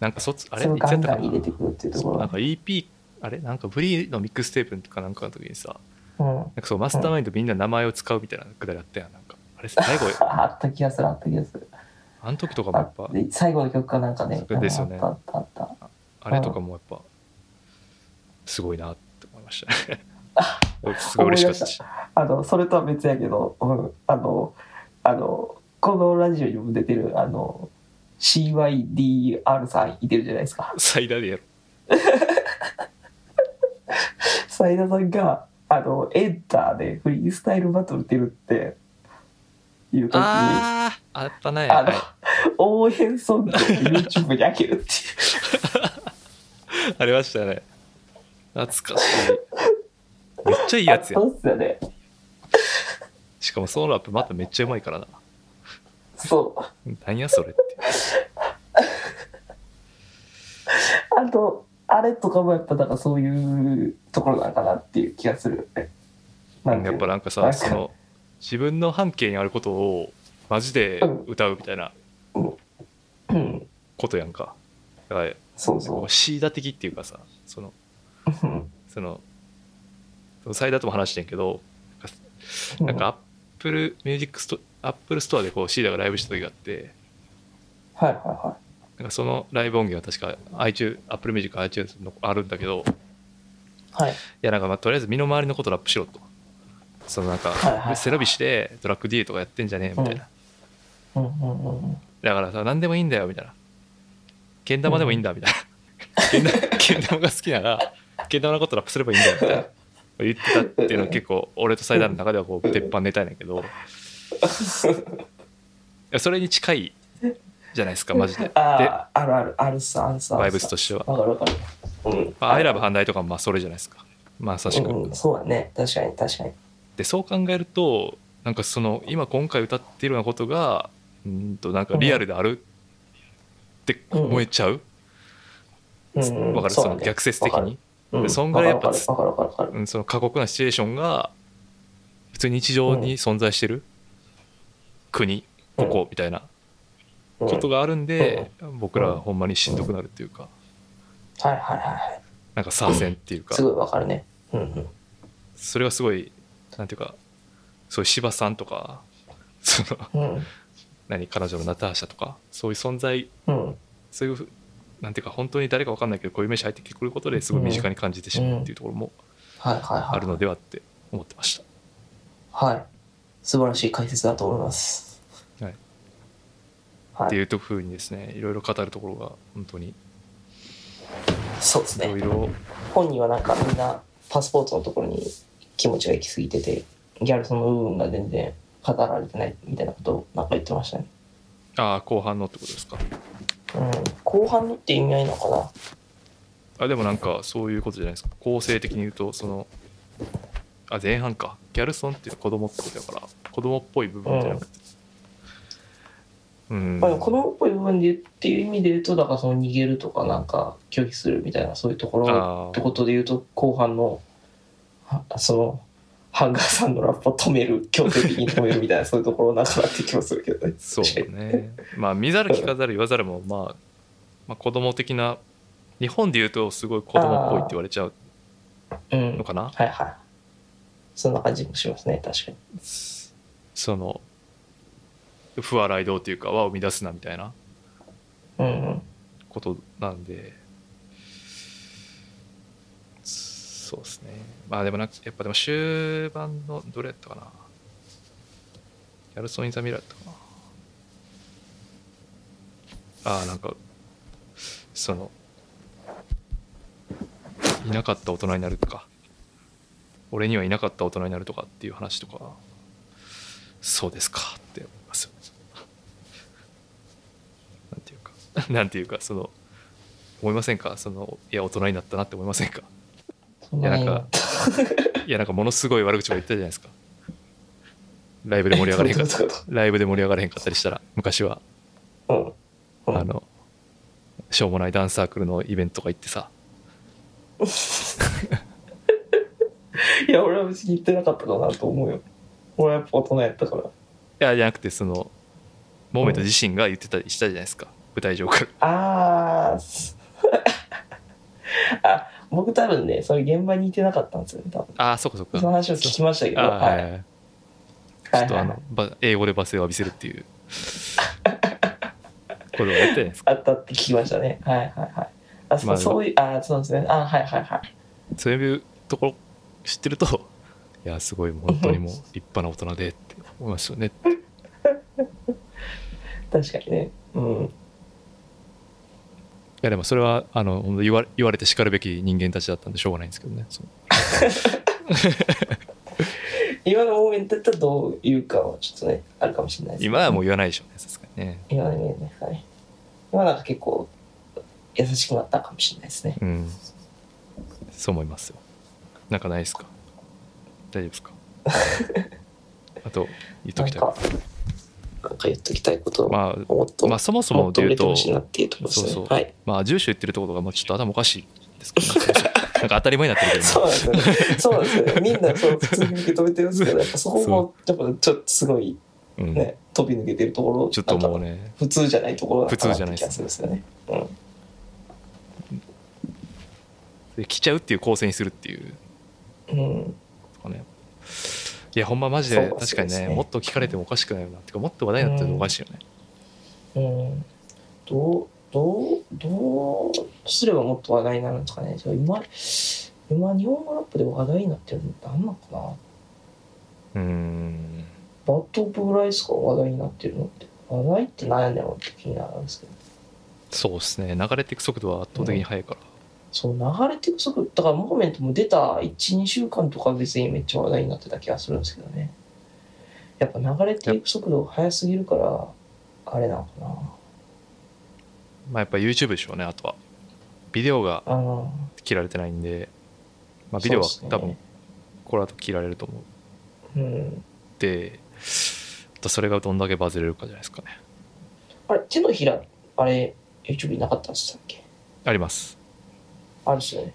なんかそつあれい
それを
つ
ガ
やっ
ン
たか
ガ
な
ン入れてくるっていうとこ
そう
ろ
なんか EP あれなんかブリーのミックステープかなんかの時にさ
うんあ
なんかそうマスターマインドみんな名前を使うみたいなくだりあったやんなんかあれ最後
あった気がするあった気がする
あの時とかも
あ
やっぱ
で最後の曲かなんかね
そうですよね
あったあったあった
あれとかもやっぱすごいなって思いましたね すごい嬉しかったし
あのそれとは別やけど、うん、あのあのこのラジオにも出てるあの CYDR さんいてるじゃないですか
最大でやろ
斉田さんがあのエンターでフリースタイルバトル出るっていう時にあ
あーあったね
の、
はい
応援ソングを YouTube に上げるっていう
ありましたね懐かしいめっちゃいいやつやん
そうっすよね
しかもそのラップまためっちゃうまいからな。
そう
何やそれって。
あとあれとかもやっぱだからそういうところなんかなっていう気がするよねなんてい
や
う
っ
の
ぱなんか
な
さ、
んか
その自分の半径にあることをマジで歌うみたいな
うん
ことやんか。だから、
そう
こ
そう
シーダ的っていうかさ、その、
ううん
その、そのサイダーとも話してんけど、
う
なんかアップルミュージックスト、アップルストアでこうシーダがライブした時があって、
はいはいはい
なんかそのライブ音源は確か iTunes、Apple Music、iTunes のあるんだけど、
はい。
いやなんかまあとりあえず身の回りのことラップしろとそのなんか
はいはい
背伸びしてドラッグ D とかやってんじゃねえみたいな、
うんうんうんうん。
だからさ何でもいいんだよみたいなけん玉でもいいんだみたいなけん玉けん玉が好きならけん玉のことラップすればいいんだよみたいな言ってたっていうのは結構俺とサイダーの中ではこう鉄板ネタやねんけどやそれに近いじゃないですかマジでで
ああ、あるある、あるさ、あるさ。あるさ
バイブスとしては、
わかるわかる。うん。
まあ、アイラブ反対とかもまあそれじゃないですかまさしく、
うん、そうだね。確かに、確かに。
でそう考えるとなんかその今今回歌っているようなことがうーんとなんかリアルであるって思えちゃう
う
わ、
ん、うん。
かる
そ
そう
だ
の
ね
逆説的
わかる
に
う
そんぐらいやっぱ
わかるわかるわかるわかる。
うん、その過酷なシチュエーションが普通に日常に存在してる国ここみたいな
うん
ことがあるんで僕らはほんまにしんどくなるっていうか
はいはいはいはい。
なんか左遷っていうか
すごいわかるね。うんうん。
それはすごいなんていうかそういう柴さんとかその
うん。
何彼女のナターシャとかそういう存在
うん。
そういうふなんていうか本当に誰かわかんないけどこういう飯入ってくることですごい身近に感じてしまうっていうところも
はいはいはい。
あるのではって思ってました。
はい。素晴らしい解説だと思います。
はい。っ
は
て
い。
いうふうにですねいろいろ語るところが本当に
そうです
いろい
ね。
ろ
本人はなんかみんなパスポートのところに気持ちが行き過ぎてて、ギャルソの部分が全然語られてないみたいなことをなんか言ってましたね。
ああ後半のってことですか
うん。後半にって意味合いなのかな
あでもなんかそういうことじゃないですか構成的に言うとそのあ前半かギャルソンっていうのは子供ってことだから子供っぽい部分じゃなくてうん
まあ、でも子供っぽい部分で言うっていう意味で言うとだからその逃げるとかなんか拒否するみたいなそういうところ
あー
ってことで言うと後半のはそのハンガーさんのラップを止める強制的に止めるみたいなそういうところなんかなって気もするけどね
そう
確かに
ねまあ見ざる聞かざる言わざるもまあ、まあ、子供的な日本で言うとすごい子供っぽいって言われちゃう
うん
のかな
はいはいそんな感じもしますね確かに
その不洗い道というか和を乱すなみたいな
うんうん
ことなんでそうですねまあでもなんかやっぱでも終盤のどれやったかなギャルソン・イン・ザ・ミラーやったかなああなんかそのいなかった大人になるとか俺にはいなかった大人になるとかっていう話とかそうですかって思いますよねなんていうか なんていうかその思いませんかそのいや大人になったなって思いませんか
そん
いや
な
なんかいやなんかものすごい悪口も言ってたじゃないですかライブで盛り上がれへんかった
どういうこ
ライブで盛り上がれへんかったりしたら昔は
と うんうん
あのしょうもないダンスサークルのイベントとか行ってさ
いや俺は別に言ってなかったかなと思うよ俺はやっぱ大人やったから
いやじゃなくてそのモーメント自身が言ってたりしたじゃないですか舞台上から
あーす あ僕多分ねそれ現場にいてなかったんですよね多分
ああそっかそっか
その話を聞きましたけど
あー
は
はい
い
はいちょ
は
っ
い
とあのば英語で罵声を浴びせるって いうことをやってたじゃないですか
あったって聞きましたねはいはいはいあそ,、
まあ
そういうあーそうですねあはいはいはい
そういうところ知ってると いやすごいもう本当にもう立派な大人でって思いますよね
確かにねうん
いやでもそれはあの本当言われ言われて叱るべき人間たちだったんでしょうがないんですけどねそう
今のモーメントだったらどういうかはちょっとねあるかもしれないです
今はもう言わないでしょうねさすがにね
今のねはい今なんか結構優しくなったかもしれないですね
うんそう思いますよなんかないですか大丈夫です かあと言っと
なん
きたいこ
かなんか言っときたいこと
と
を
まあ
もっと、
まあそもそ
も
も
っと
で言う
売れてほ
と
しいなっていうところですね
そうそう
はい
まあ住所言ってるところがもうちょっと頭おかしいですけどねなんか当たり前になってるけど
そ
ね
う なんですよ。そうなんですよ。みんなそう普通に受け止めてるんですけど、やっぱそこもやっぱちょっとすごい
うん
ね、飛び抜けてるところ、
ちょっともう
なんか
ね
普通じゃないところだったな
普通じゃない
って気がするんですよね。うん。
で来ちゃうっていう構成にするっていう
うん、
とかねいやほんまマジ
そう
で
そう
確かに
そうで
ね
すね
もっと聞かれてもおかしくないよなってかもっと話題になってもおかしいよね、
うん、どうどうどうすればもっと話題になるんですかねじゃあ今今日本語ラップで話題になってるのって何なのかな
うーん
バッド・オブ・ライスが話題になってるのって話題って何やねんって気になるんですけど
そうですね流れていく速度は圧倒的に速いから、
そう流れていく速度だからモーメントも出た12週間とか別にめっちゃ話題になってた気がするんですけどねやっぱ流れていく速度が速すぎるからあれなのかな
まあやっぱ YouTube でしょうねあとはビデオが
あー
切られてないんで、まあ、ビデオは
そうっすね
多分これだと切られると思う
うん
であとそれがどんだけバズれるかじゃないですかね
あれ手のひらあれ YouTube になかったんでしたっけ
あります、
あるっすよね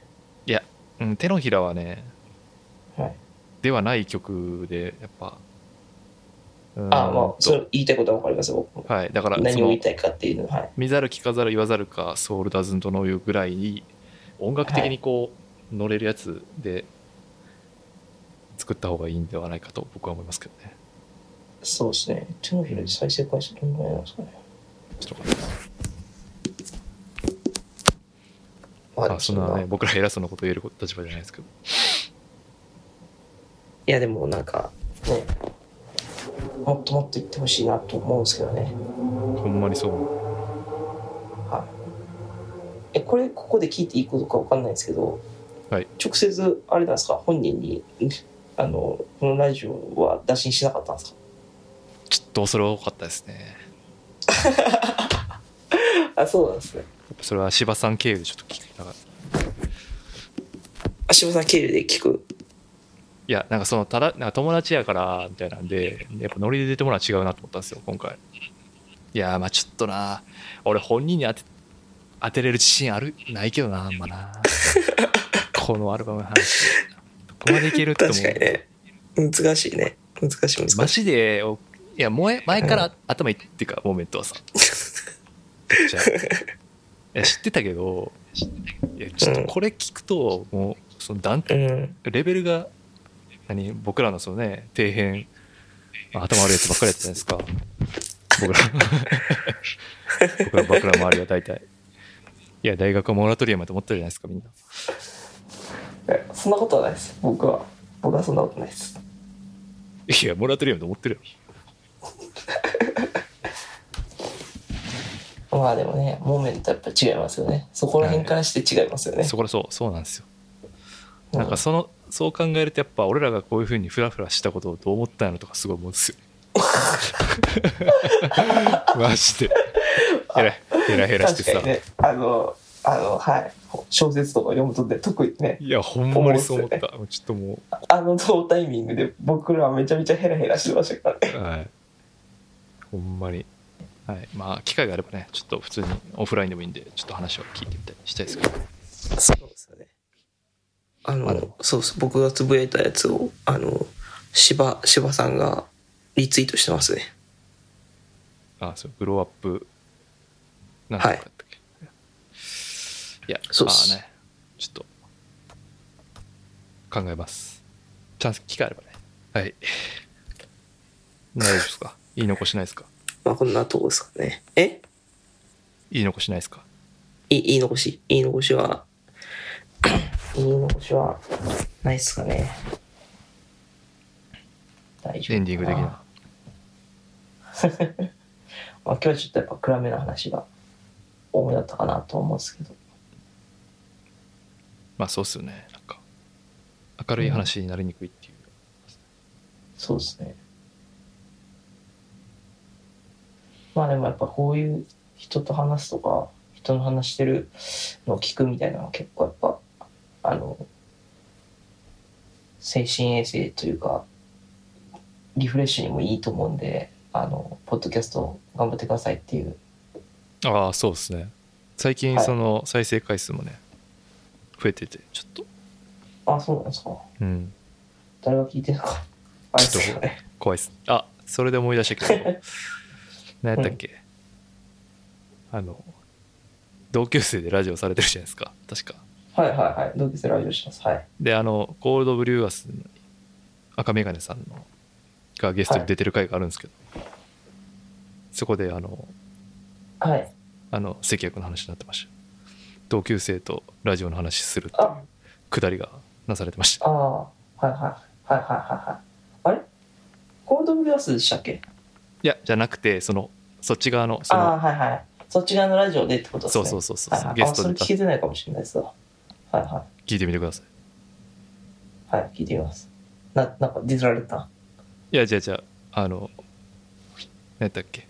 うん、手のひらはね
はい
ではない曲でやっぱうーん
あーまあ
と
それ言いたいことは分かりますよ僕も
はいだからそ
何を言
の
いたいかっていうのははい
見ざる聞かざる言わざるかソウルダズンとのいうぐらいに音楽的にこう乗れるやつで作った方がいいんではないかと僕は思いますけどね
そうですね手のひらで再生回数どんぐらいなんですかね
ちょっと待って
ま
あそんなね僕ら偉そうなこと言える立場じゃないですけど
いやでもなんかねもっともっと言ってほしいなと思うんですけどね
ほんまにそう
えこれここで聞いていいことかわかんないんですけど、
はい
直接あれなんですか本人にあのこのラジオは打診しなかったんですか
ちょっと恐れ多かったですね
あそうなんですね
やっぱそれは柴さん経由でちょっと聞きながらい
足尾さん経由で聞く
やなんかそのただなんか友達やからみたいなんでやっぱノリで出てもらうのは違うなと思ったんですよ今回いやーまあちょっとな俺本人に当て当てれる自信あるないけどなあんまなこのアルバムの話どこまでいけるって思う
ね難しいね難しい難
マジでおいやもう前から頭いいっていうかモーメントはさめっちゃいや知ってたけどいやちょっとこれ聞くともうその断
うん
レベルが何僕らのそのね底辺まあ頭悪いやつばっかりやったじゃないですか 僕ら僕ら僕ら周りは大体いや大学はモラトリアムやと思ったじゃないですかみんな
えそんなことはないです僕は僕はそんなことないです
いやモラトリアムと思ってるよ
まあでもねモーメントやっぱ違いますよねそこら辺からして違いますよね、
そこらそうそうなんですよ
うん
なんかそのそう考えるとやっぱ俺らがこういう風にフラフラしたことをどう思ったのとかすごい思うんです よマジでヘラヘラヘラして
確か
さ、
にねあのあのはい小説とか読むとね特にね
いやほんまにそう思ったちょっともう
あの同タイミングで僕らはめちゃめちゃヘラヘラしてましたからね
はい。ほんまに。はい。まあ、機会があればね、ちょっと普通にオフラインでもいいんで、ちょっと話を聞いてみたいしたいですけど。
そうですよねあのそうそう僕がつぶやいたやつをあの柴柴さんがリツイートしてますね
あ、そう、グローアップ、なんとかやったっけ。い、や、
そうっ
まあ
す
ね、ちょっと、考えます。チャンス、機会あればね。はい。大丈夫ですか言い残しないですか
まあこんなとこですかねえ
言い残しないですか
い言い残し言い残 しは言い残しはないっすかね大丈夫かな
エンディング的な。
まあ、今日はちょっとやっぱ暗めな話が多めだったかなと思うんですけど
まあ、そうっすよね。なんか、明るい話になりにくいっていう。
そうですねまあでもやっぱこういう人と話すとか人の話してるのを聞くみたいなのは結構やっぱあの精神衛生というかリフレッシュにもいいと思うんであのポッドキャスト頑張ってくださいっていう
ああそうですね最近
はい
その再生回数もね増えててちょっと
あそうなんですか
うん
誰が聞いてる のかあれですよね
怖いっすあそれで思い出したけ ど何やったっけ、あの同級生でラジオされてるじゃないですか確か
はいはいはい同級生ラジオしますはい
であのコールドブリューアスの赤眼鏡さんのがゲストに出てる回があるんですけど、そこであの
はい
あの関役の話になってました同級生とラジオの話するっていう
あ
くだりがなされてました
ああ、はいはいはいはいはいはい。あれコールドブリュアスでしたっけ
いやじゃなくてそのそっち側のそ
あ
の
あ、はいはい。そっち側のラジオでってことです
そ
ね。
うそう
そ
そうそう、
はいはい、
ゲ
ゲ
ス
ス
ト
ト
で
で。
た
それ聞けてないかもしれないですわ。はいは
聞いてみてください
い。はい、聞いてみます。な、なんかディズられた。
いやじゃあじゃああの何やったっけ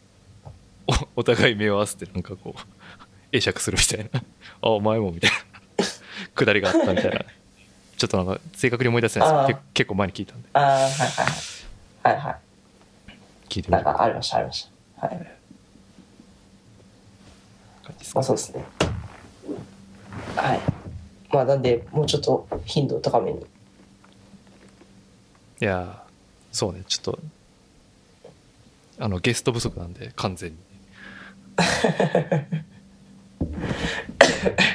お おお互い目を合わせてなんかこう会釈するみたいなあお前もみたいなくだりがあったみたいなちょっとなんか正確に思い出せないですけど
あ
け結構前に聞いたんで
ああはいはいはいはいは
聞いてみ
いな
る
んかありましたありましたはい
感じです
ま
か
あそうですね。はい。まあなんで、もうちょっと頻度を高めに。
いやーそうねちょっとあのゲスト不足なんで完 全に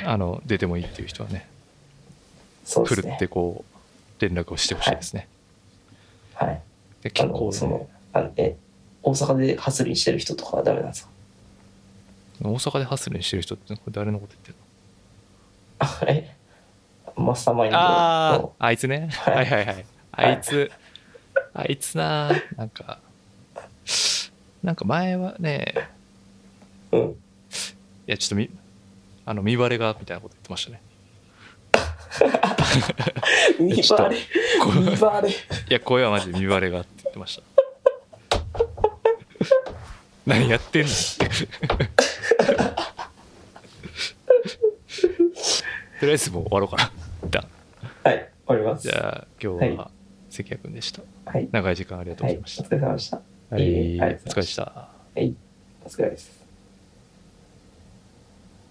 あの出てもいいっていう人はね
そう
振
です
る
ね。
ってこう連絡をしてほしいですね、
はい。
で
あ
結構
の、そ
ね
の、あのえ、大阪でハスリンしてる人とかはダメなんですか
大阪でハスリンしてる人ってこれ誰のこと言ってる
あえマスターマイン
の
ド
あ
の。
ああいつね
は
はいいはいはいあいつあいつなーなんかなんか前はね
うん。
いやちょっとみあの見バレがみたいなこと言ってましたね
見
ちょっと
バレ。
こう
見バレ。
いや声はマジで見バレがって言ってました 何やってんの ってとりあえずもう終わろうかな一旦
はい。終わります。
じゃあ今
は
日はい関谷君でした、
はい。
長い時間ありがとうござ
はい。
い
お
ました、
疲れ様でした。
はいい
いねありがとう
お
ござ
疲
いました
れでした
はい。お疲れ様です。